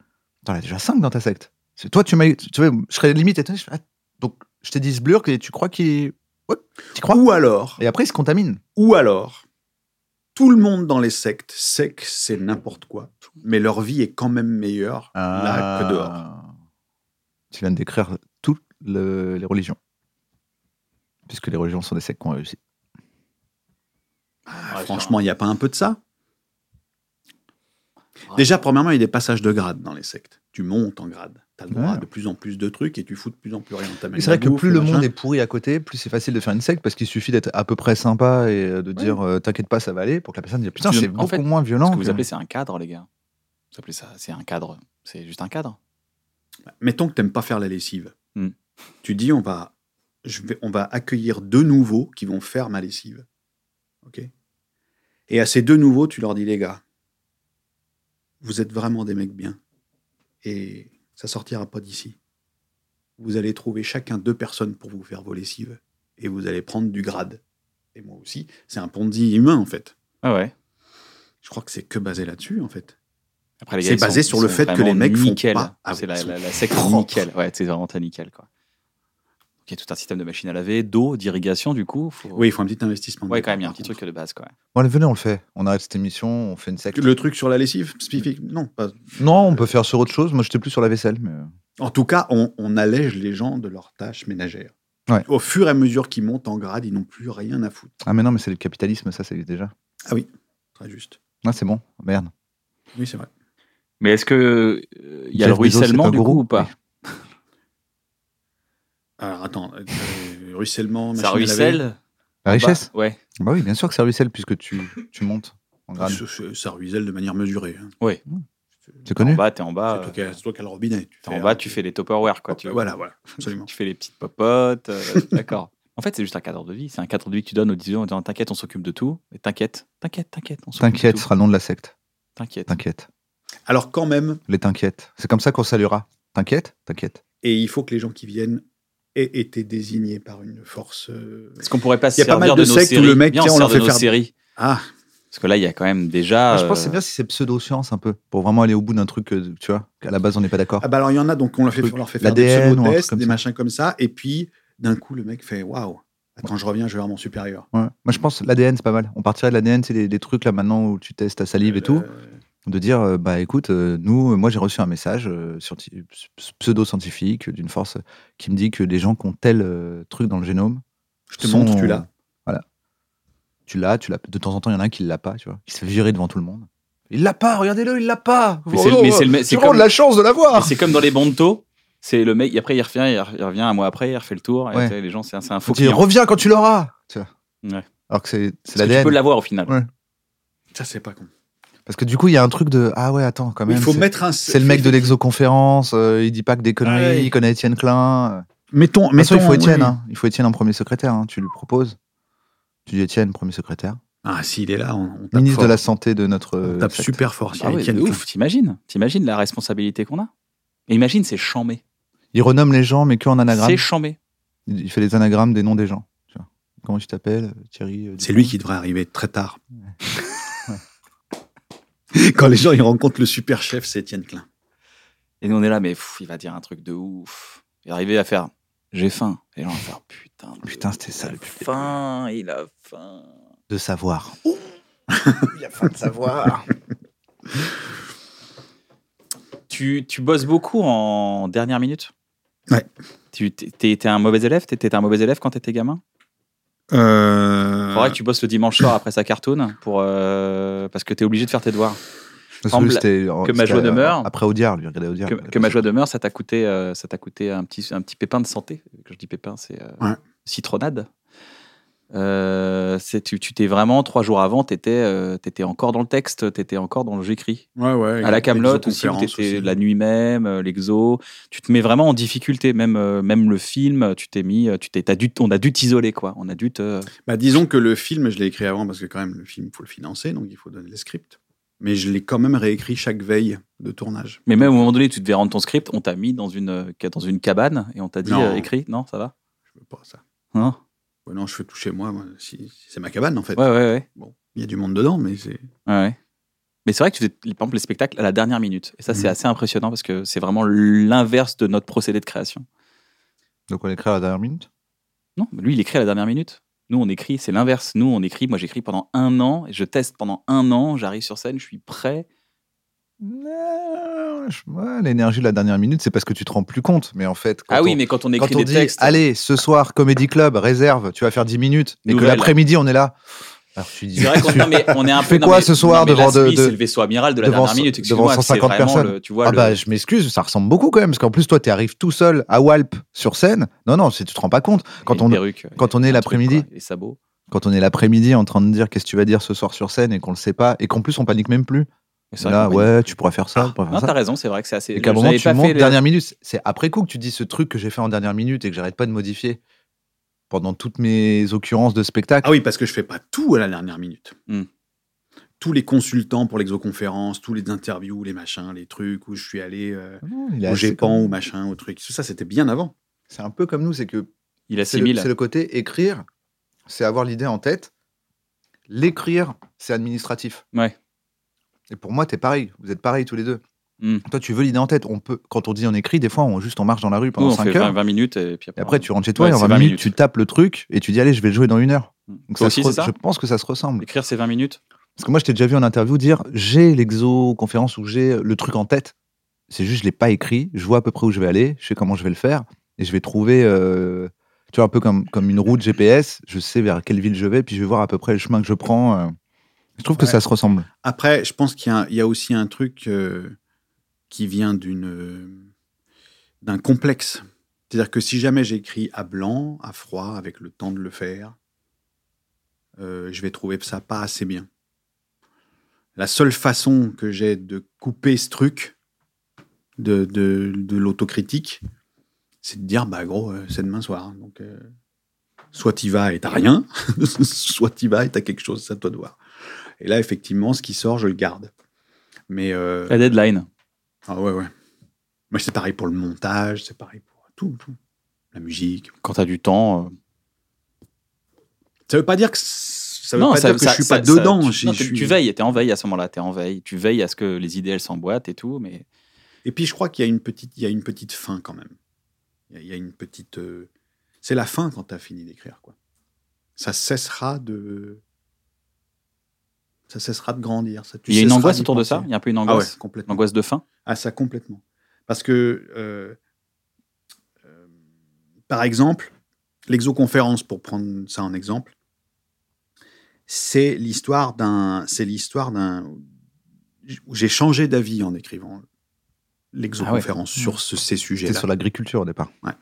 Speaker 2: T'en as déjà 5 dans ta secte. C'est toi, tu m'as. Tu vois, je serais limite étonné. je fais, ah, donc je t'ai dit ce Blurg, et tu crois qu'il. Ouais, tu crois
Speaker 3: Ou alors,
Speaker 2: Et après, il se contamine.
Speaker 3: ou alors, tout le monde dans les sectes sait que c'est n'importe quoi, mais leur vie est quand même meilleure
Speaker 2: Ah.
Speaker 3: là que dehors.
Speaker 2: Euh, Tu viens de décrire toutes le- les religions. Puisque les religions sont des sectes qui ont réussi.
Speaker 3: Ah,
Speaker 1: Ouais,
Speaker 3: franchement, il n'y a pas un peu de ça
Speaker 1: Ouais.
Speaker 3: Déjà, premièrement, il y a des passages de grade dans les sectes. Tu montes en grade. Tu as le droit
Speaker 2: Ouais.
Speaker 3: à de plus en plus de trucs et tu fous de plus en plus rien. T'amènes
Speaker 2: Mais c'est
Speaker 3: la
Speaker 2: vrai que
Speaker 3: bouffe,
Speaker 2: plus le
Speaker 3: machin.
Speaker 2: monde est pourri à côté, plus c'est facile de faire une secte parce qu'il suffit d'être à peu près sympa et euh, de dire euh, t'inquiète pas, ça va aller pour que la personne dise putain,
Speaker 1: Tu
Speaker 2: c'est
Speaker 1: donnes- en
Speaker 2: beaucoup
Speaker 1: fait,
Speaker 2: moins
Speaker 1: Ce
Speaker 2: violent.
Speaker 1: que vous
Speaker 2: que-
Speaker 1: appelez, c'est un cadre, les gars. Vous appelez ça, c'est un cadre. C'est juste un cadre.
Speaker 3: Mettons que tu n'aimes pas faire la lessive.
Speaker 1: Hmm.
Speaker 3: Tu dis, on va, je vais, on va accueillir deux nouveaux qui vont faire ma lessive. OK Et à ces deux nouveaux, tu leur dis, les gars, vous êtes vraiment des mecs bien. Et ça sortira pas d'ici. Vous allez trouver chacun deux personnes pour vous faire vos lessives. Et vous allez prendre du grade. Et moi aussi. C'est un ponzi humain, en fait.
Speaker 1: Ah ouais.
Speaker 3: Je crois que c'est que basé là-dessus, en fait.
Speaker 1: Après, les
Speaker 3: C'est
Speaker 1: gars, ils
Speaker 3: basé
Speaker 1: sont-
Speaker 3: sur
Speaker 1: ils
Speaker 3: le
Speaker 1: sont
Speaker 3: fait que
Speaker 1: vraiment
Speaker 3: les mecs font
Speaker 1: nickel.
Speaker 3: pas- ah
Speaker 1: c'est
Speaker 3: oui,
Speaker 1: la,
Speaker 3: ils
Speaker 1: la,
Speaker 3: sont
Speaker 1: la secte
Speaker 3: propres.
Speaker 1: nickel. Ouais, c'est vraiment très nickel. Quoi. Il y a tout un système de machines à laver, d'eau, d'irrigation, du coup. faut-
Speaker 3: Oui, il faut un petit investissement.
Speaker 1: Ouais, quand même, il y a un petit truc de base, quoi.
Speaker 2: Bon, Oh, allez, venez, on le fait. On arrête cette émission, on fait une secte.
Speaker 3: Le truc sur la lessive spécifique Non, pas.
Speaker 2: Non, on peut faire sur autre chose. Moi, j'étais plus sur la vaisselle. Mais... euh.
Speaker 3: En tout cas, on, on allège les gens de leurs tâches ménagères.
Speaker 2: Ouais.
Speaker 3: Au fur et à mesure qu'ils montent en grade, ils n'ont plus rien à foutre.
Speaker 2: Ah, mais non, mais c'est le capitalisme, ça, c'est déjà.
Speaker 3: Très juste.
Speaker 2: Ah, c'est bon. Merde.
Speaker 3: Oui, c'est vrai.
Speaker 1: Mais est-ce que euh, il y a
Speaker 2: Jeff
Speaker 1: le
Speaker 2: Bezos, c'est
Speaker 1: ruissellement
Speaker 2: un
Speaker 1: du
Speaker 2: gourou
Speaker 1: coup ou pas
Speaker 3: Alors attends, euh, euh, ruissellement, machine
Speaker 1: Ça
Speaker 3: à laver.
Speaker 1: ruisselle
Speaker 2: La richesse
Speaker 1: Bah, Ouais.
Speaker 2: bah, oui, bien sûr que ça ruisselle puisque tu, tu montes en grade.
Speaker 3: Ah, Ça- ça- Ça ruisselle de manière mesurée. hein.
Speaker 1: Oui.
Speaker 2: C'est connu
Speaker 1: En
Speaker 3: Bah,
Speaker 1: bas, t'es en bas.
Speaker 3: c'est Ah, bah toi
Speaker 1: euh,
Speaker 3: qui as- c'est toi qui as le robinet.
Speaker 1: t'es en bas, tu fais les topperware, quoi. Tu,
Speaker 3: Voilà, voilà, absolument.
Speaker 1: tu fais les petites popotes. euh, D'accord. En fait, c'est juste un cadre de vie. C'est un cadre de vie que tu donnes aux 10 ans en disant T'inquiète, on s'occupe de tout. Et t'inquiète, t'inquiète, t'inquiète, on s'occupe de
Speaker 2: T'inquiète,
Speaker 1: tout.
Speaker 2: ce sera le nom de la secte.
Speaker 1: T'inquiète.
Speaker 2: T'inquiète.
Speaker 3: Alors quand même,
Speaker 2: Les t'inquiètes. C'est comme ça qu'on saluera. T'inquiète T'inquiète.
Speaker 3: et il faut que les gens qui viennent aient été désignés par une force. euh,
Speaker 1: Est-ce qu'on pourrait pas se
Speaker 3: Il y a pas
Speaker 1: servir
Speaker 3: mal de
Speaker 1: nos
Speaker 3: sectes où
Speaker 1: séries
Speaker 3: le mec,
Speaker 1: Viens,
Speaker 3: tiens,
Speaker 1: on,
Speaker 3: on
Speaker 1: sert
Speaker 3: leur fait
Speaker 1: de nos
Speaker 3: faire-
Speaker 1: séries.
Speaker 3: Ah,
Speaker 1: Parce que là, il y a quand même déjà.
Speaker 2: Moi, je pense que c'est
Speaker 1: euh,
Speaker 2: bien si c'est pseudo-science un peu, pour vraiment aller au bout d'un truc, euh, tu vois, qu'à la base, on n'est pas d'accord.
Speaker 3: ah bah alors il y en a, donc on leur fait,
Speaker 2: Truc,
Speaker 3: on leur fait faire des
Speaker 2: l'ADN ou un truc
Speaker 3: pseudo-tests,
Speaker 2: comme
Speaker 3: des
Speaker 2: ça.
Speaker 3: machins comme ça, et puis d'un coup le mec fait Waouh, attends, je reviens, je vais voir mon supérieur.
Speaker 2: Ouais. Moi, je pense l'ADN, c'est pas mal. On partirait de l'ADN, c'est les, les trucs là maintenant où tu testes ta salive et tout.
Speaker 3: Euh,
Speaker 2: de dire euh, bah écoute euh, nous euh, moi j'ai reçu un message euh, scienti- ps- pseudo-scientifique euh, d'une force qui me dit que les gens qui ont tel euh, truc dans le génome
Speaker 3: Je te montre, tu l'as.
Speaker 2: voilà tu l'as tu l'as de temps en temps il y en a un qui l'a pas tu vois qui se fait virer devant tout le monde il l'a pas regardez-le il l'a pas Oh,
Speaker 1: Mais c'est- mais c'est le- c'est
Speaker 2: tu
Speaker 1: comme-
Speaker 3: Oh,
Speaker 2: de la chance de
Speaker 1: Mais
Speaker 2: l'avoir
Speaker 1: c'est comme dans les bandeaux. C'est le mec, et après il revient, il re- il revient un mois après, il refait le tour. et
Speaker 2: Ouais.
Speaker 1: tu sais, les gens, c'est un, c'est un faux
Speaker 2: tu dis,
Speaker 1: client.
Speaker 2: reviens quand tu l'auras tu vois.
Speaker 1: Ouais.
Speaker 2: alors que c'est c'est
Speaker 1: Parce que tu peux
Speaker 2: l'ADN
Speaker 1: l'avoir au final.
Speaker 3: Ça, c'est pas con.
Speaker 2: parce que du coup il y a un truc de ah ouais attends quand même
Speaker 3: il faut
Speaker 2: c'est-
Speaker 3: mettre un.
Speaker 2: c'est le mec de l'exoconférence, euh, il dit pas que des conneries,
Speaker 3: Ouais.
Speaker 2: il connaît Étienne Klein. euh.
Speaker 3: Mettons,
Speaker 2: Mais il
Speaker 3: mettons-
Speaker 2: faut Étienne,
Speaker 3: oui.
Speaker 2: hein. il faut Étienne en premier secrétaire, hein. tu lui proposes. Tu dis Étienne, premier secrétaire.
Speaker 3: Ah, s'il est là, on, on tape,
Speaker 2: Ministre
Speaker 3: fort.
Speaker 2: de la Santé de notre...
Speaker 3: On
Speaker 2: euh,
Speaker 3: tape
Speaker 2: secte.
Speaker 3: super fort. s'il y
Speaker 1: Ah
Speaker 3: a
Speaker 1: ouais,
Speaker 3: Étienne
Speaker 1: de
Speaker 3: Klein.
Speaker 1: ouf, t'imagines T'imagines la responsabilité qu'on a Et imagine, c'est chambé.
Speaker 2: Il renomme les gens, mais que en anagramme.
Speaker 1: C'est chambé.
Speaker 2: Il il fait les anagrammes des noms des gens. tu vois. Comment tu t'appelles Thierry euh,
Speaker 3: C'est lui qui devrait arriver très tard. Quand les gens ils rencontrent le super chef, c'est Étienne Klein.
Speaker 1: Et nous, on est là, mais pff, il va dire un truc de ouf. Il est arrivé à faire j'ai faim. Et les gens vont faire putain. de-
Speaker 2: Putain, c'était ça,
Speaker 1: Il a
Speaker 2: le public.
Speaker 1: faim, il a faim.
Speaker 2: De savoir.
Speaker 4: Il a faim de savoir.
Speaker 1: Tu, tu bosses beaucoup en dernière minute
Speaker 3: Ouais.
Speaker 1: Tu t'es- t'es un mauvais élève T'étais un mauvais élève quand t'étais gamin
Speaker 3: Euh...
Speaker 1: Faudrait que tu bosses le dimanche soir après sa cartoon pour, euh, parce que t'es obligé de faire tes devoirs.
Speaker 2: Parce
Speaker 1: Semble
Speaker 2: lui, c'était- euh,
Speaker 1: que ma
Speaker 2: c'était,
Speaker 1: joie
Speaker 2: euh,
Speaker 1: demeure.
Speaker 2: Après Audiard, lui, regardez Audiard.
Speaker 1: que, que ma joie demeure, ça t'a coûté, euh, ça t'a coûté un petit, un petit pépin de santé. Quand je dis pépin, c'est euh,
Speaker 3: Ouais.
Speaker 1: citronnade. Euh, c'est- tu tu t'es vraiment trois jours avant, t'étais euh, t'étais encore dans le texte, t'étais encore dans le j'écris.
Speaker 3: ouais, ouais,
Speaker 1: à la Camelot aussi, où
Speaker 3: conférence
Speaker 1: t'étais la nuit même, euh, l'exo. Tu te mets vraiment en difficulté, même euh, même le film. Tu t'es mis, euh, tu t'es, t'as dû, on a dû t'isoler quoi. On a dû te.
Speaker 3: Bah, disons que le film, je l'ai écrit avant parce que quand même le film, faut le financer, donc il faut donner les scripts. Mais je l'ai quand même réécrit chaque veille de tournage.
Speaker 1: Mais même au moment donné, tu devais rendre ton script. On t'a mis dans une euh, dans une cabane et on t'a dit
Speaker 3: Non.
Speaker 1: euh, écris. Non, ça va.
Speaker 3: Je veux pas ça.
Speaker 1: Non.
Speaker 3: Ouais, non, je fais tout chez moi. moi, si, si c'est ma cabane en fait.
Speaker 1: Ouais, ouais, ouais.
Speaker 3: Bon, il y a du monde dedans, mais c'est.
Speaker 1: Ouais, Ouais. Mais c'est vrai que tu fais, par exemple, les spectacles à la dernière minute. Et ça, c'est
Speaker 3: Mhm.
Speaker 1: assez impressionnant parce que c'est vraiment l'inverse de notre procédé de création.
Speaker 2: Donc on l'écrit à la dernière minute.
Speaker 1: Non, lui, il écrit à la dernière minute. Nous, on écrit, c'est l'inverse. Nous, on écrit, moi, j'écris pendant un an, et je teste pendant un an, j'arrive sur scène, je suis prêt.
Speaker 2: Non, je- ouais, L'énergie de la dernière minute, c'est parce que tu te rends plus compte. Mais en fait, quand
Speaker 1: ah
Speaker 2: on-
Speaker 1: oui, mais quand on écrit
Speaker 2: quand on
Speaker 1: des
Speaker 2: dit,
Speaker 1: textes.
Speaker 2: allez, ce soir, Comedy Club, réserve, tu vas faire 10 minutes, et que
Speaker 1: Nouvelle.
Speaker 2: l'après-midi, on est là. Alors tu dis,
Speaker 1: C'est vrai qu'on non, mais on est un peu.
Speaker 2: Fais
Speaker 1: non,
Speaker 2: quoi
Speaker 1: mais-
Speaker 2: ce soir
Speaker 1: non, mais
Speaker 2: devant
Speaker 1: là,
Speaker 2: de-
Speaker 1: oui,
Speaker 2: de-
Speaker 1: c'est le vaisseau amiral de la
Speaker 2: devant
Speaker 1: devant, dernière
Speaker 2: cent-
Speaker 1: minute,
Speaker 2: devant
Speaker 1: excuse-moi. c'est
Speaker 2: 150
Speaker 1: vraiment
Speaker 2: personnes.
Speaker 1: le- tu vois,
Speaker 2: ah
Speaker 1: le-
Speaker 2: bah, je m'excuse, ça ressemble beaucoup quand même, parce qu'en plus, toi, tu arrives tout seul à Walp sur scène. Non, non, c'est- tu te rends pas compte. Quand
Speaker 1: une
Speaker 2: on,
Speaker 1: perruque,
Speaker 2: quand on est
Speaker 1: un truc,
Speaker 2: l'après-midi.
Speaker 1: quoi, euh, Les sabots.
Speaker 2: quand on est l'après-midi en train de dire qu'est-ce que tu vas dire ce soir sur scène et qu'on le sait pas, et qu'en plus, on panique même plus.
Speaker 1: Mais c'est vrai
Speaker 2: Là,
Speaker 1: qu'on- Ah,
Speaker 2: ouais, tu pourrais faire ça, tu pourrais
Speaker 1: Non,
Speaker 2: faire
Speaker 1: t'as
Speaker 2: ça.
Speaker 1: raison, c'est vrai que c'est assez.
Speaker 2: Et qu'à un
Speaker 1: je
Speaker 2: moment,
Speaker 1: l'avais
Speaker 2: tu
Speaker 1: pas
Speaker 2: montes
Speaker 1: fait le-
Speaker 2: dernière minute. C'est après coup que tu dis ce truc que j'ai fait en dernière minute et que j'arrête pas de modifier pendant toutes mes occurrences de spectacle.
Speaker 3: Ah oui, parce que je fais pas tout à la dernière minute.
Speaker 1: Hmm.
Speaker 3: Tous les consultants pour l'exoconférence, tous les interviews, les machins, les trucs où je suis allé euh,
Speaker 2: Non, Mmh, il est
Speaker 3: au
Speaker 2: assez
Speaker 3: Gépan,
Speaker 2: comme-
Speaker 3: au machin, au truc. Tout ça, c'était bien avant.
Speaker 2: C'est un peu comme nous, c'est que
Speaker 1: Il a
Speaker 2: C'est le,
Speaker 1: 6000.
Speaker 2: c'est le côté écrire, c'est avoir l'idée en tête. L'écrire, c'est administratif.
Speaker 1: Ouais.
Speaker 2: Et pour moi, t'es pareil. Vous êtes pareil tous les deux.
Speaker 1: Mm.
Speaker 2: Toi, tu veux l'idée en tête. On peut, quand on dit on écrit, des fois, on juste on marche dans la rue
Speaker 1: Nous,
Speaker 2: pendant
Speaker 1: on fait
Speaker 2: 5
Speaker 1: 20,
Speaker 2: heures.
Speaker 1: 20 minutes et puis
Speaker 2: Et
Speaker 1: après.
Speaker 2: après, tu rentres chez toi
Speaker 1: Ouais,
Speaker 2: et en
Speaker 1: c'est
Speaker 2: 20
Speaker 1: 20
Speaker 2: minutes,
Speaker 1: minutes.
Speaker 2: tu tapes le truc et tu dis allez, je vais le jouer dans une heure. Donc,
Speaker 1: Toi
Speaker 2: ça
Speaker 1: aussi,
Speaker 2: se re-
Speaker 1: c'est ça
Speaker 2: je pense que ça se ressemble.
Speaker 1: Écrire ces 20 minutes
Speaker 2: Parce que moi, je t'ai déjà vu en interview dire j'ai l'exo-conférence où j'ai le truc en tête. C'est juste, je l'ai pas écrit. Je vois à peu près où je vais aller. Je sais comment je vais le faire. Et je vais trouver, euh, tu vois, un peu comme, comme une route GPS. Je sais vers quelle ville je vais. Puis je vais voir à peu près le chemin que je prends. euh. Je trouve que
Speaker 3: Ouais.
Speaker 2: ça se ressemble.
Speaker 3: Après, je pense qu'il y, a un- il y a aussi un truc euh, qui vient d'une euh, d'un complexe. C'est-à-dire que si jamais j'écris à blanc, à froid, avec le temps de le faire, euh, je vais trouver ça pas assez bien. La seule façon que j'ai de couper ce truc de, de, de l'autocritique, c'est de dire, bah gros, euh, c'est demain soir. Donc, euh, soit t'y vas et t'as rien, soit t'y vas et t'as quelque chose, ça toi de voir. Et là, effectivement, ce qui sort, je le garde. Mais euh,
Speaker 1: La deadline.
Speaker 3: ah ouais, ouais. Moi, c'est pareil pour le montage, c'est pareil pour tout, tout. La musique.
Speaker 1: Quand t'as du temps. euh,
Speaker 3: Ça veut pas dire que ça veut
Speaker 1: non,
Speaker 3: pas
Speaker 1: ça-
Speaker 3: dire que
Speaker 1: ça-
Speaker 3: je suis
Speaker 1: ça-
Speaker 3: pas
Speaker 1: ça-
Speaker 3: dedans.
Speaker 1: tu-
Speaker 3: Je-
Speaker 1: non,
Speaker 3: je
Speaker 1: tu,
Speaker 3: suis-
Speaker 1: tu veilles, t'es en veille à ce moment-là, t'es en veille. Tu veilles à ce que les idées, elles s'emboîtent et tout, mais
Speaker 3: Et puis, je crois qu'il y a une petite, il y a une petite fin quand même. Il y a, il y a une petite. euh, C'est la fin quand t'as fini d'écrire, quoi. Ça cessera de. Ça cessera de grandir. Ça, tu
Speaker 1: il y a une
Speaker 3: cesseras
Speaker 1: angoisse
Speaker 3: d'y
Speaker 1: autour de ça
Speaker 3: penser.
Speaker 1: Il y a un peu une
Speaker 3: Ah ouais,
Speaker 1: angoisse
Speaker 3: complètement.
Speaker 1: L'angoisse de fin
Speaker 3: à ça complètement. Parce que, euh, euh, par exemple, l'exoconférence, pour prendre ça en exemple, c'est l'histoire d'un, c'est l'histoire d'un. J'ai changé d'avis en écrivant l'exoconférence sur ce-
Speaker 2: Ah
Speaker 3: ces
Speaker 2: C'était
Speaker 3: sujets-là.
Speaker 2: sur l'agriculture au départ.
Speaker 3: Ouais.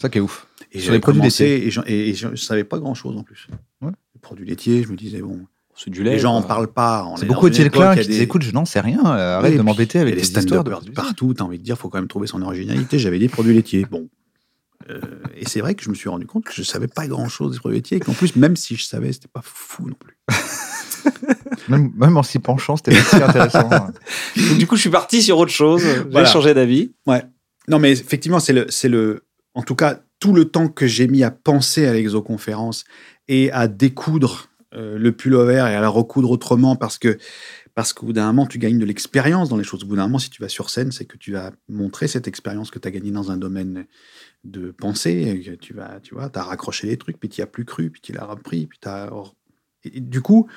Speaker 2: Ça qui est ouf.
Speaker 3: Et
Speaker 2: sur
Speaker 3: j'avais
Speaker 2: les produits
Speaker 3: commencé
Speaker 2: laitiers.
Speaker 3: et j'en- et- et je ne savais pas grand-chose en plus.
Speaker 2: Ouais.
Speaker 3: Les produits laitiers, je me disais bon,
Speaker 1: C'est du
Speaker 3: les gens en
Speaker 1: quoi.
Speaker 3: parlent pas. on
Speaker 2: C'est
Speaker 3: est dans
Speaker 2: beaucoup
Speaker 3: une
Speaker 2: Étienne
Speaker 3: époque,
Speaker 2: Klein
Speaker 3: il y a
Speaker 2: qui disait
Speaker 3: des-
Speaker 2: écoute, je n'en sais rien, euh, arrête
Speaker 3: Oui,
Speaker 2: de
Speaker 3: puis
Speaker 2: m'embêter
Speaker 3: il y a
Speaker 2: avec
Speaker 3: les
Speaker 2: les histoires de
Speaker 3: stand-uppers
Speaker 2: produits.
Speaker 3: partout, t'as envie de dire, faut quand même trouver son originalité. J'avais des produits laitiers, bon. Euh, et c'est vrai que je me suis rendu compte que je savais pas grand-chose des produits laitiers, et qu'en plus, même si je savais, c'était pas fou non plus.
Speaker 2: Même, même en s'y penchant, c'était assez intéressant.
Speaker 1: Donc, du coup, je suis parti sur autre chose. J'ai
Speaker 3: Voilà.
Speaker 1: changé d'avis.
Speaker 3: Non, mais effectivement, c'est le, c'est le, en tout cas, tout le temps que j'ai mis à penser à l'exoconférence et à découdre euh, le pullover et à la recoudre autrement parce que, parce qu'au bout d'un moment, tu gagnes de l'expérience dans les choses. Au bout d'un moment, si tu vas sur scène, c'est que tu vas montrer cette expérience que tu as gagnée dans un domaine de pensée. et que Tu vas, tu vois, as raccroché les trucs, puis tu as plus cru, puis tu l'as repris, puis t'as... Et- et du coup,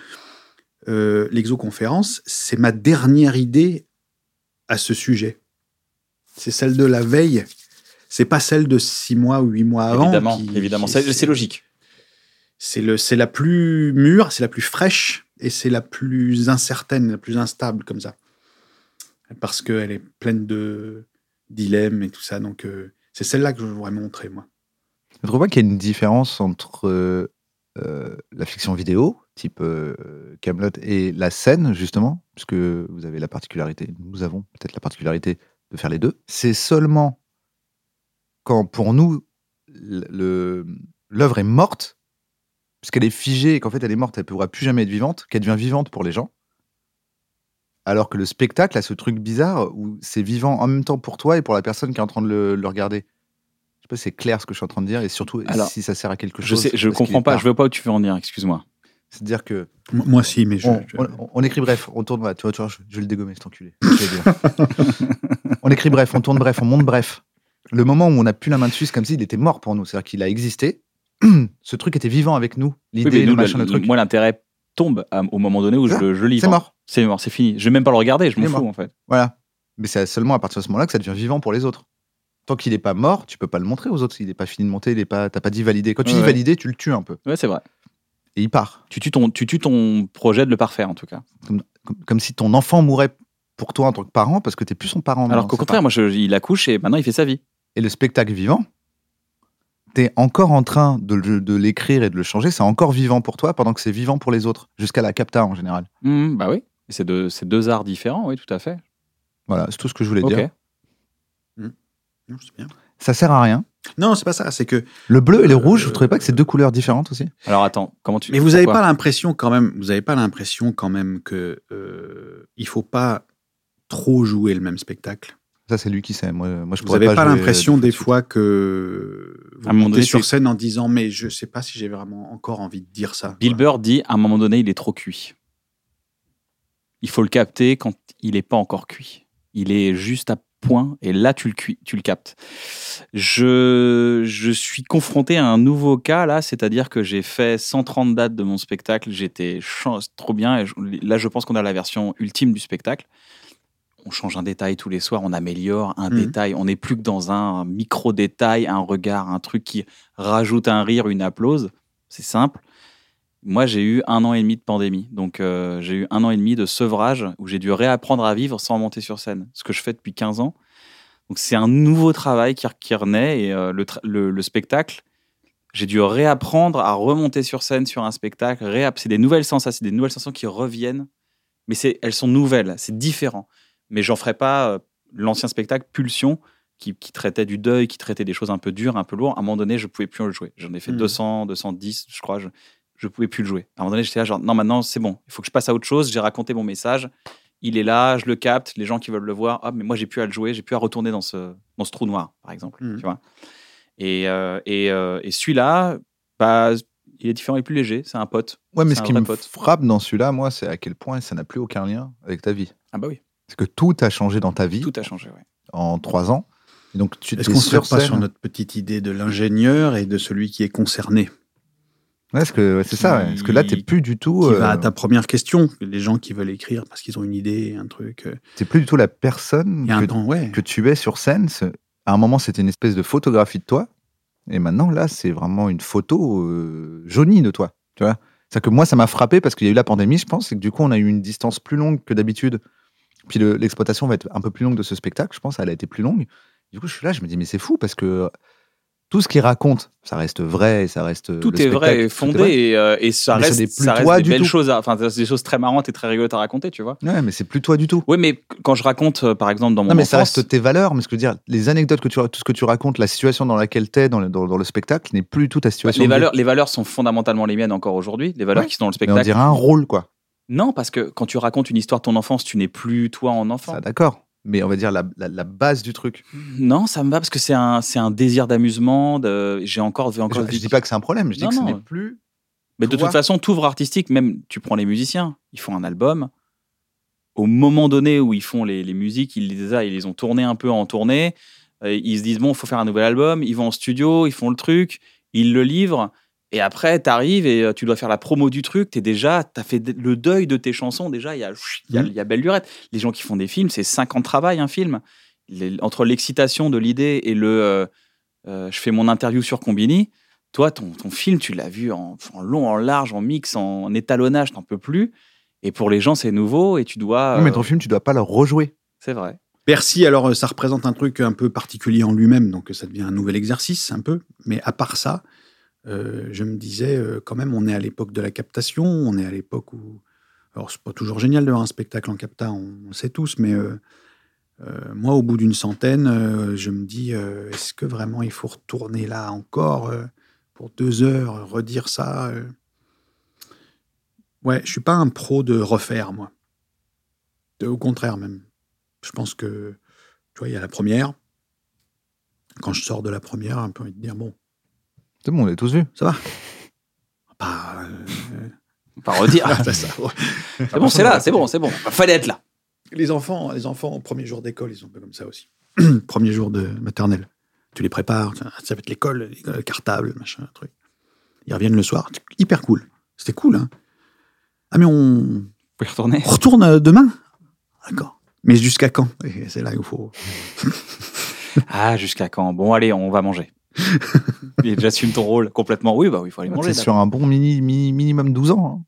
Speaker 3: euh, l'exoconférence, c'est ma dernière idée à ce sujet. C'est celle de la veille. C'est pas celle de six mois ou huit mois avant.
Speaker 1: évidemment,
Speaker 3: qui-
Speaker 1: évidemment.
Speaker 3: qui-
Speaker 1: C'est c'est logique.
Speaker 3: c'est le, c'est la plus mûre, c'est la plus fraîche et c'est la plus incertaine, la plus instable comme ça, parce qu'elle est pleine de dilemmes et tout ça. Donc euh, c'est celle-là que je voudrais montrer moi.
Speaker 2: Je trouve pas qu'il y a une différence entre euh, euh, la fiction vidéo, type euh, Camelot, et la scène, justement, puisque vous avez la particularité, nous avons peut-être la particularité de faire les deux. C'est seulement quand, pour nous, l- le- l'œuvre est morte, puisqu'elle est figée et qu'en fait elle est morte, elle ne pourra plus jamais être vivante, qu'elle devient vivante pour les gens. Alors que le spectacle a ce truc bizarre où c'est vivant en même temps pour toi et pour la personne qui est en train de le, le regarder. Je sais pas si c'est clair ce que je suis en train de dire et surtout
Speaker 1: Alors,
Speaker 2: si ça sert à quelque
Speaker 1: Je
Speaker 2: chose.
Speaker 1: sais, je
Speaker 2: parce qu'il
Speaker 1: comprends
Speaker 2: est
Speaker 1: pas.
Speaker 2: tard.
Speaker 1: Je veux pas où tu veux en venir. Excuse-moi.
Speaker 2: C'est-à-dire que
Speaker 3: Moi- Moi aussi, mais je,
Speaker 2: on,
Speaker 3: je-
Speaker 2: on- on écrit bref, on tourne, voilà, tu vois, tu vois, je, je vais le dégommer cet enculé. Je vais dire. on écrit bref, on tourne bref, on monte bref. Le moment où on n'a plus la main dessus, c'est comme s'il était mort pour nous. C'est-à-dire qu'il a existé. ce truc était vivant avec nous.
Speaker 1: Oui,
Speaker 2: L'idée,
Speaker 1: mais
Speaker 2: le
Speaker 1: nous,
Speaker 2: machin,
Speaker 1: le-
Speaker 2: le truc.
Speaker 1: moi, l'intérêt tombe à- au moment donné où je,
Speaker 2: Ah,
Speaker 1: le- je lis.
Speaker 2: c'est mort.
Speaker 1: C'est mort, c'est fini. Je vais même pas le regarder. Je m'en
Speaker 2: C'est
Speaker 1: fous
Speaker 2: mort.
Speaker 1: en fait.
Speaker 2: Voilà. Mais c'est seulement à partir de ce moment-là que ça devient vivant pour les autres. Tant qu'il n'est pas mort, tu peux pas le montrer aux autres. Il n'est pas fini de monter, il est pas, t'as pas dit valider. Quand tu
Speaker 1: Ouais,
Speaker 2: dis
Speaker 1: ouais.
Speaker 2: valider, tu le tues un peu
Speaker 1: Ouais, c'est vrai.
Speaker 2: et il part.
Speaker 1: Tu tues ton, tu tues ton projet de le parfaire en tout cas.
Speaker 2: Comme, comme si ton enfant mourait pour toi en tant que parent parce que t'es plus son parent.
Speaker 1: Alors
Speaker 2: maintenant,
Speaker 1: qu'au
Speaker 2: c'est
Speaker 1: contraire,
Speaker 2: pas-
Speaker 1: moi, je- il accouche et maintenant il fait sa vie.
Speaker 2: Et le spectacle vivant, t'es encore en train de, le- de l'écrire et de le changer. C'est encore vivant pour toi pendant que c'est vivant pour les autres jusqu'à la capta en général.
Speaker 1: Hum, bah oui. C'est deux, c'est deux arts différents. Oui, tout à fait.
Speaker 2: Voilà, c'est tout ce que je voulais
Speaker 1: Ok.
Speaker 2: dire.
Speaker 3: Non, c'est bien.
Speaker 2: Ça sert à rien.
Speaker 3: Non, c'est pas ça. C'est que.
Speaker 2: Le bleu et le
Speaker 3: Euh,
Speaker 2: rouge, vous trouvez pas que c'est deux couleurs différentes aussi
Speaker 1: Alors attends, comment tu.
Speaker 3: Mais vous avez
Speaker 1: pourquoi
Speaker 3: pas l'impression quand même. Vous avez pas l'impression quand même que euh, il faut pas trop jouer le même spectacle.
Speaker 2: Ça, c'est lui qui sait. Moi, euh, moi je
Speaker 3: Vous
Speaker 2: pourrais
Speaker 3: n'avez pas,
Speaker 1: euh,
Speaker 2: jouer- euh,
Speaker 3: l'impression des fois que vous
Speaker 1: À un moment
Speaker 3: montez
Speaker 1: donné,
Speaker 3: sur
Speaker 1: tu-
Speaker 3: scène en disant mais je sais pas si j'ai vraiment encore envie de dire ça.
Speaker 1: Bill Burr dit à un moment donné, il est trop cuit. Il faut le capter quand il n'est pas encore cuit. il est juste à point et là tu le, cui- tu le captes. Je, je suis confronté à un nouveau cas là, c'est-à-dire que j'ai fait 130 dates de mon spectacle, j'étais chan- trop bien et je- là je pense qu'on a la version ultime du spectacle. On change un détail tous les soirs, on améliore un
Speaker 3: Mhm.
Speaker 1: détail, on n'est plus que dans un micro détail, un regard, un truc qui rajoute un rire, une applause. C'est simple. Moi, j'ai eu un an et demi de pandémie. Donc, euh, j'ai eu un an et demi de sevrage où j'ai dû réapprendre à vivre sans monter sur scène, ce que je fais depuis 15 ans. Donc, c'est un nouveau travail qui, qui renaît et euh, le, tra- le- le spectacle, j'ai dû réapprendre à remonter sur scène sur un spectacle. réapp- C'est des nouvelles sensations, c'est des nouvelles sensations qui reviennent, mais c'est- elles sont nouvelles, c'est différent. Mais j'en ferai pas euh, l'ancien spectacle Pulsion qui, qui traitait du deuil, qui traitait des choses un peu dures, un peu lourdes. À un moment donné, je pouvais plus le jouer. J'en ai fait
Speaker 3: Mhm.
Speaker 1: 200, 210, je crois. Je, je pouvais plus le jouer. À un moment donné, j'étais là, genre, non, maintenant, c'est bon, il faut que je passe à autre chose. J'ai raconté mon message, il est là, je le capte, les gens qui veulent le voir, ah, mais moi, j'ai plus à le jouer, j'ai plus à retourner dans ce, dans ce trou noir, par exemple.
Speaker 3: Mhm.
Speaker 1: Tu vois et, euh, et, euh, et celui-là, bah, il est différent, il est plus léger, c'est un pote.
Speaker 2: Ouais, mais
Speaker 1: C'est
Speaker 2: ce
Speaker 1: un
Speaker 2: qui
Speaker 1: vrai
Speaker 2: me
Speaker 1: pote.
Speaker 2: frappe dans celui-là, moi, c'est à quel point ça n'a plus aucun lien avec ta vie.
Speaker 1: Ah bah oui,
Speaker 2: Parce que tout a changé dans ta vie
Speaker 1: tout a changé, ouais.
Speaker 2: en trois ans. Et donc, tu
Speaker 3: Est-ce
Speaker 2: t'es
Speaker 3: qu'on se
Speaker 2: sur
Speaker 3: sert pas
Speaker 2: scène-
Speaker 3: sur notre petite idée de l'ingénieur et de celui qui est concerné
Speaker 2: Ouais, parce que ouais, c'est ça. ouais. Parce que là, t'es plus du tout.
Speaker 3: Qui va à
Speaker 2: euh,
Speaker 3: ta première question, les gens qui veulent écrire parce qu'ils ont une idée, un truc. euh,
Speaker 2: t'es plus du tout la personne
Speaker 3: Il y a
Speaker 2: que,
Speaker 3: un temps, ouais.
Speaker 2: que tu es sur scène. C'est- À un moment, c'était une espèce de photographie de toi. Et maintenant, là, c'est vraiment une photo euh, jaunie de toi. Tu vois C'est-à-dire que moi, ça m'a frappé parce qu'il y a eu la pandémie, je pense, et que du coup, on a eu une distance plus longue que d'habitude. Puis le- l'exploitation va être un peu plus longue de ce spectacle, je pense, elle a été plus longue. Du coup, je suis là, je me dis, mais c'est fou parce que tout ce qu'il raconte, ça reste vrai, ça reste.
Speaker 1: Tout
Speaker 2: le
Speaker 1: est
Speaker 2: spectacle,
Speaker 1: vrai et
Speaker 2: tout est
Speaker 1: fondé
Speaker 2: vrai.
Speaker 1: et, euh, et ça
Speaker 2: Mais ce
Speaker 1: reste,
Speaker 2: n'est plus
Speaker 1: ça reste
Speaker 2: toi
Speaker 1: des
Speaker 2: du
Speaker 1: belles
Speaker 2: tout.
Speaker 1: choses, à- enfin, c'est des choses très marrantes et très rigolotes à raconter, tu vois.
Speaker 2: Ouais, mais c'est plus toi du tout.
Speaker 1: Oui, mais quand je raconte, euh, par exemple, dans mon
Speaker 2: Non, mais ça
Speaker 1: enfance-
Speaker 2: reste tes valeurs. Mais ce que je veux dire, les anecdotes que tu tout ce que tu racontes, la situation dans laquelle t'es dans le, dans, dans le spectacle n'est plus du tout ta situation.
Speaker 1: les
Speaker 2: de vie.
Speaker 1: valeurs, les valeurs sont fondamentalement les miennes encore aujourd'hui, les valeurs
Speaker 2: Ouais.
Speaker 1: qui sont dans le
Speaker 2: Mais on
Speaker 1: spectacle.
Speaker 2: dirait un rôle, quoi.
Speaker 1: Non, parce que quand tu racontes une histoire de ton enfance, tu n'es plus toi en enfant.
Speaker 2: Ça, d'accord. Mais on va dire la, la- la base du truc.
Speaker 1: Non, ça me va parce que c'est un, c'est un désir d'amusement. de- J'ai encore, j'ai
Speaker 2: Je,
Speaker 1: encore.
Speaker 2: je dis pas que c'est un problème. Je
Speaker 1: Non,
Speaker 2: dis que
Speaker 1: non.
Speaker 2: ce n'est plus.
Speaker 1: Mais de
Speaker 2: toi.
Speaker 1: toute façon, tout œuvre artistique, même tu prends les musiciens, ils font un album. Au moment donné où ils font les, les musiques, ils les, a- ils les ont tournées un peu en tournée. euh, ils se disent bon, il faut faire un nouvel album. Ils vont en studio, ils font le truc, ils le livrent. Et après, t'arrives et euh, tu dois faire la promo du truc. T'es déjà, t'as fait d- le deuil de tes chansons. Déjà, il y a, il y a-
Speaker 2: Mmh.
Speaker 1: il y a belle lurette. Les gens qui font des films, c'est 50 travail un film. Les- entre l'excitation de l'idée et le, euh, euh, je fais mon interview sur Combini. Toi, ton, ton film, tu l'as vu en, en long, en large, en mix, en, étalonnage, t'en peux plus. Et pour les gens, c'est nouveau et tu dois.
Speaker 2: Non, mais
Speaker 1: euh,
Speaker 2: ton film, tu dois pas le rejouer.
Speaker 1: c'est vrai.
Speaker 3: Bercy, alors euh, ça représente un truc un peu particulier en lui-même, donc euh, ça devient un nouvel exercice un peu. Mais à part ça, euh, je me disais euh, quand même, on est à l'époque de la captation, on est à l'époque où. Alors c'est pas toujours génial de voir un spectacle en capta, on, on le sait tous, mais euh, euh, moi, au bout d'une centaine, euh, je me dis, euh, est-ce que vraiment il faut retourner là encore euh, pour deux heures, euh, redire ça euh Ouais, je suis pas un pro de refaire, moi. De- au contraire même. Je pense que, tu vois, il y a la première. Quand je sors de la première, un peu envie de dire, bon,
Speaker 2: C'est bon, on l'a tous vu.
Speaker 3: pas... euh,
Speaker 1: Pas redire.
Speaker 3: c'est ça, ouais.
Speaker 1: c'est bon, c'est là, c'est bon, c'est bon. Fallait être là.
Speaker 3: Les enfants, les enfants, au premier jour d'école, ils sont un peu comme ça aussi. premier jour de maternelle. Tu les prépares, tiens, ça va être l'école, l'école, cartable, machin, truc. Ils reviennent le soir, c'est hyper cool. C'était cool, hein. Ah, mais on,
Speaker 1: Vous pouvez retourner.
Speaker 3: on retourne euh, demain D'accord. Mais jusqu'à quand Et C'est là où il faut.
Speaker 1: Ah, jusqu'à quand Bon, allez, on va manger. Et j'assume ton rôle complètement. Oui, bah oui, il faut aller manger.
Speaker 2: Ah, C'est sur un bon mini, mini- minimum 12 ans. hein.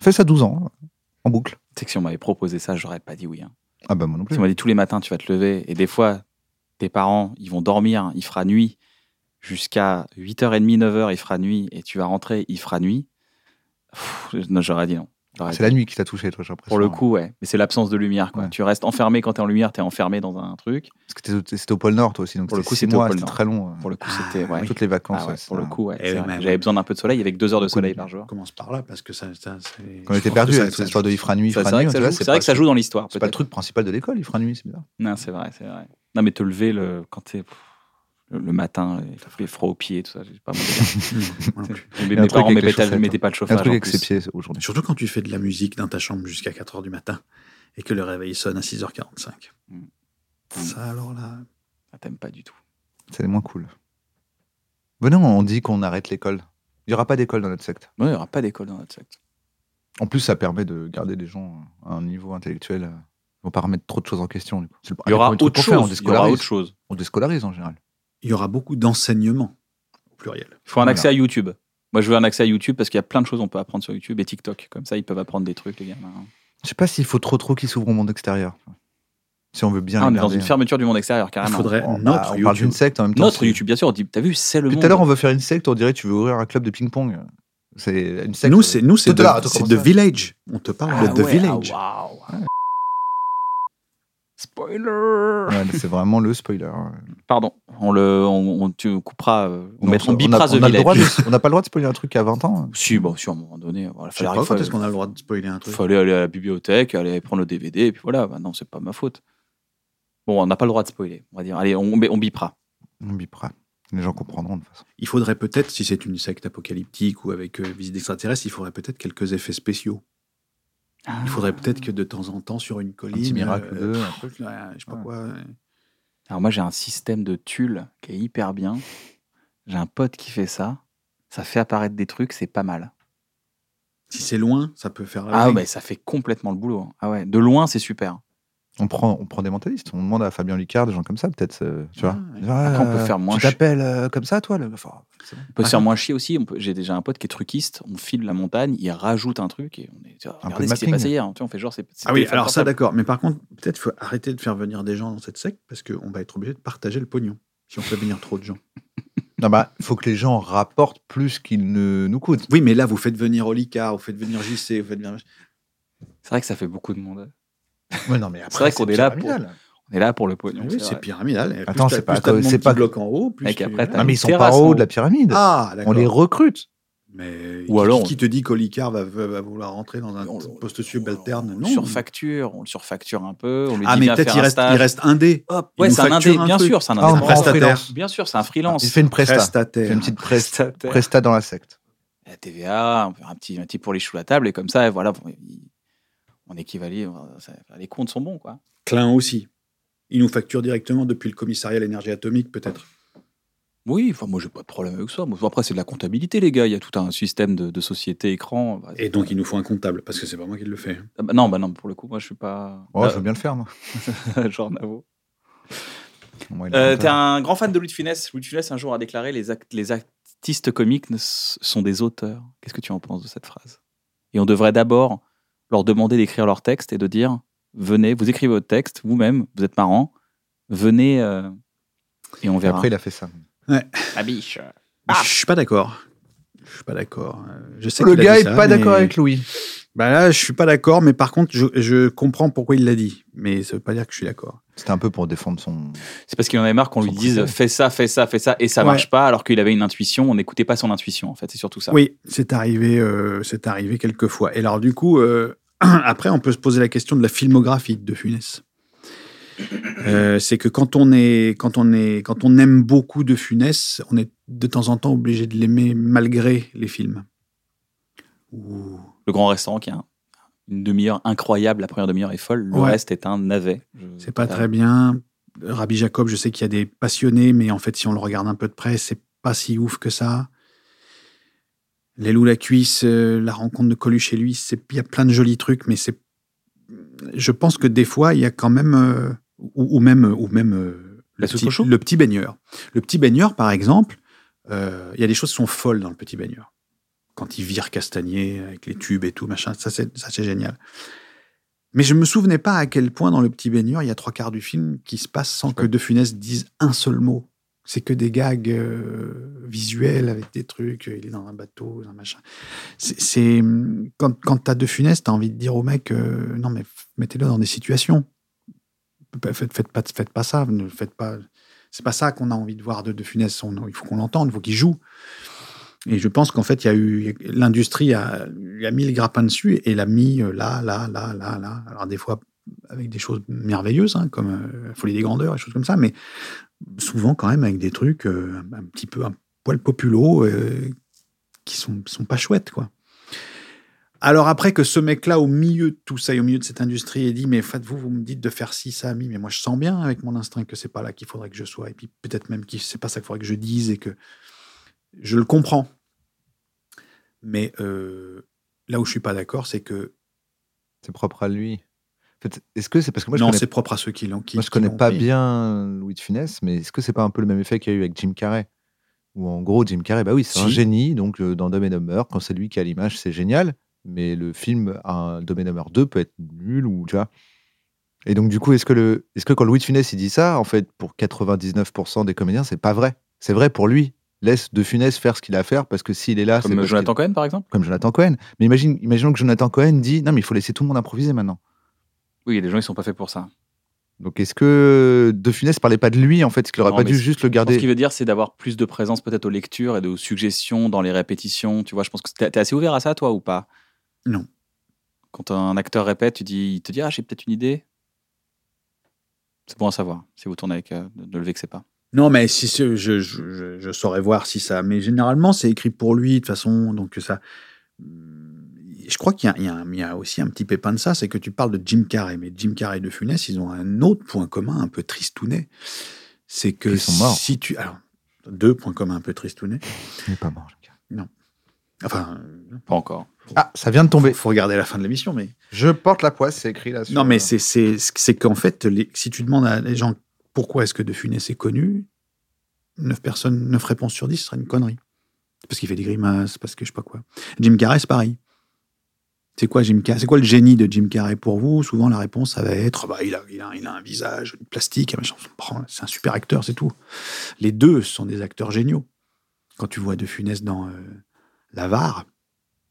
Speaker 2: Fais ça 12 ans, hein, en boucle.
Speaker 1: Tu sais que si on m'avait proposé ça, j'aurais pas dit oui. hein.
Speaker 2: Ah bah moi non plus.
Speaker 1: Si on m'a dit tous les matins, tu vas te lever, et des fois, tes parents, ils vont dormir, il fera nuit, jusqu'à 8h30, 9h, il fera nuit, et tu vas rentrer, il fera nuit. Pff, non, j'aurais dit non. J'aurais
Speaker 2: C'est
Speaker 1: dit
Speaker 2: la nuit qui t'a touché, toi, j'ai l'impression. hein.
Speaker 1: Pour le coup, ouais. Mais c'est l'absence de lumière, quoi.
Speaker 2: Ouais.
Speaker 1: Tu restes enfermé quand t'es en lumière, t'es enfermé dans un truc.
Speaker 2: Parce que t'es- c'était au pôle Nord, toi aussi. Donc
Speaker 1: Pour le
Speaker 2: c'était
Speaker 1: coup,
Speaker 2: six
Speaker 1: c'était au
Speaker 2: mois,
Speaker 1: pôle
Speaker 2: c'était
Speaker 1: Nord.
Speaker 2: très long. euh,
Speaker 1: Pour le coup, c'était. Ouais.
Speaker 2: Toutes les vacances.
Speaker 1: Ah
Speaker 2: ouais,
Speaker 1: ouais,
Speaker 2: c'est
Speaker 1: pour le
Speaker 2: ça.
Speaker 1: coup, ouais,
Speaker 3: Eh
Speaker 1: c'est
Speaker 3: oui,
Speaker 1: vrai.
Speaker 3: mais
Speaker 1: j'avais
Speaker 3: ouais.
Speaker 1: besoin d'un peu de soleil avec deux heures de
Speaker 2: Beaucoup de
Speaker 1: soleil
Speaker 2: bien.
Speaker 1: par jour.
Speaker 3: Commence par là, parce que ça. ça c'est-
Speaker 2: Quand on
Speaker 3: je
Speaker 2: était
Speaker 3: pense
Speaker 2: perdu hein,
Speaker 3: que
Speaker 2: avec cette histoire de il fera nuit, il
Speaker 1: Ça,
Speaker 2: fera
Speaker 1: C'est vrai,
Speaker 2: nuit.
Speaker 1: que ça,
Speaker 2: tu vois,
Speaker 1: joue, c'est vrai
Speaker 2: pas-
Speaker 1: que ça joue dans l'histoire.
Speaker 2: C'est pas le
Speaker 1: peut-être.
Speaker 2: truc principal de l'école, il fera nuit, c'est bizarre.
Speaker 1: Non, c'est vrai, c'est vrai. Non, mais te lever le, quand t'es pff, le, le matin, il fait froid aux pieds, tout ça. j'ai Pas mon délire.
Speaker 3: Moi non
Speaker 1: mes
Speaker 3: plus.
Speaker 2: un
Speaker 1: mes
Speaker 2: truc
Speaker 1: parents
Speaker 2: avec les
Speaker 1: mettaient pas-
Speaker 2: chaussettes,
Speaker 1: mettaient pas le
Speaker 2: Il y a
Speaker 1: chauffage.
Speaker 2: un truc
Speaker 1: en
Speaker 2: avec
Speaker 1: plus.
Speaker 2: ses pieds aujourd'hui.
Speaker 3: Surtout quand tu
Speaker 2: Mm.
Speaker 3: fais de la musique dans ta chambre jusqu'à 4 h du matin et que le réveil sonne à 6h45. Ça, alors là.
Speaker 1: Ah, T'aimes pas du tout.
Speaker 2: C'est moins cool. Venez, on dit qu'on arrête l'école. Il n'y aura pas d'école dans notre secte.
Speaker 1: Ouais, il n'y aura pas d'école dans notre secte.
Speaker 2: En plus, ça permet de garder les gens à un niveau intellectuel. euh, Ils vont pas remettre trop de choses en question. du coup. C'est le-
Speaker 1: Il y aura
Speaker 2: premier truc
Speaker 1: autre
Speaker 2: qu'on
Speaker 1: chose.
Speaker 2: fait, on
Speaker 1: Il y aura
Speaker 2: déscolarise.
Speaker 1: autre chose.
Speaker 2: On déscolarise en général.
Speaker 3: Il y aura beaucoup d'enseignements, au pluriel.
Speaker 1: Il faut un
Speaker 2: Voilà.
Speaker 1: accès à YouTube. Moi, je veux un accès à YouTube parce qu'il y a plein de choses qu'on peut apprendre sur YouTube et TikTok. Comme ça, ils peuvent apprendre des trucs, les Ah, gars.
Speaker 2: Je sais pas s'il faut trop trop qu'ils s'ouvrent au monde extérieur. Si on veut bien.
Speaker 1: Ah, on
Speaker 2: les
Speaker 1: est dans
Speaker 2: garder,
Speaker 1: une
Speaker 2: hein.
Speaker 1: fermeture du monde extérieur,
Speaker 3: Il
Speaker 1: carrément.
Speaker 3: faudrait
Speaker 2: On, bah,
Speaker 3: notre
Speaker 2: on parle
Speaker 3: YouTube.
Speaker 2: d'une secte en même temps.
Speaker 1: Notre
Speaker 2: c'est-
Speaker 1: YouTube, bien sûr. on dit, T'as vu, c'est le
Speaker 2: Depuis
Speaker 1: monde.
Speaker 2: tout à l'heure, on veut faire une secte. On dirait tu veux ouvrir un club de ping-pong. C'est une secte.
Speaker 3: Nous, c'est nous, c'est
Speaker 2: Tout à
Speaker 3: de,
Speaker 2: l'heure, attends,
Speaker 3: c'est
Speaker 2: comment
Speaker 3: de
Speaker 2: ça
Speaker 3: Village. On te parle
Speaker 1: Ah
Speaker 3: de The
Speaker 1: ouais,
Speaker 3: Village.
Speaker 1: ah, waouh. Spoiler.
Speaker 2: Ouais, c'est vraiment le spoiler. hein.
Speaker 1: Pardon. On le, on, on- tu coupera. euh, On,
Speaker 2: Non,
Speaker 1: mettra, on
Speaker 2: a-
Speaker 1: bipera The
Speaker 2: on a le droit
Speaker 1: Village.
Speaker 2: de- on n'a pas le droit de spoiler un truc à 20 ans.
Speaker 1: Si, bon, si, à un moment donné. Voilà,
Speaker 3: Je sais
Speaker 1: fallait,
Speaker 3: pas quand
Speaker 1: fallait-
Speaker 3: est-ce qu'on a le droit de spoiler un truc.
Speaker 1: fallait aller à la bibliothèque, aller prendre le DVD, et puis voilà. Bah non, c'est pas ma faute. Bon, on n'a pas le droit de spoiler, on va dire. Allez, on, on bipera.
Speaker 2: On bipera. Les gens comprendront de toute façon.
Speaker 3: Il faudrait peut-être, si c'est une secte apocalyptique ou avec euh, visite extraterrestre, il faudrait peut-être quelques effets spéciaux. Il faudrait peut-être que de temps en temps, sur une
Speaker 2: Un
Speaker 3: colline,
Speaker 2: petit miracle
Speaker 3: euh,
Speaker 2: de.
Speaker 3: truc, là, je sais pas
Speaker 2: Ouais.
Speaker 3: quoi. euh,
Speaker 1: Alors moi j'ai un système de tulle qui est hyper bien. J'ai un pote qui fait ça. Ça fait apparaître des trucs, c'est pas mal.
Speaker 3: Si c'est loin, ça peut faire.
Speaker 1: Ah mais ça fait complètement le boulot. hein. Ah ouais, de loin c'est super.
Speaker 2: On prend, on prend des mentalistes. On demande à Fabien Licard, des gens comme ça, peut-être. euh, Tu vois.
Speaker 3: Ouais.
Speaker 2: Ah,
Speaker 1: Après, on peut faire moins
Speaker 2: Tu
Speaker 1: ch-
Speaker 2: t'appelles euh, comme ça, toi le... enfin, c'est bon.
Speaker 1: On peut se faire moins chier aussi. On peut- J'ai déjà un pote qui est truquiste. On file la montagne, il rajoute un truc et on est.
Speaker 2: peu
Speaker 1: Regardez
Speaker 2: de
Speaker 1: ce qui s'est
Speaker 2: mapping.
Speaker 1: passé hier. hein. Tu vois, on fait genre c'est. c'est
Speaker 3: Ah oui,
Speaker 1: téléphone
Speaker 3: alors ça
Speaker 1: portable.
Speaker 3: d'accord, mais par contre, peut-être faut arrêter de faire venir des gens dans cette secte parce qu'on va être obligé de partager le pognon si on fait venir trop de gens.
Speaker 2: Non, bah, faut que les gens rapportent plus qu'ils ne nous coûtent.
Speaker 3: Oui, mais là, vous faites venir Olika, vous faites venir JC, vous faites venir.
Speaker 1: C'est vrai que ça fait beaucoup de monde.
Speaker 2: Ouais, non, mais après,
Speaker 1: C'est vrai qu'on est là
Speaker 2: pyramidal.
Speaker 1: On est là pour le pognon.
Speaker 3: oui,
Speaker 1: c'est
Speaker 3: c'est
Speaker 1: vrai.
Speaker 3: pyramidal. Et plus
Speaker 2: Attends,
Speaker 3: t'as-
Speaker 2: c'est pas
Speaker 3: plus t'as de
Speaker 2: que-
Speaker 3: monde
Speaker 2: c'est
Speaker 3: qui
Speaker 2: pas-
Speaker 3: bloque en haut, plus.
Speaker 1: Mec,
Speaker 3: tu-
Speaker 1: après, t'as-
Speaker 2: Non, mais ils sont pas
Speaker 1: Terrasse,
Speaker 2: en haut
Speaker 1: on-
Speaker 2: de la pyramide.
Speaker 3: Ah,
Speaker 2: on
Speaker 3: d'accord.
Speaker 2: les recrute.
Speaker 3: Mais
Speaker 1: Ou
Speaker 3: qui-
Speaker 1: alors-
Speaker 3: qui te dit qu'Olicard va, va- va vouloir rentrer dans un
Speaker 1: On-
Speaker 3: poste subalterne
Speaker 1: On
Speaker 3: Non.
Speaker 1: le surfacture, on le surfacture un peu. On lui
Speaker 3: Ah,
Speaker 1: dit
Speaker 3: mais
Speaker 1: viens
Speaker 3: peut-être
Speaker 1: faire
Speaker 3: il
Speaker 1: un
Speaker 3: reste,
Speaker 1: stage.
Speaker 3: il reste un dé.
Speaker 1: Hop,
Speaker 3: il
Speaker 1: ouais,
Speaker 3: nous
Speaker 1: c'est un
Speaker 3: facture
Speaker 1: indé,
Speaker 3: un
Speaker 1: bien
Speaker 3: truc.
Speaker 1: sûr, c'est un
Speaker 2: Ah, on
Speaker 1: indépendant.
Speaker 3: prestataire.
Speaker 1: freelance. Bien sûr, c'est
Speaker 3: Ah,
Speaker 1: un freelance.
Speaker 2: Il fait une presta. Il fait
Speaker 3: Prestataire.
Speaker 2: une petite presta,
Speaker 1: Prestataire.
Speaker 2: presta dans la secte.
Speaker 1: la TVA, on peut faire un petit, un petit pour les choux à la table, et comme ça, et voilà, on, il- on équivalait, on- ça- les comptes sont bons, quoi.
Speaker 3: Klein aussi. Il nous facture directement depuis le commissariat à l'énergie atomique, peut-être.
Speaker 1: Oui, enfin, moi, j'ai pas de problème avec ça. Moi, Après, c'est de la comptabilité, les gars. Il y a tout un système de, de société, écran. Bah,
Speaker 3: Et donc, il nous faut un comptable, parce que c'est pas moi qui le fais.
Speaker 1: Ah bah non, bah non, pour le coup, moi, je suis pas.
Speaker 2: Oh,
Speaker 1: Euh,
Speaker 2: je veux bien le faire, moi.
Speaker 1: genre Navo.
Speaker 2: Moi, il a
Speaker 1: Euh,
Speaker 2: pas-
Speaker 1: T'es un grand fan de Louis de Funès. Louis de Funès, un jour, a déclaré les, act- les artistes comiques ne s- sont des auteurs. Qu'est-ce que tu en penses de cette phrase Et on devrait d'abord leur demander d'écrire leur texte et de dire venez, vous écrivez votre texte vous-même, vous êtes marrant, venez euh, et on
Speaker 2: Et
Speaker 1: verra.
Speaker 2: après, il a fait ça.
Speaker 1: La biche.
Speaker 3: Je suis pas d'accord. Je suis pas d'accord. Euh, Je sais
Speaker 2: Ah. Le
Speaker 3: qu'il a
Speaker 2: gars
Speaker 3: dit
Speaker 2: est
Speaker 3: ça,
Speaker 2: pas
Speaker 3: mais-
Speaker 2: d'accord avec Louis.
Speaker 3: Bah là, je suis pas d'accord, mais par contre, je, je comprends pourquoi il l'a dit. Mais ça veut pas dire que je suis d'accord.
Speaker 2: C'était un peu pour défendre son.
Speaker 1: C'est parce qu'il en avait marre qu'on lui
Speaker 2: Son
Speaker 1: dise
Speaker 2: préféré.
Speaker 1: fais ça, fais ça, fais ça et ça
Speaker 3: Ouais.
Speaker 1: marche pas alors qu'il avait une intuition, on n'écoutait pas son intuition en fait, c'est surtout ça.
Speaker 3: Oui, c'est arrivé, euh, c'est arrivé quelques fois. Et alors, du coup, euh, après, on peut se poser la question de la filmographie de Funès. Euh, c'est que quand on est, quand on est, quand on aime beaucoup de Funès, on est de temps en temps obligé de l'aimer malgré les films. Ou
Speaker 1: Le grand restaurant qui a un- une demi-heure incroyable, la première demi-heure est folle, le
Speaker 3: Ouais.
Speaker 1: reste est un navet. Je- Ah.
Speaker 3: C'est pas très bien. Rabbi Jacob, je sais qu'il y a des passionnés, mais en fait, si on le regarde un peu de près, c'est pas si ouf que ça. Les loups la cuisse, euh, la rencontre de Coluche et lui, c'est- il y a plein de jolis trucs, mais c'est. Je pense que des fois, il y a quand même. euh, ou, ou même. Ou même euh, le,
Speaker 1: La soupe au
Speaker 3: petit,
Speaker 1: chou
Speaker 3: le petit baigneur. Le petit baigneur, par exemple, euh, il y a des choses qui sont folles dans le petit baigneur. Quand il vire Castagnier avec les tubes et tout, machin, ça c'est ça, c'est génial. Mais je me souvenais pas à quel point dans Le Petit Baigneur, il y a trois quarts du film qui se passe sans que De Funès dise un seul mot. C'est que des gags euh, visuels avec des trucs, euh, il est dans un bateau, dans un machin. C'est- C'est mm, quand, quand t'as De Funès, t'as envie de dire au mec euh, non mais f- mettez-le dans des situations. Faites, faites pas, faites pas ça, ne faites pas. C'est pas ça qu'on a envie de voir de De Funès. On- il faut qu'on l'entende, il faut qu'il joue. Et je pense qu'en fait, il y a eu l'industrie a, lui a mis le grappin dessus et l'a mis euh, là, là, là, là, là. Alors des fois avec des choses merveilleuses, hein, comme euh, la folie des grandeurs, des choses comme ça, mais souvent quand même avec des trucs euh, un petit peu un poil populo euh, qui sont sont pas chouettes quoi. Alors après que ce mec-là, au milieu de tout ça et au milieu de cette industrie, ait dit, mais faites-vous, vous me dites de faire ci, ça, mi, mais moi je sens bien avec mon instinct que c'est pas là qu'il faudrait que je sois, et puis peut-être même que c'est pas ça qu'il faudrait que je dise, et que je le comprends. Mais euh, là où je suis pas d'accord, c'est que
Speaker 2: C'est propre à lui. En fait, est-ce que c'est parce que moi je
Speaker 3: non,
Speaker 2: connais,
Speaker 3: c'est propre à ceux qui l'ont. qui-
Speaker 2: moi, je
Speaker 3: qui
Speaker 2: connais
Speaker 3: l'ont
Speaker 2: pas
Speaker 3: pris.
Speaker 2: bien Louis de Funès, mais est-ce que c'est pas un peu le même effet qu'il y a eu avec Jim Carrey Où en gros, Jim Carrey, bah oui, c'est un
Speaker 3: Si.
Speaker 2: génie, donc euh, dans Dumb and Dumber, quand c'est lui qui a l'image, c'est génial, mais le film un Dumb and Dumber 2 peut être nul ou tu vois. Et donc du coup, est-ce que, le, est-ce que quand Louis de Funès il dit ça, en fait, pour 99% des comédiens, c'est pas vrai C'est vrai pour lui. Laisse de Funès faire ce qu'il a à faire parce que s'il est là, c'est
Speaker 1: Comme
Speaker 2: parce
Speaker 1: Jonathan Cohen, par exemple
Speaker 2: qu'il- comme Jonathan Cohen. Mais imagine, imaginons que Jonathan Cohen dit non, mais il faut laisser tout le monde improviser maintenant.
Speaker 1: Oui, il y a des gens qui sont pas faits pour ça.
Speaker 2: Donc est-ce que De Funès parlait pas de lui en fait Est-ce qu'il aurait
Speaker 1: Non,
Speaker 2: pas
Speaker 1: mais
Speaker 2: dû
Speaker 1: c'est-
Speaker 2: juste
Speaker 1: Je
Speaker 2: le
Speaker 1: pense
Speaker 2: garder
Speaker 1: qu'il veut dire, c'est d'avoir plus de présence peut-être aux lectures et de- aux suggestions dans les répétitions. Tu vois, je pense que t'es t'es assez ouvert à ça, toi, ou pas
Speaker 3: Non.
Speaker 1: Quand un acteur répète, tu dis, il te dit, ah, j'ai peut-être une idée. C'est bon à savoir. Si vous tournez avec, euh, ne le vexez pas.
Speaker 3: Non, mais si c'est- je, je, je- je saurais voir si ça. Mais généralement, c'est écrit pour lui de toute façon, donc que ça. Je crois qu'il y a- il y, a un- il y a aussi un petit pépin de ça, c'est que tu parles de Jim Carrey, mais Jim Carrey et De Funès, ils ont un autre point commun un peu tristounet, c'est que
Speaker 2: Ils sont morts.
Speaker 3: si tu alors deux points communs un peu tristounets,
Speaker 2: Il est pas mort. le gars.
Speaker 3: enfin
Speaker 1: Pas encore.
Speaker 2: Ah, ça vient de tomber.
Speaker 3: il faut regarder la fin de l'émission, mais
Speaker 2: Je porte la poisse, c'est écrit là. sur-
Speaker 3: Non, mais c'est- c'est c'est qu'en fait, les- si tu demandes à les gens pourquoi est-ce que De Funès est connu, 9, personnes, 9 réponses sur 10, ce serait une connerie. Parce qu'il fait des grimaces, parce que je sais pas quoi. Jim Carrey, c'est pareil. C'est quoi, Jim Carrey C'est quoi le génie de Jim Carrey pour vous Souvent, la réponse, ça va être bah, il, a, il, a, il a un visage, une plastique, un machin, on s'en prend, c'est un super acteur, c'est tout. Les deux sont des acteurs géniaux. Quand tu vois De Funès dans euh, L'Avare,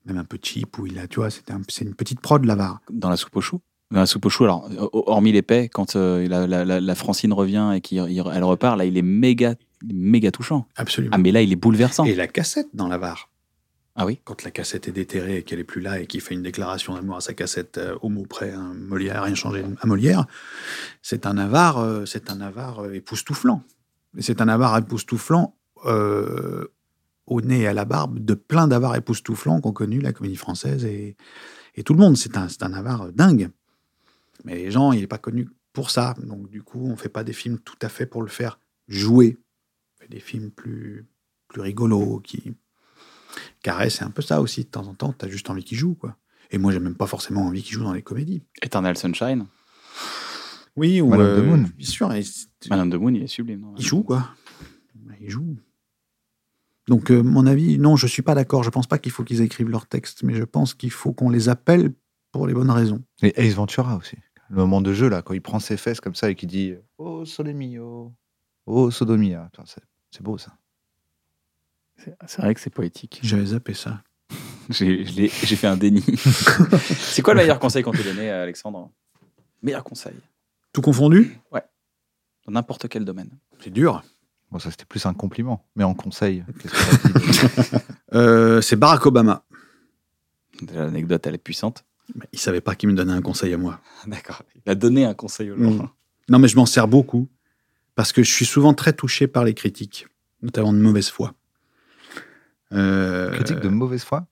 Speaker 3: même un peu cheap, où il a, tu vois, c'était un- c'est une petite prod, L'Avare.
Speaker 1: Dans la soupe au chou. Dans la soupe au chou, alors, ho- hormis l'épée, quand euh, la, la- la- la Francine revient et qu'elle repart, là, il est méga, méga touchant.
Speaker 3: Absolument.
Speaker 1: Ah, mais là, il est bouleversant.
Speaker 3: Et la cassette dans la VAR.
Speaker 1: Ah oui
Speaker 3: Quand la cassette est déterrée et qu'elle est plus là et qu'il fait une déclaration d'amour à sa cassette euh, au mot près, un Molière, rien changé à Molière, c'est un avare, euh, c'est un avare euh, époustouflant. Et C'est un avare époustouflant euh, au nez et à la barbe de plein d'avares époustouflants qu'ont connu la comédie française et, et tout le monde. C'est un, c'est un avare dingue. Mais les gens, il n'est pas connu pour ça. Donc du coup, on fait pas des films tout à fait pour le faire jouer. On fait des films plus, plus rigolos, qui, Carré, c'est un peu ça aussi. De temps en temps, t'as juste envie qu'il joue, quoi. Et moi, j'ai même pas forcément envie qu'il joue dans les comédies.
Speaker 1: Eternal Sunshine.
Speaker 3: Oui, ou. euh,
Speaker 2: Madame de Moon.
Speaker 3: Bien sûr, et c'est-
Speaker 1: Madame de Moon, il est sublime. non
Speaker 3: Bah, il joue, quoi. Bah, Il joue. Donc, euh, mon avis, non, je suis pas d'accord. Je pense pas qu'il faut qu'ils écrivent leurs textes, mais je pense qu'il faut qu'on les appelle pour les bonnes raisons.
Speaker 2: Et Ace Ventura aussi. Le moment de jeu là, quand il prend ses fesses comme ça et qu'il dit Oh Sole mio, Oh Sodomia. Putain, C'est c'est beau ça.
Speaker 1: C'est c'est vrai que c'est poétique.
Speaker 3: J'avais zappé ça.
Speaker 1: J'ai je l'ai- j'ai fait un déni. c'est quoi le meilleur conseil qu'on t'ait donné, euh, Alexandre Meilleur conseil
Speaker 3: Tout confondu
Speaker 1: dans n'importe quel domaine.
Speaker 3: C'est dur.
Speaker 2: Bon, ça c'était plus un compliment, mais en conseil. qu'est-ce que t'as dit
Speaker 3: Euh, c'est Barack Obama.
Speaker 1: Déjà, L'anecdote, elle est puissante.
Speaker 3: Mais il savait pas qu'il me donnait un conseil à moi.
Speaker 1: D'accord. Il a donné un conseil aux gens.
Speaker 3: Mm. Non, mais je m'en sers beaucoup parce que je suis souvent très touché par les critiques, notamment de mauvaise foi. Euh,
Speaker 2: Critique de mauvaise foi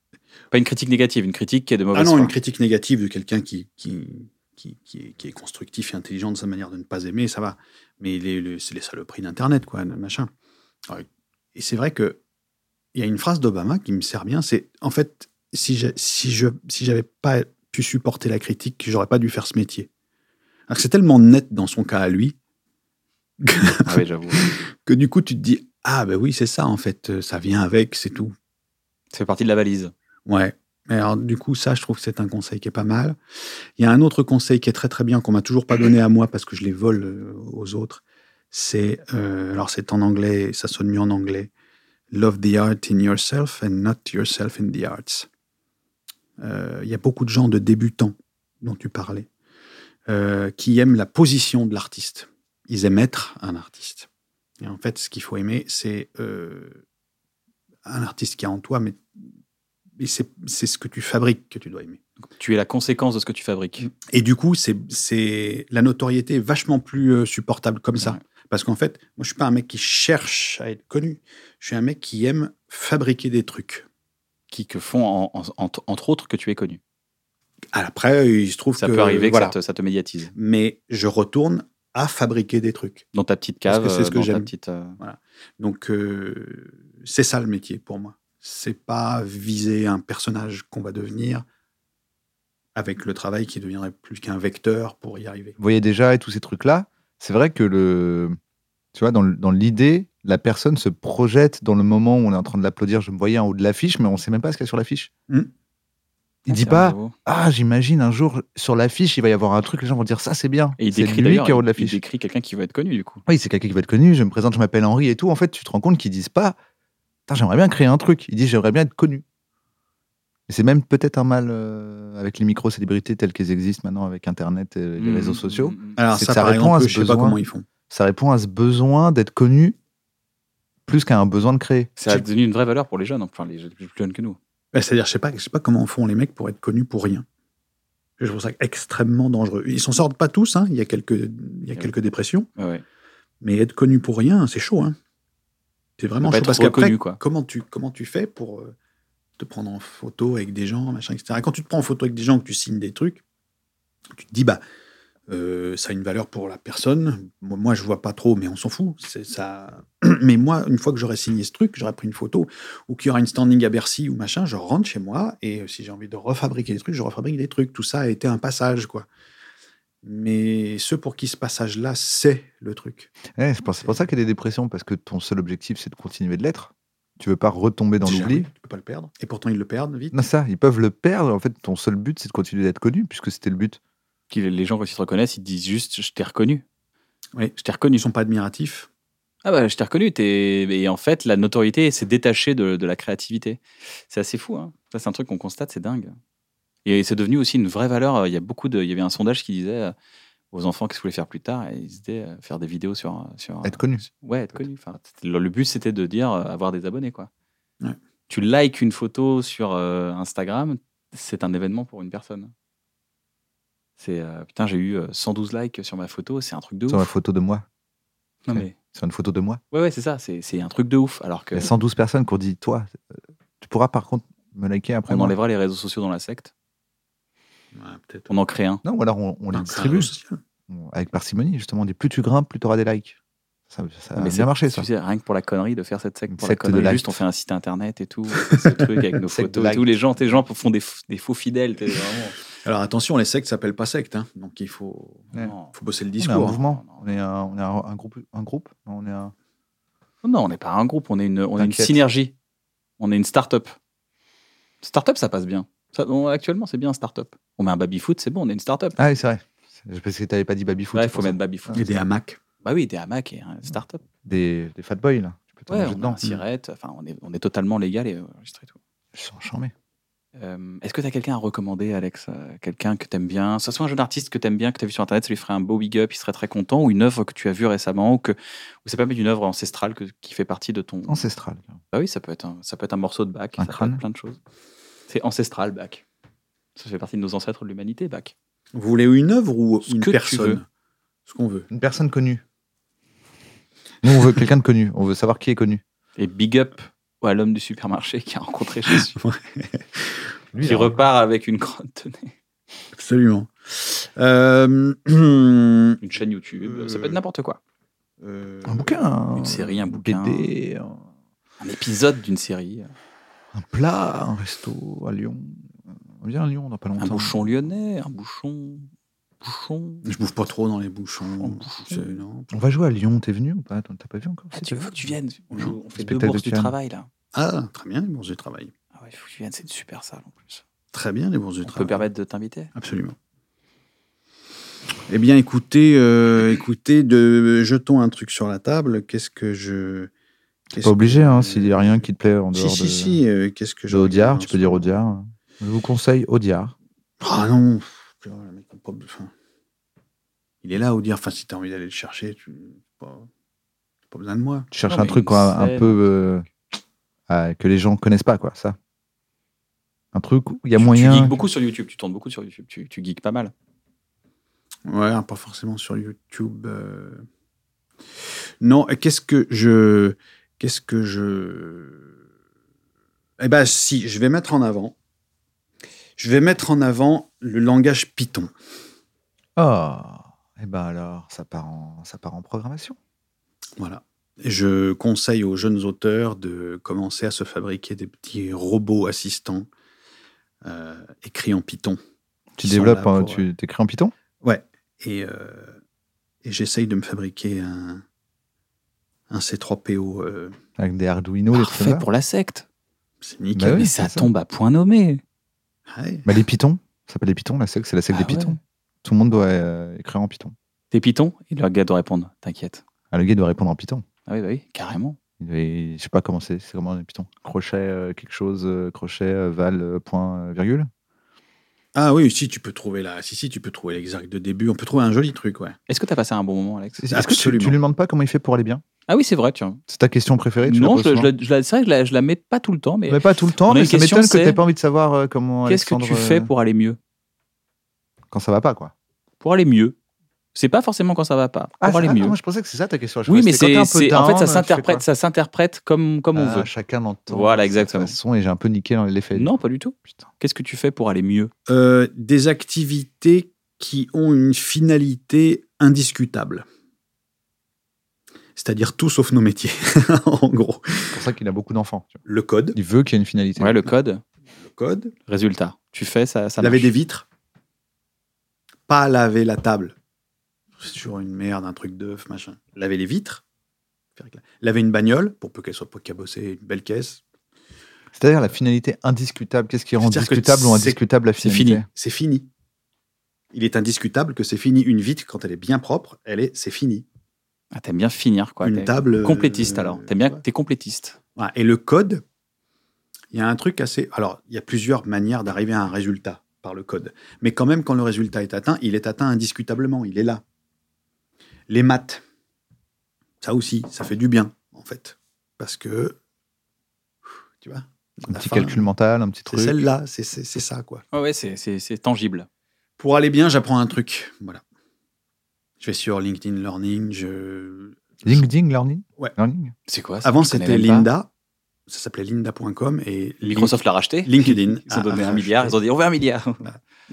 Speaker 1: Pas une critique négative, une critique qui est de mauvaise
Speaker 3: Ah non,
Speaker 1: foi.
Speaker 3: une critique négative de quelqu'un qui, qui, qui, qui est, qui est constructif et intelligent de sa manière de ne pas aimer, ça va. Mais les, le- c'est les saloperies d'Internet, quoi, le machin. Alors, Et c'est vrai que il y a une phrase d'Obama qui me sert bien, c'est en fait, si je si je si j'avais pas pu supporter la critique, j'aurais pas dû faire ce métier. Alors que c'est tellement net dans son cas à lui
Speaker 1: Ah oui, j'avoue.
Speaker 3: que du coup tu te dis ah ben oui c'est ça en fait euh, ça vient avec c'est tout
Speaker 1: Ça fait partie de la valise.
Speaker 3: ouais Mais alors du coup ça je trouve que c'est un conseil qui est pas mal il y a un autre conseil qui est très très bien qu'on m'a toujours pas donné à moi parce que je les vole euh, aux autres c'est euh, alors c'est en anglais ça sonne mieux en anglais love the art in yourself and not yourself in the arts Euh, il y a beaucoup de gens de débutants dont tu parlais euh, qui aiment la position de l'artiste ils aiment être un artiste et en fait, ce qu'il faut aimer, c'est euh, un artiste qui est en toi, mais, mais c'est c'est ce que tu fabriques que tu dois aimer.
Speaker 1: Tu es la conséquence de ce que tu fabriques.
Speaker 3: Et du coup, c'est c'est- la notoriété est vachement plus euh, supportable comme ça.
Speaker 1: Ouais.
Speaker 3: Parce qu'en fait, moi, je suis pas un mec qui cherche à être connu. Je suis un mec qui aime fabriquer des trucs.
Speaker 1: Qui que font, en- en- en- entre autres, que tu es connu.
Speaker 3: Après, il se trouve
Speaker 1: Ça
Speaker 3: que.
Speaker 1: peut arriver
Speaker 3: voilà.
Speaker 1: que ça te, ça te médiatise.
Speaker 3: Mais je retourne à fabriquer des trucs.
Speaker 1: Dans ta petite
Speaker 3: Parce
Speaker 1: cave,
Speaker 3: que c'est ce
Speaker 1: euh,
Speaker 3: que
Speaker 1: dans ta
Speaker 3: j'aime.
Speaker 1: petite. euh,
Speaker 3: Donc, euh, c'est ça le métier pour moi. C'est pas viser un personnage qu'on va devenir avec le travail qui deviendrait plus qu'un vecteur pour y arriver.
Speaker 2: Vous voyez déjà et tous ces trucs-là, c'est vrai que le, tu vois, dans le- dans l'idée, la personne se projette dans le moment où on est en train de l'applaudir. Je me voyais en haut de l'affiche, mais on sait même pas ce qu'il y a sur l'affiche.
Speaker 3: Hmm.
Speaker 2: Il dit
Speaker 1: c'est un
Speaker 2: pas,
Speaker 1: nouveau.
Speaker 2: ah, j'imagine un jour sur l'affiche, il va y avoir un truc, les gens vont dire ça, c'est bien.
Speaker 1: Et il
Speaker 2: C'est
Speaker 1: décrit
Speaker 2: lui
Speaker 1: d'ailleurs.
Speaker 2: qui est en haut de
Speaker 1: Il, il
Speaker 2: l'affiche.
Speaker 1: décrit quelqu'un qui veut être connu, du coup.
Speaker 2: Oui, c'est quelqu'un qui va être connu, je me présente, je m'appelle Henri et tout. En fait, tu te rends compte qu'ils disent pas Putain, j'aimerais bien créer un truc. Ils disent j'aimerais bien être connu. Et c'est même peut-être un mal euh, avec les micro-célébrités telles qu'elles existent maintenant avec Internet et les
Speaker 1: Mmh, Mm,
Speaker 2: réseaux sociaux.
Speaker 3: Alors,
Speaker 2: C'est
Speaker 3: ça,
Speaker 2: que ça
Speaker 3: par
Speaker 2: répond à
Speaker 3: exemple,
Speaker 2: ce
Speaker 3: je sais pas
Speaker 2: besoin.
Speaker 3: comment ils font.
Speaker 2: Ça répond à ce besoin d'être connu plus qu'à un besoin de créer.
Speaker 1: Ça a devenu une vraie valeur pour les jeunes, enfin les jeunes plus jeunes que nous.
Speaker 3: Bah, C'est-à-dire, je sais pas, je sais pas comment font les mecs pour être connus pour rien. Je trouve ça extrêmement dangereux. Ils s'en sortent pas tous, hein. il y a quelques, il
Speaker 1: Ah
Speaker 3: y a
Speaker 1: Oui.
Speaker 3: quelques dépressions,
Speaker 1: Ouais, ouais.
Speaker 3: mais être connu pour rien, c'est chaud. Hein. C'est
Speaker 1: Faut pas
Speaker 3: vraiment chaud.
Speaker 1: Bah, être
Speaker 3: Parce qu'après,
Speaker 1: reconnu, quoi.
Speaker 3: comment tu, comment tu fais pour euh, te prendre en photo avec des gens, machin, etc. Quand tu te prends en photo avec des gens, que tu signes des trucs, tu te dis, bah, euh, ça a une valeur pour la personne. Moi, moi, je vois pas trop, mais on s'en fout. C'est ça. Mais moi, une fois que j'aurais signé ce truc, j'aurais pris une photo, ou qu'il y aura une standing à Bercy ou machin, je rentre chez moi et euh, si j'ai envie de refabriquer des trucs, je refabrique des trucs. Tout ça a été un passage, quoi. Mais ceux pour qui ce passage-là, c'est le truc.
Speaker 2: Ouais, Eh, c'est pour, c'est pour ça qu'il y a des dépressions, parce que ton seul objectif, c'est de continuer de l'être. Tu veux pas retomber dans
Speaker 3: Déjà,
Speaker 2: l'oubli.
Speaker 3: Tu peux pas le perdre. Et pourtant, ils le perdent vite.
Speaker 2: Non, ça, ils peuvent le perdre. En fait, ton seul but, c'est de continuer d'être connu, puisque c'était le but.
Speaker 1: Qui- les gens quand ils se reconnaissent, ils disent juste je t'ai reconnu.
Speaker 3: Oui.
Speaker 1: Je t'ai reconnu.
Speaker 3: Ils sont pas admiratifs.
Speaker 1: Ah bah je t'ai reconnu. t'es- Et en fait, la notoriété s'est détachée de, de la créativité. C'est assez fou. Hein. Ça, c'est un truc qu'on constate, c'est dingue. Et c'est devenu aussi une vraie valeur. Il y a beaucoup de. Il y avait un sondage qui disait euh, aux enfants qu'est-ce qu'ils voulaient faire plus tard, et ils disaient euh, faire des vidéos sur euh, sur
Speaker 2: Être connu.
Speaker 1: Ouais, être connu. Enfin, c'était- le le but, c'était de dire euh, avoir des abonnés, quoi.
Speaker 3: Ouais.
Speaker 1: Tu likes une photo sur euh, Instagram, c'est un événement pour une personne. C'est euh, putain, j'ai eu euh, 112 likes sur ma photo, c'est un truc de
Speaker 2: Sur la
Speaker 1: ouf.
Speaker 2: photo de moi.
Speaker 1: Non, mais,
Speaker 2: Sur une photo de moi.
Speaker 1: ouais, ouais, c'est ça, c'est c'est un truc de ouf. Alors que
Speaker 2: Il y a 112 personnes qui ont dit Toi, euh, tu pourras par contre me liker après
Speaker 1: on
Speaker 2: moi.
Speaker 1: enlèvera les réseaux sociaux dans la secte,
Speaker 3: Ouais, peut-être.
Speaker 1: on en crée un.
Speaker 2: Non, ou alors on, on les
Speaker 3: Enfin, c'est un
Speaker 2: distribue.
Speaker 3: réseau social.
Speaker 2: On- Avec parcimonie, justement. On dit Plus tu grimpes, plus tu auras des likes. Ça, ça a
Speaker 1: Mais
Speaker 2: bien marché, ça.
Speaker 1: Tu sais, rien que pour la connerie de faire cette secte,
Speaker 2: Une
Speaker 1: pour
Speaker 2: secte de
Speaker 1: la connerie,
Speaker 2: likes.
Speaker 1: juste on fait un site internet et tout, ce truc avec nos
Speaker 2: Secte de
Speaker 1: photos et tout.
Speaker 2: likes.
Speaker 1: Les gens, les gens font des, f- des faux fidèles. t'es vraiment-
Speaker 3: Alors attention, les sectes s'appellent pas sectes, hein. donc il faut,
Speaker 2: Ouais.
Speaker 1: Non.
Speaker 3: faut bosser le
Speaker 2: On est un
Speaker 3: discours. hein.
Speaker 2: mouvement.
Speaker 1: Non, non.
Speaker 2: On est un, on est un- un groupe. Un groupe Non, on est un-
Speaker 1: Oh Non, on n'est pas un groupe, on est une, on est une
Speaker 2: T'inquiète.
Speaker 1: synergie. On est une start-up. Start-up, ça passe bien. Ça- on- actuellement, c'est bien start-up. On met un baby-foot, c'est bon, on est une start-up.
Speaker 2: Ah oui, c'est vrai. C'est- Parce que tu pas dit Babyfoot.
Speaker 1: Ouais,
Speaker 2: c'est
Speaker 1: il faut
Speaker 2: pour ça.
Speaker 1: mettre baby-foot.
Speaker 3: Et des hamacs.
Speaker 1: Bah oui, des hamacs et un start-up.
Speaker 2: Des, des fat boys, là. Tu peux te
Speaker 1: Ouais,
Speaker 2: manger
Speaker 1: on a
Speaker 2: dedans.
Speaker 1: un cigarette, enfin, on est, on est totalement légal et euh, enregistré tout.
Speaker 2: Je suis enchanté.
Speaker 1: Euh, Est-ce que tu as quelqu'un à recommander, Alex Euh, Quelqu'un que t'aimes bien Ce soit un jeune artiste que t'aimes bien, que t'as vu sur Internet, ça lui ferait un beau big up, il serait très content, ou une œuvre que tu as vue récemment, ou que ou c'est pas même une œuvre ancestrale que- qui fait partie de ton.
Speaker 2: Ancestral. là.
Speaker 1: Bah oui, ça peut être un, ça peut être un morceau de bac,
Speaker 2: Un
Speaker 1: ça peut
Speaker 2: crâne.
Speaker 1: être plein de choses. C'est ancestral, bac. Ça fait partie de nos ancêtres de l'humanité, bac.
Speaker 3: Vous voulez une œuvre ou
Speaker 1: Ce
Speaker 3: une
Speaker 1: que tu veux.
Speaker 3: personne Ce qu'on veut.
Speaker 2: Une personne connue. Nous, on veut quelqu'un de connu. On veut savoir qui est connu.
Speaker 1: Et big up à l'homme du supermarché qui a rencontré Jésus,
Speaker 2: Lui,
Speaker 1: qui
Speaker 2: là,
Speaker 1: repart avec une grande tenue.
Speaker 3: Absolument. Euh, euh,
Speaker 1: Une chaîne YouTube,
Speaker 3: Euh,
Speaker 1: ça peut être n'importe quoi.
Speaker 2: Un bouquin. hein. un-
Speaker 1: Une série, un bouquin.
Speaker 2: BD, un-
Speaker 1: Un épisode d'une série,
Speaker 2: un plat, un resto à Lyon. On vient à Lyon dans pas longtemps.
Speaker 1: un bouchon lyonnais, un bouchon. Bouchon.
Speaker 3: Je bouffe pas trop dans les
Speaker 1: En
Speaker 3: bouchons.
Speaker 1: bouchon.
Speaker 3: C'est- non.
Speaker 2: On va jouer à Lyon, t'es venu ou pas Attends, T'as pas vu encore
Speaker 1: Ah,
Speaker 2: si
Speaker 1: tu
Speaker 2: t'as
Speaker 1: veux
Speaker 2: vu
Speaker 1: que tu viennes On, joue- on fait deux
Speaker 2: Spectacle
Speaker 1: bourses
Speaker 2: de
Speaker 1: du
Speaker 2: Cannes.
Speaker 1: travail, là.
Speaker 3: Ah, très bien, les bourses du travail.
Speaker 1: Ah ouais, il faut que tu viennes, c'est une super salle en plus.
Speaker 3: Très bien, les bourses du
Speaker 1: On peut
Speaker 3: travail.
Speaker 1: permettre de t'inviter.
Speaker 3: Absolument. Eh bien, écoutez, euh, écoutez de, jetons un truc sur la table. Qu'est-ce que je.
Speaker 2: T'es
Speaker 3: qu'est-ce
Speaker 2: Pas obligé,
Speaker 3: que-
Speaker 2: hein, s'il y a rien qui te plaît en
Speaker 3: Si,
Speaker 2: dehors
Speaker 3: si,
Speaker 2: de,
Speaker 3: si. euh, Qu'est-ce que
Speaker 2: de
Speaker 3: je.
Speaker 2: Audiard,
Speaker 3: regarde
Speaker 2: tu
Speaker 3: en
Speaker 2: peux
Speaker 3: ce
Speaker 2: dire
Speaker 3: moment
Speaker 2: Audiard. Je vous conseille Audiard.
Speaker 3: Ah non Putain, le mec, on peut- enfin, Il est là, Audiard. Enfin, si t'as envie d'aller le chercher, tu. Pas, t'as pas besoin de moi.
Speaker 2: Tu cherches
Speaker 1: Non,
Speaker 2: un
Speaker 1: mais
Speaker 2: truc
Speaker 1: une
Speaker 2: quoi, un
Speaker 1: scène,
Speaker 2: peu euh, ah, que les gens connaissent pas, quoi, ça. Un truc où il y a
Speaker 1: Tu- Tu
Speaker 2: moyen.
Speaker 1: geeks beaucoup sur YouTube, tu tournes beaucoup sur YouTube, tu, tu geeks pas mal.
Speaker 3: Ouais, hein, pas forcément sur YouTube. euh. Non, euh, qu'est-ce que je. Qu'est-ce que je. Eh ben, si, je vais mettre en avant. Je vais mettre en avant le langage Python.
Speaker 2: Oh, et ben alors, ça part en, ça part en programmation.
Speaker 3: Voilà. Et Je conseille aux jeunes auteurs de commencer à se fabriquer des petits robots assistants euh, écrits en Python.
Speaker 2: Tu
Speaker 3: Ils sont
Speaker 2: développes,
Speaker 3: là
Speaker 2: hein,
Speaker 3: pour,
Speaker 2: tu t'écris en Python
Speaker 3: Ouais. Et, euh, et j'essaye de me fabriquer un, un C3PO. euh,
Speaker 2: avec des Arduino, des trucs comme
Speaker 1: Parfait
Speaker 2: ça
Speaker 1: pour la secte.
Speaker 3: c'est
Speaker 2: Bah
Speaker 3: nickel.
Speaker 2: oui,
Speaker 1: Mais
Speaker 2: c'est
Speaker 1: ça
Speaker 2: ça.
Speaker 1: tombe à point nommé.
Speaker 3: Ouais.
Speaker 2: Bah, les Python, ça s'appelle les Python, la secte, c'est la secte
Speaker 1: Ah
Speaker 2: des Python.
Speaker 1: ouais.
Speaker 2: Tout le monde doit euh, écrire en Python.
Speaker 1: T'es Python Et le gars doit répondre, t'inquiète.
Speaker 2: Ah, le gars doit répondre en Python.
Speaker 1: Ah oui, bah oui, carrément.
Speaker 2: Il est- je sais pas comment c'est, c'est comment les Python Crochet, euh, quelque chose, euh, crochet, euh, val, euh, point, euh, virgule
Speaker 3: Ah oui, si tu peux trouver la, si si tu peux trouver l'exact de début, on peut trouver un joli truc, ouais.
Speaker 1: Est-ce que t'as passé un bon moment, Alex
Speaker 2: Est-ce que tu,
Speaker 3: Absolument.
Speaker 2: tu lui demandes pas comment il fait pour aller bien
Speaker 1: Ah oui, c'est vrai, tiens.
Speaker 2: C'est ta question préférée tu la
Speaker 1: non,
Speaker 2: poses
Speaker 1: je, la-
Speaker 2: souvent
Speaker 1: je la- je la- c'est vrai que je la, je la mets pas tout le temps, mais
Speaker 2: Mais pas tout le temps,
Speaker 1: On a
Speaker 2: mais
Speaker 1: une
Speaker 2: ça
Speaker 1: question,
Speaker 2: m'étonne que
Speaker 1: c'est-
Speaker 2: t'aies pas envie de savoir euh, comment
Speaker 1: qu'est-ce que
Speaker 2: Alexandre,
Speaker 1: tu fais
Speaker 2: euh,
Speaker 1: pour aller mieux
Speaker 2: quand ça va pas quoi
Speaker 1: Pour aller mieux. C'est pas forcément quand ça va pas. Pour aller
Speaker 2: c'est-
Speaker 1: mieux.
Speaker 2: Ah, moi je pensais que c'est ça ta question. Je
Speaker 1: oui,
Speaker 2: crois
Speaker 1: mais
Speaker 2: que c'était
Speaker 1: c'est,
Speaker 2: quand t'es
Speaker 1: c'est-
Speaker 2: un peu
Speaker 1: en fait,
Speaker 2: down,
Speaker 1: ça
Speaker 2: tu fais
Speaker 1: s'interprète,
Speaker 2: quoi
Speaker 1: ça s'interprète comme, comme on
Speaker 2: Ah,
Speaker 1: veut.
Speaker 2: chacun l'entend.
Speaker 1: Voilà,
Speaker 2: de sa
Speaker 1: exactement.
Speaker 2: façon, et j'ai un peu niqué dans l'effet.
Speaker 1: Non, pas du tout.
Speaker 2: Putain.
Speaker 1: Qu'est-ce que tu fais pour aller mieux
Speaker 3: Euh, des activités qui ont une finalité indiscutable. C'est-à-dire tout sauf nos métiers, en gros.
Speaker 2: C'est pour ça qu'il a beaucoup d'enfants. tu vois.
Speaker 3: Le code,
Speaker 2: Il veut qu'il y ait une finalité.
Speaker 1: Ouais, le code,
Speaker 3: le code.
Speaker 1: résultat. Tu fais ça, ça
Speaker 3: laver
Speaker 1: marche.
Speaker 3: des vitres. Pas laver la table. C'est toujours une merde, un truc d'œuf, machin. Laver les vitres. Faire écla- Laver une bagnole, pour peu qu'elle soit pas cabossée, une belle caisse.
Speaker 2: C'est-à-dire la finalité indiscutable. Qu'est-ce qui rend
Speaker 3: C'est-à-dire que
Speaker 2: discutable ou
Speaker 3: c'est-
Speaker 2: indiscutable la
Speaker 1: c'est
Speaker 2: finalité
Speaker 1: fini.
Speaker 3: C'est fini. Il est indiscutable que c'est fini. Une vitre, quand elle est bien propre, elle est, c'est fini.
Speaker 1: Ah, t'aimes bien finir, quoi.
Speaker 3: Une
Speaker 1: T'es
Speaker 3: table, euh,
Speaker 1: Complétiste, alors. T'aimes bien,
Speaker 3: ouais.
Speaker 1: t'es complétiste.
Speaker 3: Voilà. Et le code, il y a un truc assez. Alors, il y a plusieurs manières d'arriver à un résultat par le code. Mais quand même, quand le résultat est atteint, il est atteint indiscutablement. Il est là. Les maths, ça aussi, ça fait du bien, en fait. Parce que. Tu vois
Speaker 2: Un
Speaker 3: la
Speaker 2: petit
Speaker 3: fin,
Speaker 2: calcul mental, un petit
Speaker 3: C'est
Speaker 2: truc.
Speaker 3: celle-là, c'est c'est- c'est ça, quoi.
Speaker 1: Ouais, ouais, c'est, c'est- c'est tangible.
Speaker 3: Pour aller bien, j'apprends un truc. Voilà. Je vais sur LinkedIn Learning. Je...
Speaker 2: LinkedIn Learning
Speaker 3: Ouais.
Speaker 2: Learning
Speaker 1: C'est quoi ça
Speaker 3: Avant,
Speaker 1: Je connais
Speaker 3: c'était
Speaker 1: même pas.
Speaker 3: Linda. Ça s'appelait linda.com et
Speaker 1: Microsoft l'a racheté.
Speaker 3: LinkedIn.
Speaker 1: Ils ont
Speaker 3: a-
Speaker 1: donné
Speaker 3: a
Speaker 1: un milliard. Ils
Speaker 3: racheté.
Speaker 1: ont dit on veut un milliard.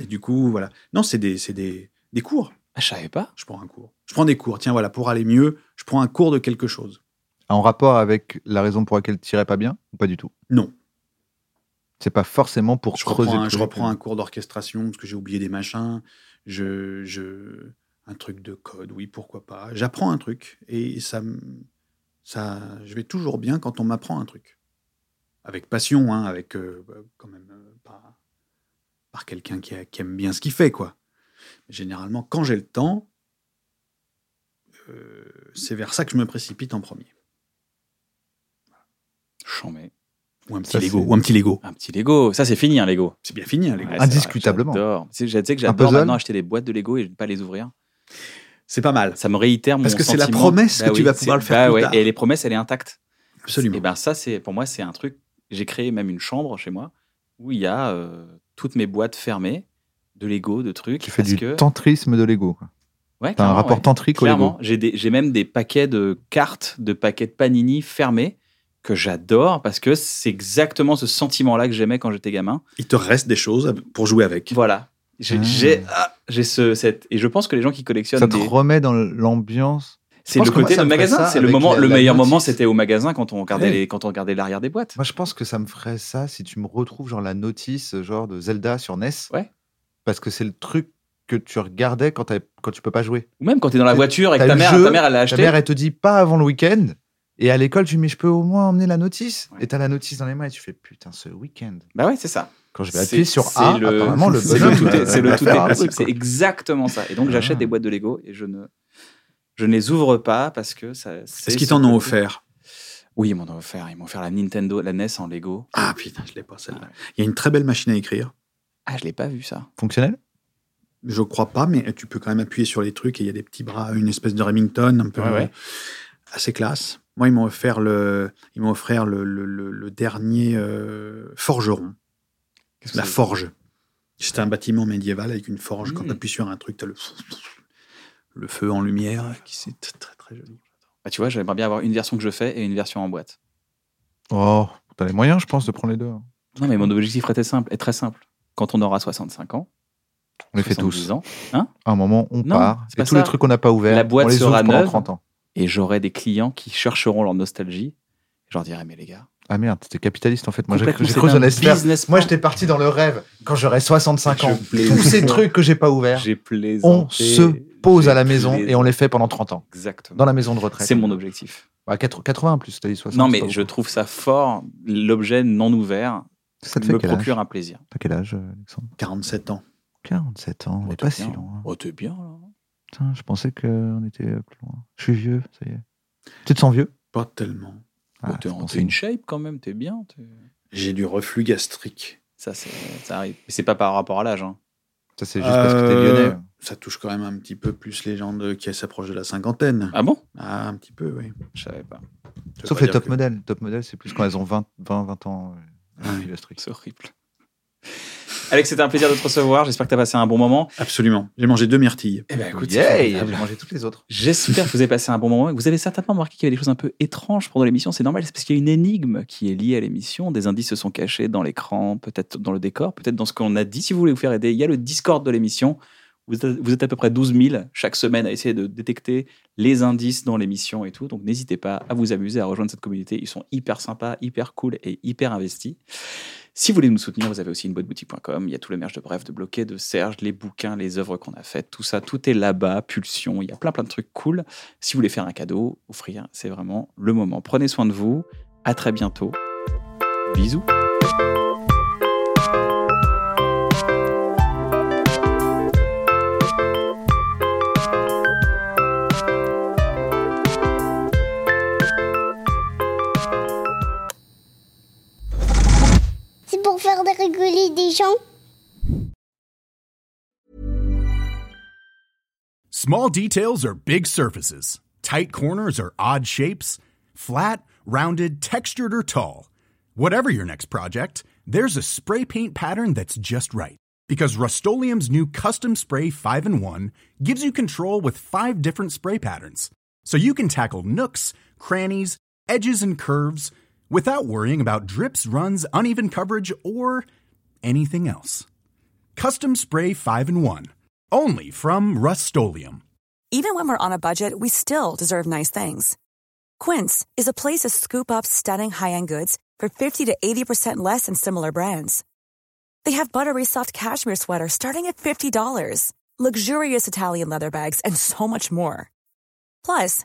Speaker 3: Et du coup, voilà. Non, c'est des, c'est des, des cours.
Speaker 1: Ah, je savais pas.
Speaker 3: Je prends un cours. Je prends des cours. Tiens, voilà, pour aller mieux, je prends un cours de quelque chose.
Speaker 2: En rapport avec la raison pour laquelle tu irais pas bien ou pas du tout
Speaker 3: Non.
Speaker 2: C'est pas forcément pour
Speaker 3: Je
Speaker 2: creuser.
Speaker 3: reprends, un,
Speaker 2: le
Speaker 3: je
Speaker 2: truc.
Speaker 3: reprends un cours d'orchestration parce que j'ai oublié des machins. Je, je, un truc de code, oui, pourquoi pas. J'apprends un truc et ça, me- ça, je vais toujours bien quand on m'apprend un truc. Avec passion, hein, avec euh, bah, quand même euh, par, par quelqu'un qui, a- qui aime bien ce qu'il fait, quoi. Généralement, quand j'ai le temps, euh, c'est vers ça que je me précipite en premier.
Speaker 1: Chant, mais
Speaker 3: Ou un petit
Speaker 2: Ça,
Speaker 3: Lego.
Speaker 2: c'est-
Speaker 3: Ou un petit Lego.
Speaker 1: un petit Lego. Ça, c'est fini, un Lego.
Speaker 3: C'est bien fini, hein, un Lego.
Speaker 1: Ouais, c'est
Speaker 2: Indiscutablement.
Speaker 1: vrai, J'adore. Tu sais je sais que j'adore
Speaker 2: puzzle.
Speaker 1: maintenant acheter des boîtes de Lego et ne pas les ouvrir.
Speaker 3: C'est pas mal.
Speaker 1: Ça me réitère mon
Speaker 3: Parce que c'est la
Speaker 1: sentiment-
Speaker 3: promesse que tu vas
Speaker 1: c'est-
Speaker 3: pouvoir le faire
Speaker 1: bah
Speaker 3: plus
Speaker 1: ouais,
Speaker 3: tard.
Speaker 1: Et les promesses, elle est intacte.
Speaker 3: Absolument.
Speaker 2: Eh
Speaker 1: Et ben ça, c'est pour moi, c'est un truc. J'ai créé même une chambre chez moi où il y a euh, toutes mes boîtes fermées de Lego, de trucs.
Speaker 2: Tu fais
Speaker 1: parce
Speaker 2: du
Speaker 1: que...
Speaker 2: tantrisme de Lego. quoi.
Speaker 1: Ouais,
Speaker 2: T'as un
Speaker 1: clairement,
Speaker 2: rapport
Speaker 1: ouais.
Speaker 2: tantrique au
Speaker 1: Clairement,
Speaker 2: Lego.
Speaker 1: j'ai des- j'ai même des paquets de cartes, de paquets de panini fermés que j'adore parce que c'est exactement ce sentiment-là que j'aimais quand j'étais gamin.
Speaker 3: Il te reste des choses à- pour jouer avec.
Speaker 1: Voilà. J'ai
Speaker 2: Ah.
Speaker 1: j'ai- ah, j'ai ce cette et je pense que les gens qui collectionnent
Speaker 2: Ça te
Speaker 1: des-
Speaker 2: remet dans l'ambiance.
Speaker 1: c'est
Speaker 2: pense
Speaker 1: le
Speaker 2: que moi,
Speaker 1: côté
Speaker 2: ça
Speaker 1: de
Speaker 2: me ferait
Speaker 1: magasin,
Speaker 2: ça
Speaker 1: c'est le
Speaker 2: avec
Speaker 1: moment
Speaker 2: la-
Speaker 1: le
Speaker 2: la
Speaker 1: meilleur
Speaker 2: notice.
Speaker 1: moment c'était au magasin quand on regardait
Speaker 2: Ouais.
Speaker 1: les quand on regardait l'arrière des boîtes.
Speaker 2: Moi, je pense que ça me ferait ça si tu me retrouves genre la notice euh, genre de Zelda sur NES.
Speaker 1: Ouais.
Speaker 2: Parce que c'est le truc que tu regardais quand, t'avais- quand tu peux pas jouer.
Speaker 1: Ou même quand t'es dans la
Speaker 2: T'as-
Speaker 1: voiture et que
Speaker 2: t'as
Speaker 1: ta
Speaker 2: le
Speaker 1: mère
Speaker 2: jeu,
Speaker 1: ta mère elle l'a
Speaker 2: Ta
Speaker 1: acheté.
Speaker 2: mère, elle te dit pas avant le week-end. Et à l'école, tu dis, mais je peux au moins emmener la notice.
Speaker 1: Ouais.
Speaker 2: Et t'as la notice dans les mains et tu fais, putain, ce week-end.
Speaker 1: Bah ouais, c'est ça.
Speaker 2: Quand je vais
Speaker 1: C'est-
Speaker 2: appuyer sur
Speaker 1: c'est
Speaker 2: A,
Speaker 1: le-
Speaker 2: apparemment, le
Speaker 1: c'est le
Speaker 2: bonhomme,
Speaker 1: tout est,
Speaker 2: euh,
Speaker 1: c'est le
Speaker 2: va
Speaker 1: tout
Speaker 2: faire
Speaker 1: est
Speaker 2: un
Speaker 1: possible.
Speaker 2: truc,
Speaker 1: C'est
Speaker 2: quoi.
Speaker 1: exactement ça. Et donc j'achète
Speaker 2: Ah.
Speaker 1: des boîtes de Lego et je ne je ne les ouvre pas parce que ça.
Speaker 3: Est-ce qu'ils t'en ont
Speaker 1: côté-
Speaker 3: offert
Speaker 1: Oui, ils m'en ont offert. Ils m'ont offert la Nintendo, la NES en Lego.
Speaker 3: Ah putain, je l'ai
Speaker 1: Ah,
Speaker 3: pas
Speaker 1: ouais.
Speaker 3: celle-là. Il y a une très belle machine à écrire.
Speaker 1: Ah, je l'ai pas vu ça.
Speaker 2: Fonctionnel
Speaker 3: Je crois pas, mais tu peux quand même appuyer sur les trucs et il y a des petits bras, une espèce de Remington, un peu euh,
Speaker 1: Ouais, ouais.
Speaker 3: assez classe. Moi, ils m'ont offert le, ils m'ont offert le, le- le- le dernier euh, forgeron,
Speaker 1: Qu'est-ce que
Speaker 3: la
Speaker 1: c'est
Speaker 3: forge. C'était un bâtiment médiéval avec une forge. Quand
Speaker 1: Mm.
Speaker 3: tu appuies sur un truc, tu as le, le feu en lumière. qui C'est très très joli.
Speaker 1: Bah, tu vois, j'aimerais bien avoir une version que je fais et une version en boîte.
Speaker 2: Oh, t'as les moyens, je pense, de prendre les deux. hein.
Speaker 1: Non, mais mon objectif était simple, est très simple. quand on aura 65 ans,
Speaker 2: On les fait
Speaker 1: 70
Speaker 2: tous.
Speaker 1: ans,
Speaker 2: À un moment, on
Speaker 1: Non,
Speaker 2: part.
Speaker 1: c'est
Speaker 2: Et
Speaker 1: pas
Speaker 2: tous les
Speaker 1: ça.
Speaker 2: trucs qu'on n'a pas ouverts,
Speaker 1: La boîte
Speaker 2: on les
Speaker 1: sera
Speaker 2: ouvre pendant
Speaker 1: neuve.
Speaker 2: 30 ans.
Speaker 1: et j'aurais des clients qui chercheront leur nostalgie. Je leur dirais, mais les gars,
Speaker 2: Ah merde, c'était capitaliste en fait. Moi, j'ai
Speaker 1: complètement,
Speaker 2: cru j'ai
Speaker 1: c'est
Speaker 2: cru
Speaker 1: un
Speaker 2: qu'on allait se faire-
Speaker 1: business
Speaker 2: Moi,
Speaker 1: plan.
Speaker 2: j'étais parti dans le rêve quand j'aurai 65
Speaker 3: Je
Speaker 2: ans.
Speaker 3: plaisante.
Speaker 2: Tous ces trucs que j'ai pas ouverts,
Speaker 1: J'ai plaisanté.
Speaker 2: on se pose à la maison
Speaker 1: plaisanté.
Speaker 2: et on les fait pendant 30 ans.
Speaker 1: Exactement.
Speaker 2: Dans la maison de retraite.
Speaker 1: C'est mon objectif.
Speaker 2: Bah, 80 80 plus, t'as dit 60.
Speaker 1: non,
Speaker 2: c'est pas
Speaker 1: mais
Speaker 2: beaucoup.
Speaker 1: je trouve ça fort. L'objet non ouvert
Speaker 2: Ça te fait
Speaker 1: me
Speaker 2: quel âge
Speaker 1: procure un plaisir.
Speaker 2: T'as quel âge, euh, Alexandre
Speaker 3: 47 ans.
Speaker 2: 47 ans, on
Speaker 1: Oh,
Speaker 2: n'est
Speaker 1: t'es
Speaker 2: pas
Speaker 1: bien.
Speaker 2: si loin. hein.
Speaker 1: Oh, t'es bien, là.
Speaker 2: Putain, je pensais qu'on était euh, plus loin. Je suis vieux, ça y est. Tu te sens vieux
Speaker 3: Pas tellement.
Speaker 1: Oh,
Speaker 2: Ah,
Speaker 1: t'es
Speaker 2: c'est
Speaker 1: en
Speaker 2: bon
Speaker 1: t'es
Speaker 2: signe.
Speaker 1: une shape quand même, t'es bien. t'es-
Speaker 3: J'ai du reflux gastrique.
Speaker 1: Ça, c'est- ça arrive. Mais c'est pas par rapport à l'âge. hein.
Speaker 2: Ça, c'est juste parce que t'es lyonnais.
Speaker 3: Euh, Ça touche quand même un petit peu plus les gens de- qui s'approchent de la cinquantaine.
Speaker 1: Ah bon
Speaker 3: Ah, un petit peu, oui.
Speaker 1: Je savais pas.
Speaker 3: Ça veut
Speaker 2: Sauf
Speaker 3: pas
Speaker 2: les
Speaker 3: dire
Speaker 2: top
Speaker 3: que-
Speaker 2: modèles. Top modèles, c'est plus quand elles ont 20, 20, 20 ans. euh,
Speaker 3: Ah oui.
Speaker 2: le strict.
Speaker 1: C'est horrible. Alex, c'était un plaisir de te recevoir. J'espère que t'as passé un bon moment.
Speaker 3: Absolument. J'ai mangé deux myrtilles.
Speaker 1: Eh ben, écoute, c'est
Speaker 2: Yeah,
Speaker 1: formidable.
Speaker 2: J'ai mangé toutes les autres.
Speaker 1: J'espère que vous avez passé un bon moment. et que Vous avez certainement remarqué qu'il y avait des choses un peu étranges pendant l'émission. C'est normal, c'est parce qu'il y a une énigme qui est liée à l'émission. Des indices se sont cachés dans l'écran, peut-être dans le décor, peut-être dans ce qu'on a dit. Si vous voulez vous faire aider, il y a le Discord de l'émission. Vous êtes, vous êtes à peu près 12 000 chaque semaine à essayer de détecter les indices dans l'émission et tout. Donc n'hésitez pas à vous amuser, à rejoindre cette communauté. Ils sont hyper sympas, hyper cool et hyper investis. Si vous voulez nous soutenir, vous avez aussi une boutique.com. Il y a tout le merch de Bref, de Bloqué, de Serge, les bouquins, les œuvres qu'on a faites. Tout ça, tout est là-bas. Pulsion, il y a plein plein de trucs cool. Si vous voulez faire un cadeau, offrir, c'est vraiment le moment. Prenez soin de vous. À très bientôt. Bisous.
Speaker 5: C'est pour faire des rigoler des gens.
Speaker 6: Small details are big surfaces. Tight corners are odd shapes. Flat, rounded, textured, or tall. Whatever your next project, there's a spray paint pattern that's just right. Because Rust new Custom Spray 5 in 1 gives you control with five different spray patterns. So you can tackle nooks, crannies, edges, and curves without worrying about drips, runs, uneven coverage, or anything else. Custom Spray 5 in 1. Only from Rust
Speaker 7: Even when we're on a budget, we still deserve nice things. Quince is a place to scoop up stunning high-end goods for 50 to 80% less than similar brands. They have buttery soft cashmere sweaters starting at $50, luxurious Italian leather bags, and so much more. Plus,